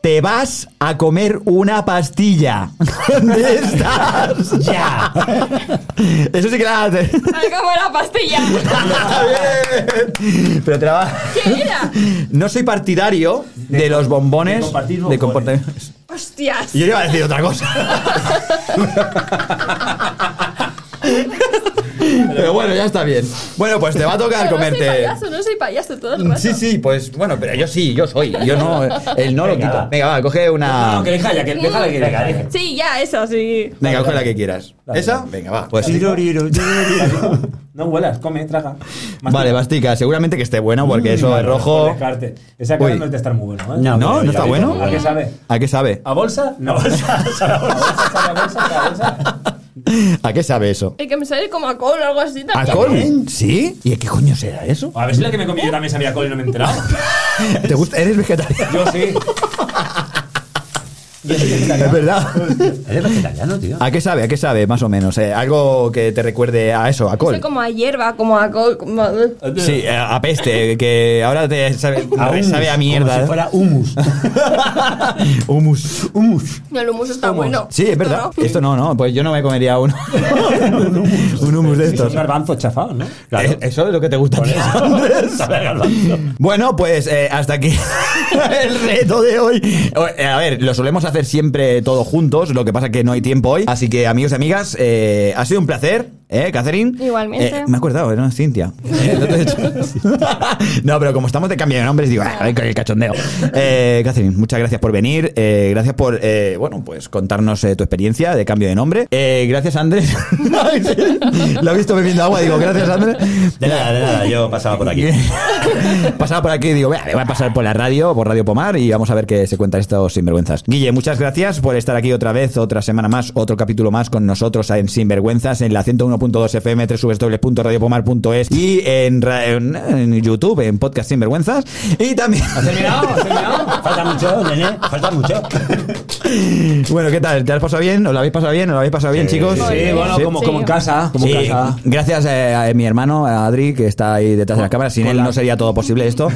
S2: Te vas a comer
S4: *laughs*
S2: una pastilla. ¿Dónde estás?
S5: Ya.
S2: Eso sí que la *laughs* hace.
S4: Ay, como la
S2: *laughs*
S4: pastilla.
S2: Bien. Pero te la va-
S4: ¿Qué era?
S2: No soy partidario de, los bombones.
S6: de compartir
S2: De
S6: bombones.
S2: comportamientos.
S4: Hostias.
S2: Yo iba a decir otra cosa. Pero bueno, ya está bien. Bueno, pues te va a tocar
S4: Pero
S2: comerte.
S4: No soy payaso, no soy payaso todo el rato.
S2: Sí, sí, pues bueno, pero yo sí, yo soy. Yo no, él no lo
S5: Venga, va.
S2: quito. Venga, va, coge una.
S6: No, que deja ya, que déjala que
S5: Venga,
S6: deja.
S5: deja.
S4: Sí, ya, eso, sí.
S2: Venga, coge la que quieras. ¿Esa? Venga, va. Pues sí.
S6: No huelas, come, traga. Mastica.
S2: Vale, Bastica, seguramente que esté bueno porque eso es
S6: Por
S2: rojo.
S6: descarte. Esa Mm, cara
S2: Uy.
S6: no es de estar muy bueno, ¿eh?
S2: No, no, no está bueno.
S6: ¿A qué sabe?
S2: ¿A qué sabe?
S6: ¿A bolsa? No, bolsa. ¿A bolsa? ¿Sabe a bolsa? ¿Sabe a bolsa?
S2: ¿A qué sabe eso?
S4: Es que me sale como a col o algo así
S2: ¿A
S4: también.
S2: col? ¿Sí? ¿Y a qué coño será eso?
S6: *laughs* A ver si la *laughs* que me comí yo también sabía col y no me he enterado.
S2: *laughs* ¿Te gusta? ¿Eres vegetariano?
S6: Yo sí. Yo soy
S2: *laughs* Es
S6: vegetariano.
S2: verdad.
S6: *laughs*
S5: Eres vegetariano, tío.
S2: ¿A qué sabe? ¿A qué sabe? Más o menos. eh, algo que te recuerde a eso, a
S4: No sé,
S2: col.
S4: como a hierba, como a col. Como...
S2: Sí, eh, a peste, que ahora te sabe,
S5: A
S2: re-
S5: humus,
S2: sabe a mierda. ¿eh?
S5: Como si fuera
S2: *laughs*
S5: humus.
S2: humus. Humus.
S4: No, el humus está
S2: *laughs*
S4: bueno.
S2: Sí, es verdad. Esto no, no, pues yo no me comería uno. un humus de
S6: Es
S2: estos.
S6: un garbanzo chafado, ¿no? *laughs*
S2: Eh, Eso es lo que te gusta. a ti, Andrés.
S5: Sabe a garbanzo.
S2: *laughs* bueno, pues eh, hasta aquí. el reto de hoy. eh, A ver, lo solemos hacer siempre todos juntos, lo que pasa que no hay tiempo hoy. Así que, amigos y amigas, eh, ha sido un placer. ¿Eh, Catherine?
S4: Igualmente.
S2: Eh, me he acordado, era Cintia. *laughs* Eh, no, te he dicho. no, pero como estamos de cambio de nombres, digo, ay, qué cachondeo. Eh, Catherine, muchas gracias por venir. eh, gracias por, eh, bueno, pues contarnos eh, tu experiencia de cambio de nombre. Eh, gracias, Andrés. *laughs* Ay, sí. lo he visto bebiendo agua, digo, gracias, Andrés.
S5: De nada, de nada, yo pasaba por aquí.
S2: *laughs* Pasaba por aquí, digo, "Vea, voy a pasar por la radio, por Radio Pomar, y vamos a ver qué se cuentan estos sinvergüenzas. Guille, muchas gracias por estar aquí otra vez, otra semana más, otro capítulo más con nosotros en Sinvergüenzas, en la 101.2 FM, www.radiopomar.es y en, ra- en- en YouTube, en Podcast Sinvergüenzas. Y también.
S5: ¿Has terminado? ¿Has terminado? Falta mucho, nene, falta mucho.
S2: Bueno, ¿qué tal? ¿Te has pasado bien? ¿Os lo habéis pasado bien? ¿Os lo habéis pasado bien, chicos?
S3: Sí, bueno, Como, como en casa, Ah, como en
S2: Sí,
S3: casa.
S2: Gracias eh, a mi hermano, a Adri, que está ahí detrás de la cámara. Sin él no sería todo posible esto.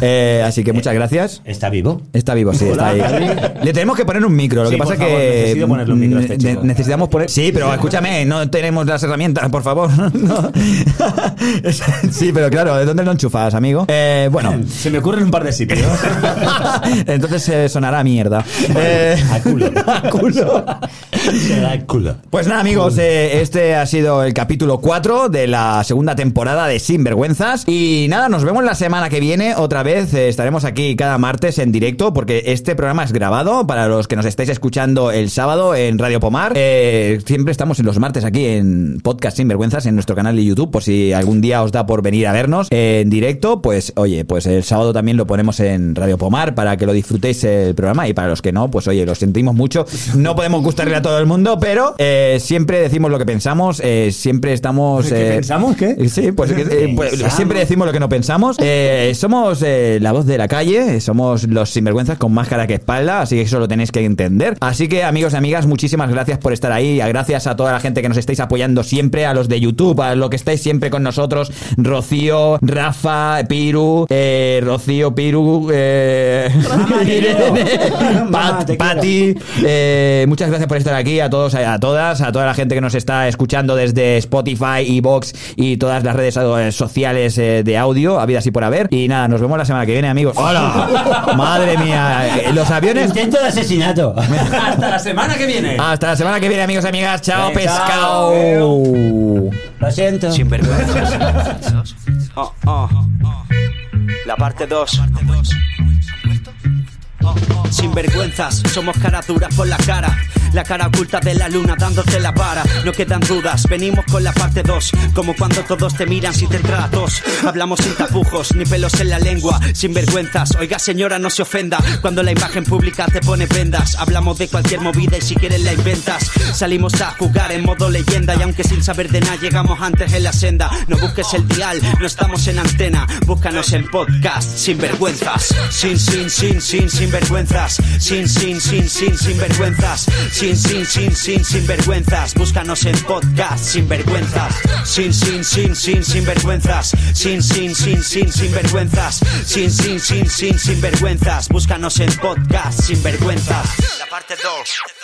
S2: Eh, así que muchas gracias.
S5: ¿Está vivo?
S2: Está vivo, sí,
S5: Hola,
S2: está ahí. Le tenemos que poner un micro. Lo
S5: Sí,
S2: que pasa
S5: por favor,
S2: que. mm,
S5: necesito ponerle un micro a este
S2: ne-
S5: chico.
S2: Necesitamos poner. Sí, pero escúchame, no tenemos las herramientas, por favor. *laughs* No. Sí, pero claro, ¿de dónde lo enchufas, amigo? Eh, bueno,
S3: Se me ocurren un par de sitios.
S2: *laughs* entonces eh, sonará a mierda. Eh,
S5: A culo.
S2: a culo.
S5: Se da el culo.
S2: Pues nada, amigos, eh, este ha sido el capítulo 4 de la segunda temporada de Sinvergüenzas. Y nada, nos vemos la semana que viene. Otra vez eh, estaremos aquí cada martes en directo, porque este programa es grabado para los que nos estáis escuchando el sábado en Radio Pomar. Eh, siempre estamos en los martes aquí en Podcast Sinvergüenzas, en nuestro canal de YouTube, por si algún día os da por venir a vernos eh, en directo. Pues oye, pues el sábado también lo ponemos en Radio Pomar para que lo disfrutéis el programa. Y para los que no, pues oye, lo sentimos mucho. No podemos gustarle a todo el mundo, pero eh, siempre decimos lo que pensamos, eh, siempre estamos...
S3: ¿Qué
S2: eh,
S3: pensamos? ¿Qué? *laughs*
S2: Sí, pues, que- eh, pues,
S5: Pensamos.
S2: siempre decimos lo que no pensamos. Eh, somos eh, la voz de la calle, eh, somos los sinvergüenzas con máscara que espalda, así que eso lo tenéis que entender. Así que amigos y amigas, muchísimas gracias por estar ahí, a- gracias a toda la gente que nos estáis apoyando siempre, a los de YouTube, a los que estáis siempre con nosotros, Rocío, Rafa, Piru, eh, Rocío, Piru, eh,
S5: Mamá, te quiero.
S2: Irene,
S5: Mamá, Ah, te
S2: Pat- Pati,
S5: quiero.
S2: Santi. Eh, muchas gracias por estar aquí, a todos, a todas, a toda la gente que nos está escuchando desde Spotify, Evox y todas las redes eh, sociales eh, de audio, habidas y por haber. Y nada, nos vemos la semana que viene, amigos. ¡Hola! *laughs* ¡Madre mía! eh, Los aviones.
S5: Intento de asesinato.
S3: Hasta la semana que viene.
S2: Hasta la semana que viene, amigos y amigas. ¡Chao,
S3: Venga,
S2: pescado!
S5: Lo
S2: *laughs*
S5: siento.
S1: Sinvergüenzas. Oh, oh. La parte 2. Sinvergüenzas, somos caras duras por la cara. La cara oculta de la luna dándote la vara. No quedan dudas, venimos con la parte 2. Como cuando todos te miran sin te tratos. Hablamos sin tapujos, ni pelos en la lengua. Sinvergüenzas, oiga señora, no se ofenda. Cuando la imagen pública te pone vendas. Hablamos de cualquier movida y si quieres la inventas. Salimos a jugar en modo leyenda. Y aunque sin saber de nada, llegamos antes en la senda. No busques el dial, no estamos en antena. Búscanos en podcast, sinvergüenzas. Sin, sin, sin, sin, sinvergüenzas. Sin, sin, sin, sin, sinvergüenzas. Sin, sin, sin, sin, sinvergüenzas. Búscanos en podcast, sinvergüenzas. Sin, sin, sin, sin, sinvergüenzas. Sin, sin, sin, sin, sinvergüenzas. Sin, sin, sin, sin, sinvergüenzas. Búscanos en podcast, sinvergüenzas. La parte 2.